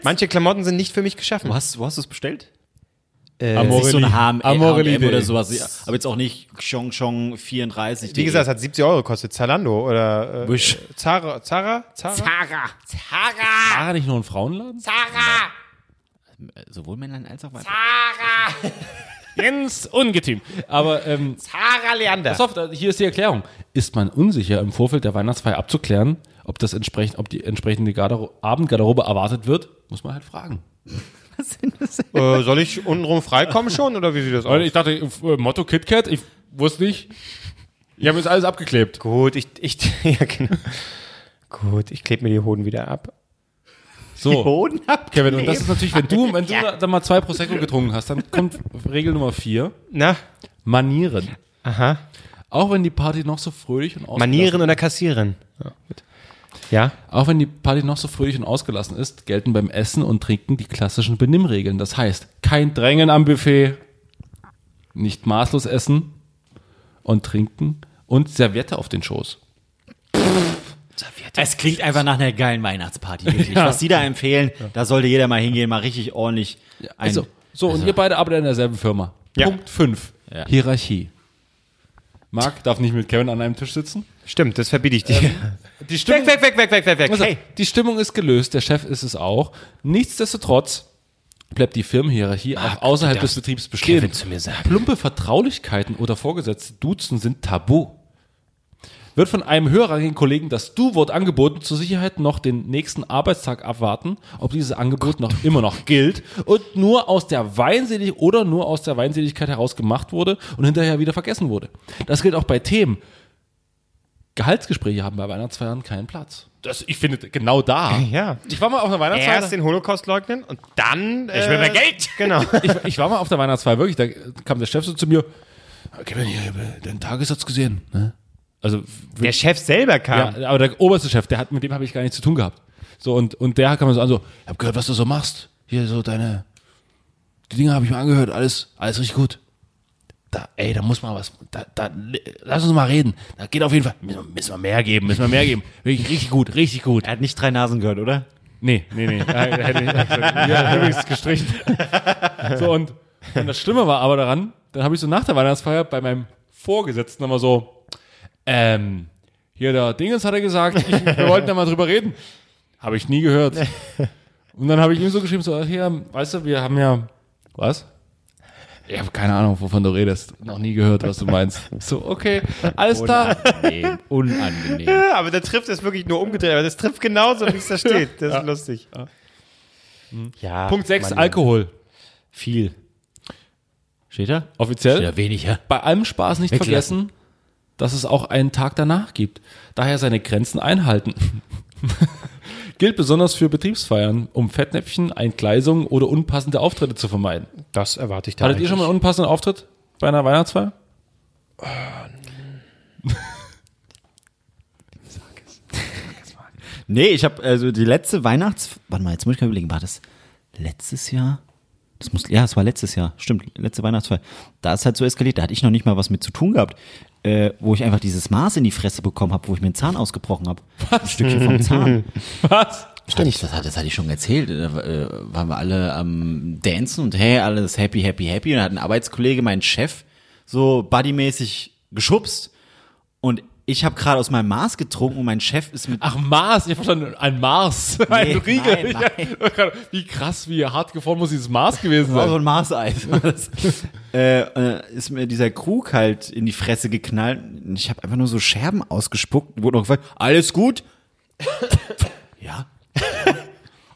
Speaker 2: Manche Klamotten sind nicht für mich geschaffen.
Speaker 6: hast, wo hast du es bestellt?
Speaker 2: Äh,
Speaker 6: Nicht so ein HM,
Speaker 1: Amorelli
Speaker 6: HM oder
Speaker 1: Day.
Speaker 6: sowas. Ja, aber jetzt auch nicht Chong Chong 34.
Speaker 2: Wie gesagt, es hat 70 Euro gekostet. Zalando oder äh,
Speaker 6: Wish.
Speaker 2: Zara, Zara, Zara.
Speaker 1: War er Ah, nicht nur ein Frauenladen?
Speaker 6: sowohl Männlein als auch Weiblein.
Speaker 1: Jens Ungetüm. Aber ähm,
Speaker 2: Zara Leander.
Speaker 1: Pass auf, da- hier ist die Erklärung. Ist man unsicher, im Vorfeld der Weihnachtsfeier abzuklären, ob, das entsprechend, ob die entsprechende Gardero Abendgarderobe erwartet wird, muss man halt fragen.
Speaker 2: Äh, soll ich untenrum freikommen schon oder wie sieht das aus?
Speaker 1: ich dachte, äh, Motto KitKat, ich wusste nicht. Ich habe jetzt alles abgeklebt.
Speaker 2: Gut, ich, ich, ja, genau. Gut, ich klebe mir die Hoden wieder ab.
Speaker 1: So,
Speaker 6: Boden ab.
Speaker 1: Kevin, und das ist natürlich, wenn du, wenn du dann mal zwei Prosecco getrunken hast, dann kommt Regel Nummer vier,
Speaker 2: Na,
Speaker 1: Manieren.
Speaker 2: aha.
Speaker 1: Auch wenn die Party noch so fröhlich und ausgelassen
Speaker 2: Manieren oder kassieren? Ja,
Speaker 1: Auch wenn die Party noch so fröhlich und ausgelassen ist, gelten beim Essen und Trinken die klassischen Benimmregeln. Das heißt, kein Drängen am Buffet, nicht maßlos essen und trinken und Serviette auf den Schoß.
Speaker 6: Es klingt einfach nach einer geilen Weihnachtsparty. wirklich. Was die da empfehlen, da sollte jeder mal hingehen, mal richtig ordentlich. Ein,
Speaker 1: Also, so, und ihr beide arbeitet in derselben Firma.
Speaker 2: Ja.
Speaker 1: Punkt 5.
Speaker 6: Ja.
Speaker 1: Hierarchie. Marc darf nicht mit Kevin an einem Tisch sitzen.
Speaker 2: Stimmt, das verbiete ich dir.
Speaker 1: Die Stimmung,
Speaker 2: Weg, Ähm, weg, weg, weg, weg, weg, weg.
Speaker 1: Also,
Speaker 2: Hey,
Speaker 1: die Stimmung ist gelöst, der Chef ist es auch. Nichtsdestotrotz bleibt die Firmenhierarchie auch außerhalb des Betriebs bestehen.
Speaker 2: zu mir sagen.
Speaker 1: Plumpe Vertraulichkeiten oder vorgesetzte Duzen sind tabu. Wird von einem höherrangigen Kollegen das Du-Wort angeboten, zur Sicherheit noch den nächsten Arbeitstag abwarten, ob dieses Angebot noch immer noch gilt und nur aus der Weinselig oder nur aus der Weinseligkeit heraus gemacht wurde und hinterher wieder vergessen wurde. Das gilt auch bei Themen. Gehaltsgespräche haben bei Weihnachtsfeiern keinen Platz. Das, ich finde genau da.
Speaker 2: Ja.
Speaker 1: Ich war mal auf einer Weihnachtsfeier.
Speaker 2: Erst den Holocaust leugnen und dann. Äh, ich
Speaker 6: will mehr Geld.
Speaker 2: Genau.
Speaker 1: ich, ich war mal auf der Weihnachtsfeier, wirklich, da kam der Chef so zu mir, Kevin, ich habe deinen Tagessatz gesehen. Ne? Also,
Speaker 2: Der Chef selber kam.
Speaker 1: ja, aber der oberste Chef, der hat, mit dem habe ich gar nichts zu tun gehabt. So, und, und der kam so an, so, ich habe gehört, was du so machst. Hier so deine, die Dinge habe ich mir angehört, alles, alles richtig gut. Da, ey, da muss mal was, da, da, lass uns mal reden. Da geht auf jeden Fall, müssen wir, müssen wir mehr geben, müssen wir mehr geben. Wirklich, richtig gut, richtig gut.
Speaker 6: er hat nicht drei Nasen gehört, oder?
Speaker 1: Nee, nee, nee. Äh, Hätte ich ja, übrigens gestrichen. So, und, und das Schlimme war aber daran, dann habe ich so nach der Weihnachtsfeier bei meinem Vorgesetzten immer so, ähm, hier der Dingens hat er gesagt, ich, wir wollten da mal drüber reden. Habe ich nie gehört. Und dann habe ich ihm so geschrieben, so, hier, weißt du, wir haben ja, was? Ich habe keine Ahnung, wovon du redest. Noch nie gehört, was du meinst. So, okay, alles klar.
Speaker 6: Unangenehm.
Speaker 2: Ja, aber der trifft es wirklich nur umgedreht. Aber das trifft genauso, wie es da steht. Das ist lustig. Hm.
Speaker 6: Ja.
Speaker 1: Punkt 6, Alkohol.
Speaker 6: Viel. Steht da?
Speaker 1: Offiziell?
Speaker 6: Ja, weniger.
Speaker 1: bei allem Spaß nicht
Speaker 6: Weglassen.
Speaker 1: vergessen, dass es auch einen Tag danach gibt. Daher seine Grenzen einhalten. Gilt besonders für Betriebsfeiern, um Fettnäpfchen, Entgleisungen oder unpassende Auftritte zu vermeiden.
Speaker 2: Das erwarte ich da.
Speaker 1: Hattet ihr schon mal einen unpassenden Auftritt bei einer Weihnachtsfeier?
Speaker 4: Nee, ich habe also die letzte Weihnachts... Warte mal, jetzt muss ich mal überlegen, war das letztes Jahr? Das muss, ja, es war letztes Jahr, stimmt, letzte Weihnachtsfeier. Da ist halt so eskaliert, da hatte ich noch nicht mal was mit zu tun gehabt, äh, wo ich einfach dieses Maß in die Fresse bekommen habe, wo ich mir einen Zahn ausgebrochen habe. Ein Stückchen vom Zahn.
Speaker 1: Was?
Speaker 4: Das hatte ich, das, hatte, das hatte ich schon erzählt. Da war- äh, waren wir alle am Dancen und hey, alles happy, happy, happy. Und da hat ein Arbeitskollege meinen Chef so buddymäßig geschubst. Und ich habe gerade aus meinem Maß getrunken und mein Chef ist mit
Speaker 1: Ach, Mars, ich hab verstanden, ein Mars. ein
Speaker 4: nein,
Speaker 1: Riegel.
Speaker 4: nein.
Speaker 1: Ich hab- Wie krass, wie hart geformt muss dieses Mars gewesen
Speaker 4: War Genau so
Speaker 1: sein.
Speaker 4: ein Maßeis. äh, äh, ist mir dieser Krug halt in die Fresse geknallt. Und Ich habe einfach nur so Scherben ausgespuckt. Wurde noch gefragt, alles gut? ja.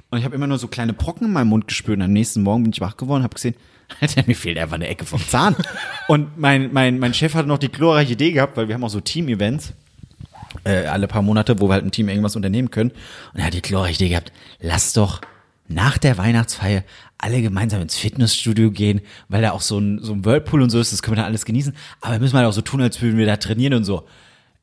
Speaker 4: Und ich habe immer nur so kleine Brocken in meinem Mund gespürt. Und am nächsten Morgen bin ich wach geworden und habe gesehen, Alter, mir fehlt einfach eine Ecke vom Zahn. und mein, mein, mein Chef hatte noch die glorreiche Idee gehabt, weil wir haben auch so Team-Events äh, alle paar Monate, wo wir halt im Team irgendwas unternehmen können. Und er hat die glorreiche Idee gehabt, lass doch nach der Weihnachtsfeier alle gemeinsam ins Fitnessstudio gehen, weil da auch so ein, so ein Whirlpool und so ist, das können wir da alles genießen. Aber wir müssen halt auch so tun, als würden wir da trainieren und so.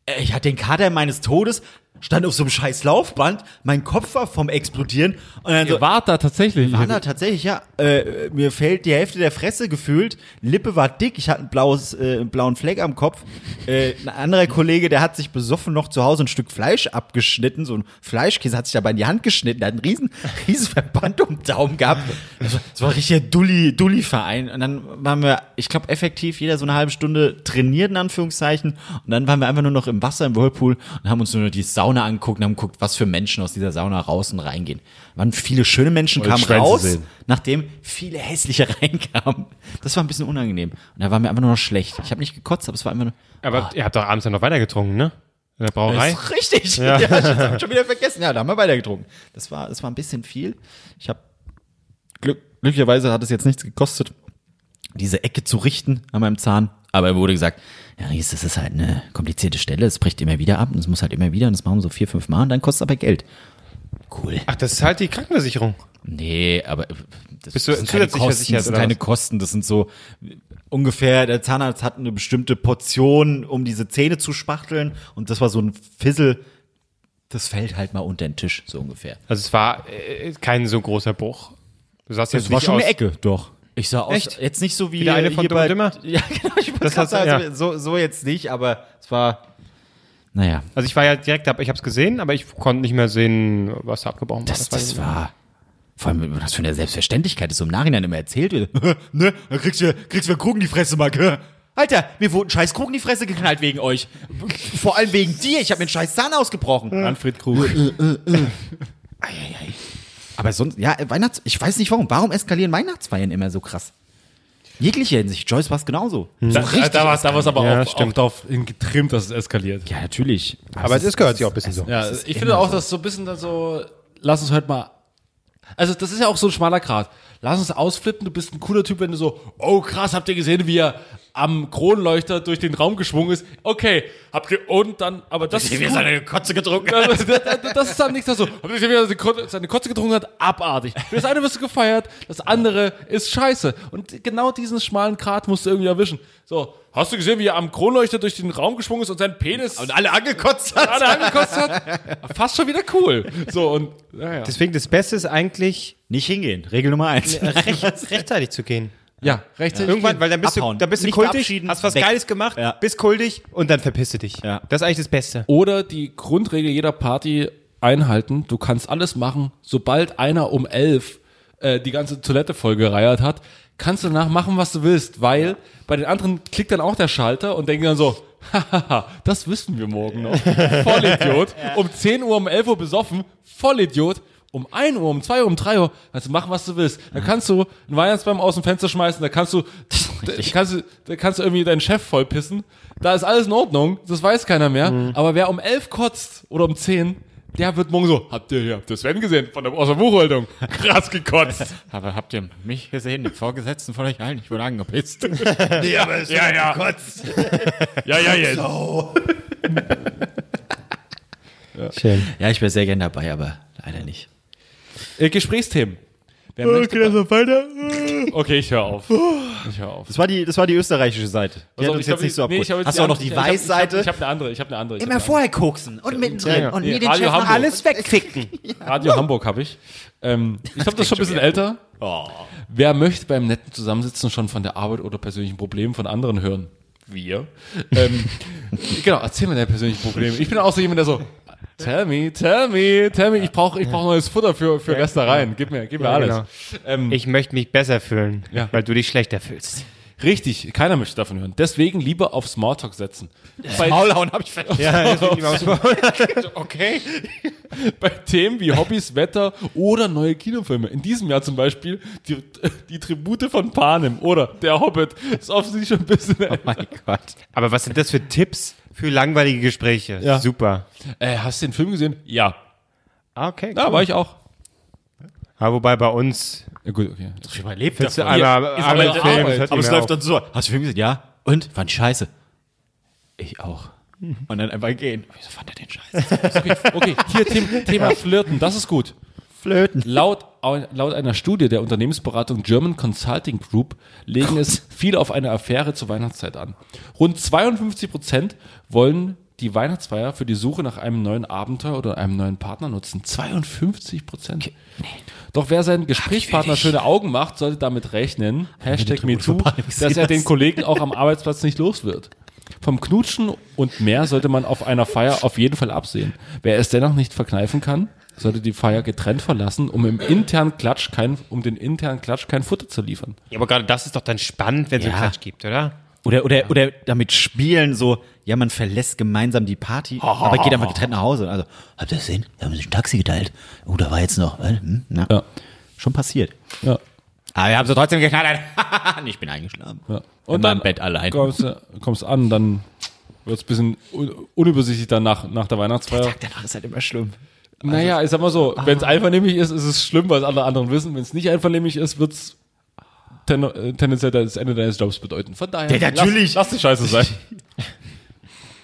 Speaker 4: Äh, Ich hatte den Kater meines Todes, stand auf so einem scheiß Laufband, mein Kopf war vom Explodieren und dann so,
Speaker 1: Ihr wart da tatsächlich.
Speaker 4: Anna, tatsächlich, ja. Äh, mir fehlt die Hälfte der Fresse gefühlt. Lippe war dick. Ich hatte ein blaues, äh, einen blauen Fleck am Kopf. Äh, ein anderer Kollege, der hat sich besoffen noch zu Hause ein Stück Fleisch abgeschnitten. So ein Fleischkäse hat sich dabei in die Hand geschnitten. Der hat einen riesen, riesen Verband um den Daumen gehabt. Das war, das war richtig ein Dulli, Dulli-Verein. Und dann waren wir, ich glaube, effektiv jeder so eine halbe Stunde trainiert, in Anführungszeichen. Und dann waren wir einfach nur noch im Wasser, im Whirlpool und haben uns nur noch die Sauna angeguckt und haben geguckt, was für Menschen aus dieser Sauna raus und reingehen. Waren viele schöne Menschen, kamen
Speaker 1: Schwänze
Speaker 4: raus
Speaker 1: sehen.
Speaker 4: nachdem viele hässliche reinkamen. Das war ein bisschen unangenehm. Und da war mir einfach nur noch schlecht. Ich habe nicht gekotzt, aber es war einfach nur.
Speaker 2: Aber ihr habt doch abends dann noch weitergetrunken, ne? In der Brauerei?
Speaker 4: Ist richtig. Ja. das hab ich schon wieder vergessen. Ja, da haben wir weitergetrunken. Das war, das war ein bisschen viel. Ich habe glück, glücklicherweise hat es jetzt nichts gekostet, diese Ecke zu richten an meinem Zahn. Aber mir wurde gesagt, ja, Ries, das ist halt eine komplizierte Stelle. Es bricht immer wieder ab und es muss halt immer wieder und das machen wir so vier, fünf Mal und dann kostet es aber Geld. Cool.
Speaker 2: Ach, das ist halt die Krankenversicherung.
Speaker 4: Nee, aber äh, das,
Speaker 2: Bist du
Speaker 4: das sind keine
Speaker 2: zusätzlich
Speaker 4: Kosten,
Speaker 2: versichert,
Speaker 4: das sind
Speaker 2: oder
Speaker 4: keine
Speaker 2: was?
Speaker 4: Kosten, das sind so äh, ungefähr, der Zahnarzt hat eine bestimmte Portion, um diese Zähne zu spachteln und das war so ein Fissel, das fällt halt mal unter den Tisch, so ungefähr.
Speaker 2: Also es war äh, kein so großer Bruch. Du sahst jetzt
Speaker 4: Das war
Speaker 2: nicht
Speaker 4: schon
Speaker 2: aus,
Speaker 4: eine Ecke, doch. Ich sah aus,
Speaker 2: Echt?
Speaker 4: jetzt nicht so wie,
Speaker 2: Wie der eine von
Speaker 4: hier
Speaker 2: Dumm und
Speaker 4: bei-
Speaker 2: Dümmer?
Speaker 4: Ja, genau, ich wollte
Speaker 2: Das
Speaker 4: gerade
Speaker 2: hast du-
Speaker 4: sagen,
Speaker 2: ja.
Speaker 4: so, so jetzt nicht, aber es war Naja,
Speaker 2: Also ich war ja direkt, ab- ich habe es gesehen, aber ich konnte nicht mehr sehen, was da abgebrochen
Speaker 4: das,
Speaker 2: war.
Speaker 4: das war. Vor allem, was für eine Selbstverständlichkeit das so im Nachhinein immer erzählt wird. ne? Dann kriegst du, kriegst du einen Krug in die Fresse, Mark. Alter, mir wurde ein scheiß Krug in die Fresse geknallt wegen euch. Vor allem wegen dir. Ich habe mir einen scheiß Zahn ausgebrochen.
Speaker 1: Manfred
Speaker 2: Äh,
Speaker 1: Krug.
Speaker 4: Eieiei. Aber sonst, ja, Weihnachts, ich weiß nicht warum. Warum eskalieren Weihnachtsfeiern immer so krass? Jeglicher Hinsicht. Joyce war es genauso. So
Speaker 1: Da, da, da war es da war's aber
Speaker 2: Ja,
Speaker 1: auch, auch
Speaker 2: stimmt.
Speaker 1: darauf hin getrimmt, dass es eskaliert.
Speaker 4: Ja, natürlich.
Speaker 2: aber es ist- gehört sich auch ein bisschen so.
Speaker 1: Ja, ich finde auch, dass so ein bisschen dann so, lass uns halt mal. Also, das ist ja auch so ein schmaler Grat. Lass uns ausflippen, du bist ein cooler Typ, wenn du so, oh krass, habt ihr gesehen, wie er am Kronleuchter durch den Raum geschwungen ist? Okay, habt ihr, und dann, aber das ist. Cool.
Speaker 4: seine Kotze getrunken
Speaker 1: Das, das, das ist dann nichts so. Habt ihr gesehen, wie er seine Kot- seine Kotze getrunken hat? Abartig. Für das eine wirst du gefeiert, das andere ist scheiße. Und genau diesen schmalen Grat musst du irgendwie erwischen. So, hast du gesehen, wie er am Kronleuchter durch den Raum geschwungen ist und sein Penis
Speaker 4: alle angekotzt hat.
Speaker 1: gerade angekostet hat. Fast schon wieder cool. So und ja.
Speaker 2: Deswegen das Beste ist eigentlich
Speaker 4: Nicht hingehen. Regel Nummer eins.
Speaker 2: recht, rechtzeitig zu gehen.
Speaker 1: ja, rechtzeitig.
Speaker 2: Irgendwann, weil dann bist
Speaker 4: Abhauen.
Speaker 2: du, dann bist du
Speaker 4: Nicht
Speaker 2: kultig,
Speaker 4: verabschieden,
Speaker 2: hast was
Speaker 4: weg.
Speaker 2: Geiles gemacht,
Speaker 4: Ja.
Speaker 2: bist kultig und dann verpisst du dich.
Speaker 4: Ja.
Speaker 2: Das ist eigentlich das Beste.
Speaker 1: Oder die Grundregel jeder Party einhalten. Du kannst alles machen, sobald einer um elf äh, die ganze Toilette vollgereiert hat, kannst du danach machen, was du willst, weil bei den anderen klickt dann auch der Schalter und denken dann so, hahaha, das wissen wir morgen noch. Vollidiot. Um 10 Uhr, um 11 Uhr besoffen, Vollidiot. Um 1 Uhr, um 2 Uhr, um 3 Uhr, kannst du machen, was du willst. Da kannst du einen Weihnachtsbaum aus dem Fenster schmeißen, da kannst du, da kannst du, da kannst du irgendwie deinen Chef vollpissen. Da ist alles in Ordnung, das weiß keiner mehr.
Speaker 4: Mhm.
Speaker 1: Aber wer um 11 kotzt oder um 10, der wird morgen so, habt ihr hier, habt ihr Sven gesehen, von der, aus der Buchhaltung, krass gekotzt.
Speaker 8: Aber habt ihr mich gesehen, den Vorgesetzten von euch allen? Ich wurde angepisst.
Speaker 1: ja, ja. ja, ja, jetzt.
Speaker 2: Schön.
Speaker 4: Ja, ich wäre sehr gern dabei, aber leider nicht.
Speaker 1: Äh, Gesprächsthemen. Wer möchte- Okay, ich höre auf. Ich höre auf.
Speaker 4: Das war die, das war die österreichische Seite. Die hat
Speaker 1: Also,
Speaker 4: uns jetzt
Speaker 1: ich glaub,
Speaker 4: nicht so
Speaker 1: nee, ich hab
Speaker 4: abgeholt.
Speaker 1: jetzt
Speaker 4: Hast du auch noch
Speaker 1: andere-
Speaker 4: die
Speaker 1: ich hab-
Speaker 4: Weißseite?
Speaker 1: Ich habe hab eine andere, ich habe eine andere. Ich hab
Speaker 9: Immer
Speaker 1: eine
Speaker 9: vorher koksen und mittendrin und mir
Speaker 1: Nee,
Speaker 9: den
Speaker 1: Radio
Speaker 9: Chef noch
Speaker 1: Hamburg.
Speaker 9: alles wegficken.
Speaker 1: andere. Radio Hamburg habe ich. Ähm, ich glaube, das ist schon ein bisschen älter. Wer möchte beim netten Zusammensitzen schon von der Arbeit oder persönlichen Problemen von anderen hören? Wir. Ähm, genau, erzähl mir deine persönlichen Probleme. Ich bin auch so jemand, der so, tell me, tell me, tell me. Ich brauche ich brauch neues Futter für, für Restereien. Gib mir, gib mir
Speaker 2: Ja,
Speaker 1: alles.
Speaker 2: genau.
Speaker 1: Ähm,
Speaker 2: Ich möchte mich besser fühlen,
Speaker 1: Ja.
Speaker 2: weil du dich schlechter fühlst.
Speaker 1: Richtig, keiner möchte davon hören. Deswegen lieber auf Smalltalk setzen. Bei,
Speaker 8: Maulhauen habe ich verstanden.
Speaker 2: Ja, das will ich mal ausprobieren.
Speaker 8: Okay.
Speaker 1: bei Themen wie Hobbys, Wetter oder neue Kinofilme. In diesem Jahr zum Beispiel die, die Tribute von Panem oder Der Hobbit. Ist offensichtlich schon ein bisschen.
Speaker 4: mein Gott.
Speaker 2: Aber was sind das für Tipps für langweilige Gespräche?
Speaker 1: Ja.
Speaker 2: Super.
Speaker 1: Äh, hast du den Film gesehen? Ja.
Speaker 2: Ah, okay.
Speaker 1: Da war ich auch.
Speaker 2: Ja, wobei bei uns
Speaker 1: Ja, gut, okay.
Speaker 4: Ich überlebt
Speaker 2: willst du einmal einmal
Speaker 1: aber
Speaker 2: Film,
Speaker 1: Arbeit.
Speaker 2: das hört
Speaker 4: Aber
Speaker 2: nicht
Speaker 4: es
Speaker 2: mehr
Speaker 4: läuft
Speaker 2: auf.
Speaker 4: dann so. Hast du Film gesehen? Ja. Und? Fand ich scheiße. Ich auch. Und dann einfach gehen. Wieso fand er den scheiße?
Speaker 1: Okay, okay. hier Tim, Thema Flirten, das ist gut.
Speaker 9: Flöten.
Speaker 1: Laut, laut einer Studie der Unternehmensberatung German Consulting Group legen es viele auf eine Affäre zur Weihnachtszeit an. Rund 52 Prozent wollen die Weihnachtsfeier für die Suche nach einem neuen Abenteuer oder einem neuen Partner nutzen. 52 Prozent. Doch wer seinen Gesprächspartner schöne Augen macht, sollte damit rechnen, Hashtag MeToo, dass er den Kollegen auch am Arbeitsplatz nicht los wird. Vom Knutschen und mehr sollte man auf einer Feier auf jeden Fall absehen. Wer es dennoch nicht verkneifen kann, sollte die Feier getrennt verlassen, um im internen Klatsch kein, um den internen Klatsch kein Futter zu liefern.
Speaker 2: Ja, aber gerade das ist doch dann spannend, wenn es einen
Speaker 4: Ja.
Speaker 2: Klatsch gibt, oder?
Speaker 4: Oder, oder, oder damit spielen so, ja, man verlässt gemeinsam die Party, aber geht einfach getrennt nach Hause. Also, habt ihr das gesehen? Wir haben sich ein Taxi geteilt. Oh, da war jetzt noch. äh, Hm, na.
Speaker 1: Ja.
Speaker 4: Schon passiert.
Speaker 1: Ja.
Speaker 4: Aber wir haben sie trotzdem geknallt. Und ich bin eingeschlafen.
Speaker 1: ja.
Speaker 4: Und dann im Bett allein.
Speaker 1: kommst, du- kommst an, dann wird es ein bisschen un- unübersichtlich dann nach, nach der Weihnachtsfeier.
Speaker 4: Danach ist halt immer schlimm.
Speaker 2: Also
Speaker 1: Naja, ich sag mal so, wenn es einvernehmlich ist, ist es schlimm, weil es alle anderen wissen. Wenn es nicht einvernehmlich ist, wird es ten, äh, tendenziell das Ende deines Jobs bedeuten. Von daher,
Speaker 4: Ja, natürlich.
Speaker 1: lass, lass die Scheiße sein.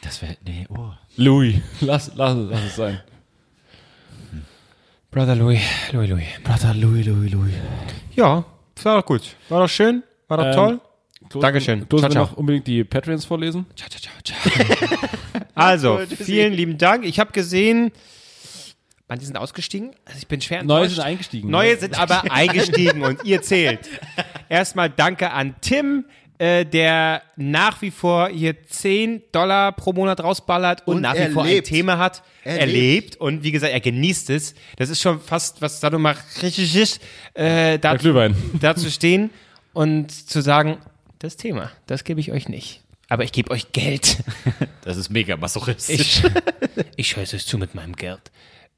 Speaker 4: Das wäre, nee, oh.
Speaker 1: Louis, lass, lass, es- lass es sein.
Speaker 2: Brother Louis, Louis, Louis.
Speaker 4: Brother Louis, Louis, Louis.
Speaker 2: Ja, war doch gut. War doch schön, war doch
Speaker 1: Ähm,
Speaker 2: toll.
Speaker 1: Klos,
Speaker 2: Dankeschön.
Speaker 1: Klos,
Speaker 2: Ciao,
Speaker 1: wir
Speaker 2: ciao.
Speaker 1: noch unbedingt die Patreons vorlesen.
Speaker 2: Also, vielen lieben Dank. Ich habe gesehen, manche sind ausgestiegen. Also ich bin schwer
Speaker 1: Neue
Speaker 2: enttäuscht.
Speaker 1: sind eingestiegen. ne?
Speaker 2: Neue sind aber eingestiegen und ihr zählt. Erstmal danke an Tim, äh, der nach wie vor hier 10 Dollar pro Monat rausballert und,
Speaker 4: Und
Speaker 2: nach
Speaker 4: er
Speaker 2: wie vor
Speaker 4: lebt.
Speaker 2: ein Thema hat.
Speaker 4: Er
Speaker 2: Er, lebt und wie gesagt, er genießt es. Das ist schon fast, was da mal richtig ist, äh, da,
Speaker 1: Herr Glühwein.
Speaker 2: da zu stehen und zu sagen, das Thema, das gebe ich euch nicht. Aber ich gebe euch Geld.
Speaker 5: Das ist mega masochistisch.
Speaker 2: Ich, ich scheiße euch zu mit meinem Geld.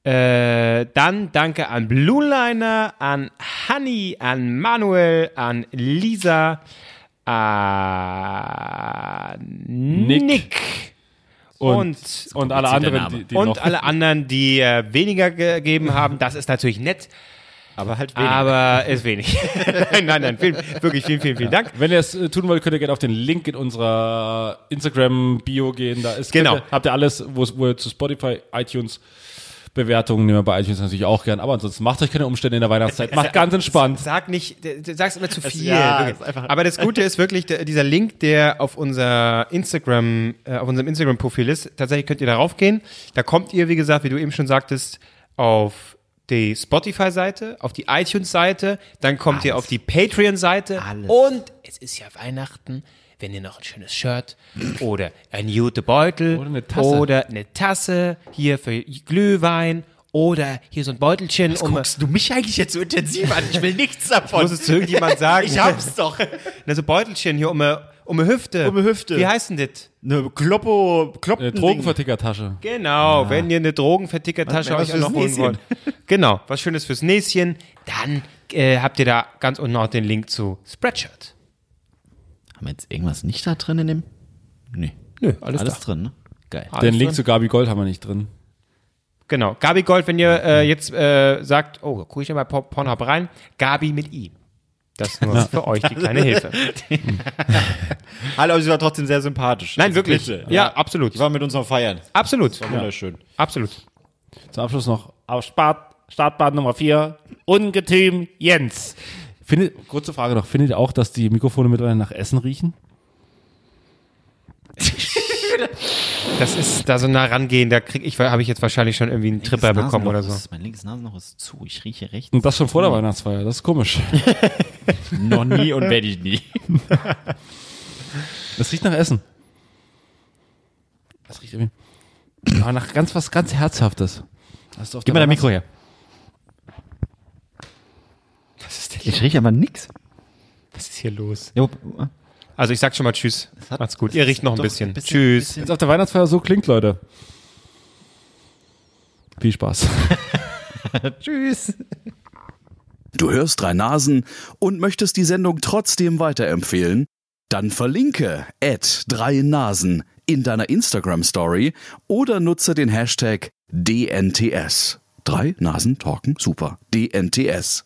Speaker 2: Äh, dann danke an Blue Liner, an Hanni, an Manuel, an Lisa, an Nick, und,
Speaker 1: Und alle anderen, die, die
Speaker 2: und
Speaker 1: noch.
Speaker 2: alle anderen, die äh, weniger gegeben haben. Das ist natürlich nett,
Speaker 4: Aber halt
Speaker 2: aber ist wenig. nein, nein, nein, vielen, wirklich vielen, vielen, vielen Dank.
Speaker 1: Wenn ihr es äh, tun wollt, könnt ihr gerne auf den Link in unserer Instagram-Bio gehen. Da ist
Speaker 2: Genau.
Speaker 1: könnt ihr, habt ihr alles, wo es wo ihr zu Spotify, iTunes. Bewertungen nehmen wir bei iTunes natürlich auch gern, aber ansonsten macht euch keine Umstände in der Weihnachtszeit. Macht ganz entspannt.
Speaker 2: Sag nicht, du du sagst immer zu viel.
Speaker 4: ja,
Speaker 2: wirklich.
Speaker 4: ist einfach-
Speaker 2: Aber das Gute ist wirklich, der, dieser Link, der auf unser Instagram, äh, auf unserem Instagram-Profil ist, tatsächlich könnt ihr darauf gehen. Da kommt ihr, wie gesagt, wie du eben schon sagtest, auf die Spotify-Seite, auf die iTunes-Seite, dann kommt ihr auf die Patreon-Seite und es ist ja Weihnachten. Wenn ihr noch ein schönes Shirt oder ein Jutebeutel
Speaker 1: Oder eine Tasse.
Speaker 2: oder eine Tasse hier für Glühwein oder hier so ein Beutelchen, um
Speaker 6: Guckst du mich eigentlich jetzt so intensiv an? Ich will nichts davon.
Speaker 2: muss es zu irgendjemand sagen.
Speaker 6: Ich hab's doch.
Speaker 2: Na, so Beutelchen hier um eine, um eine Hüfte.
Speaker 6: Um eine Hüfte.
Speaker 2: Wie heißen das?
Speaker 6: Eine Kloppo, Kloppen
Speaker 1: Äh, Drogenvertickertasche.
Speaker 2: Genau, wenn ihr eine Drogenvertickertasche
Speaker 6: Ah. Was- was
Speaker 2: euch noch
Speaker 6: fürs Näschen.
Speaker 2: holen wollt. Genau, was Schönes fürs Näschen. Dann äh, habt ihr da ganz unten auch den Link zu Spreadshirt.
Speaker 4: Haben wir jetzt irgendwas nicht da drin in dem? Nee.
Speaker 2: Nö, alles,
Speaker 4: Alles
Speaker 2: da.
Speaker 4: drin, ne? Geil.
Speaker 1: Den
Speaker 2: Alles
Speaker 1: Link
Speaker 2: drin.
Speaker 1: zu Gabi Gold haben wir nicht drin.
Speaker 2: Genau, Gabi Gold, wenn ihr äh, jetzt äh, sagt, oh, gucke ich ja mal Por- Pornhub rein. Gabi mit I. Das nur für euch die kleine Hilfe.
Speaker 6: Hallo, aber sie war trotzdem sehr sympathisch.
Speaker 2: Nein, wirklich.
Speaker 6: bitte.
Speaker 2: Ja, absolut.
Speaker 6: Die war mit uns am Feiern.
Speaker 2: Absolut.
Speaker 6: Wunderschön.
Speaker 2: Absolut.
Speaker 1: Zum Abschluss noch auf Spart, Startbahn Nummer 4, Ungetüm Jens. Findet, kurze Frage noch, findet ihr auch, dass die Mikrofone mittlerweile nach Essen riechen?
Speaker 2: Das ist da so nah rangehen, da krieg ich, habe ich jetzt wahrscheinlich schon irgendwie einen Tripper
Speaker 4: Linkes
Speaker 2: bekommen
Speaker 4: Nasenloch
Speaker 2: oder so.
Speaker 4: Ist, mein linkes Nasenloch ist zu. Ich rieche rechts.
Speaker 1: Und das schon vor der Weihnachtsfeier, das ist komisch.
Speaker 6: Noch nie und werde ich nie.
Speaker 1: Das riecht nach Essen. Das riecht irgendwie aber nach ganz was ganz Herzhaftes. Hast du auf
Speaker 6: Gib mal
Speaker 1: der
Speaker 6: dein Mikro her.
Speaker 4: Ich rieche aber nix.
Speaker 2: Was ist hier los?
Speaker 4: Jo,
Speaker 2: Also ich sag schon mal Tschüss.
Speaker 4: hat-
Speaker 2: Macht's gut.
Speaker 4: das
Speaker 2: Ihr
Speaker 4: ist
Speaker 2: riecht noch ein
Speaker 4: doch
Speaker 2: bisschen.
Speaker 4: ein bisschen-
Speaker 2: Tschüss.
Speaker 1: Wenn es auf der Weihnachtsfeier so klingt, Leute. Viel Spaß.
Speaker 10: Du hörst drei Nasen und möchtest die Sendung trotzdem weiterempfehlen? Dann verlinke at drei Nasen in deiner Instagram Story oder nutze den Hashtag DNTS. Drei Nasen talken super. DNTS.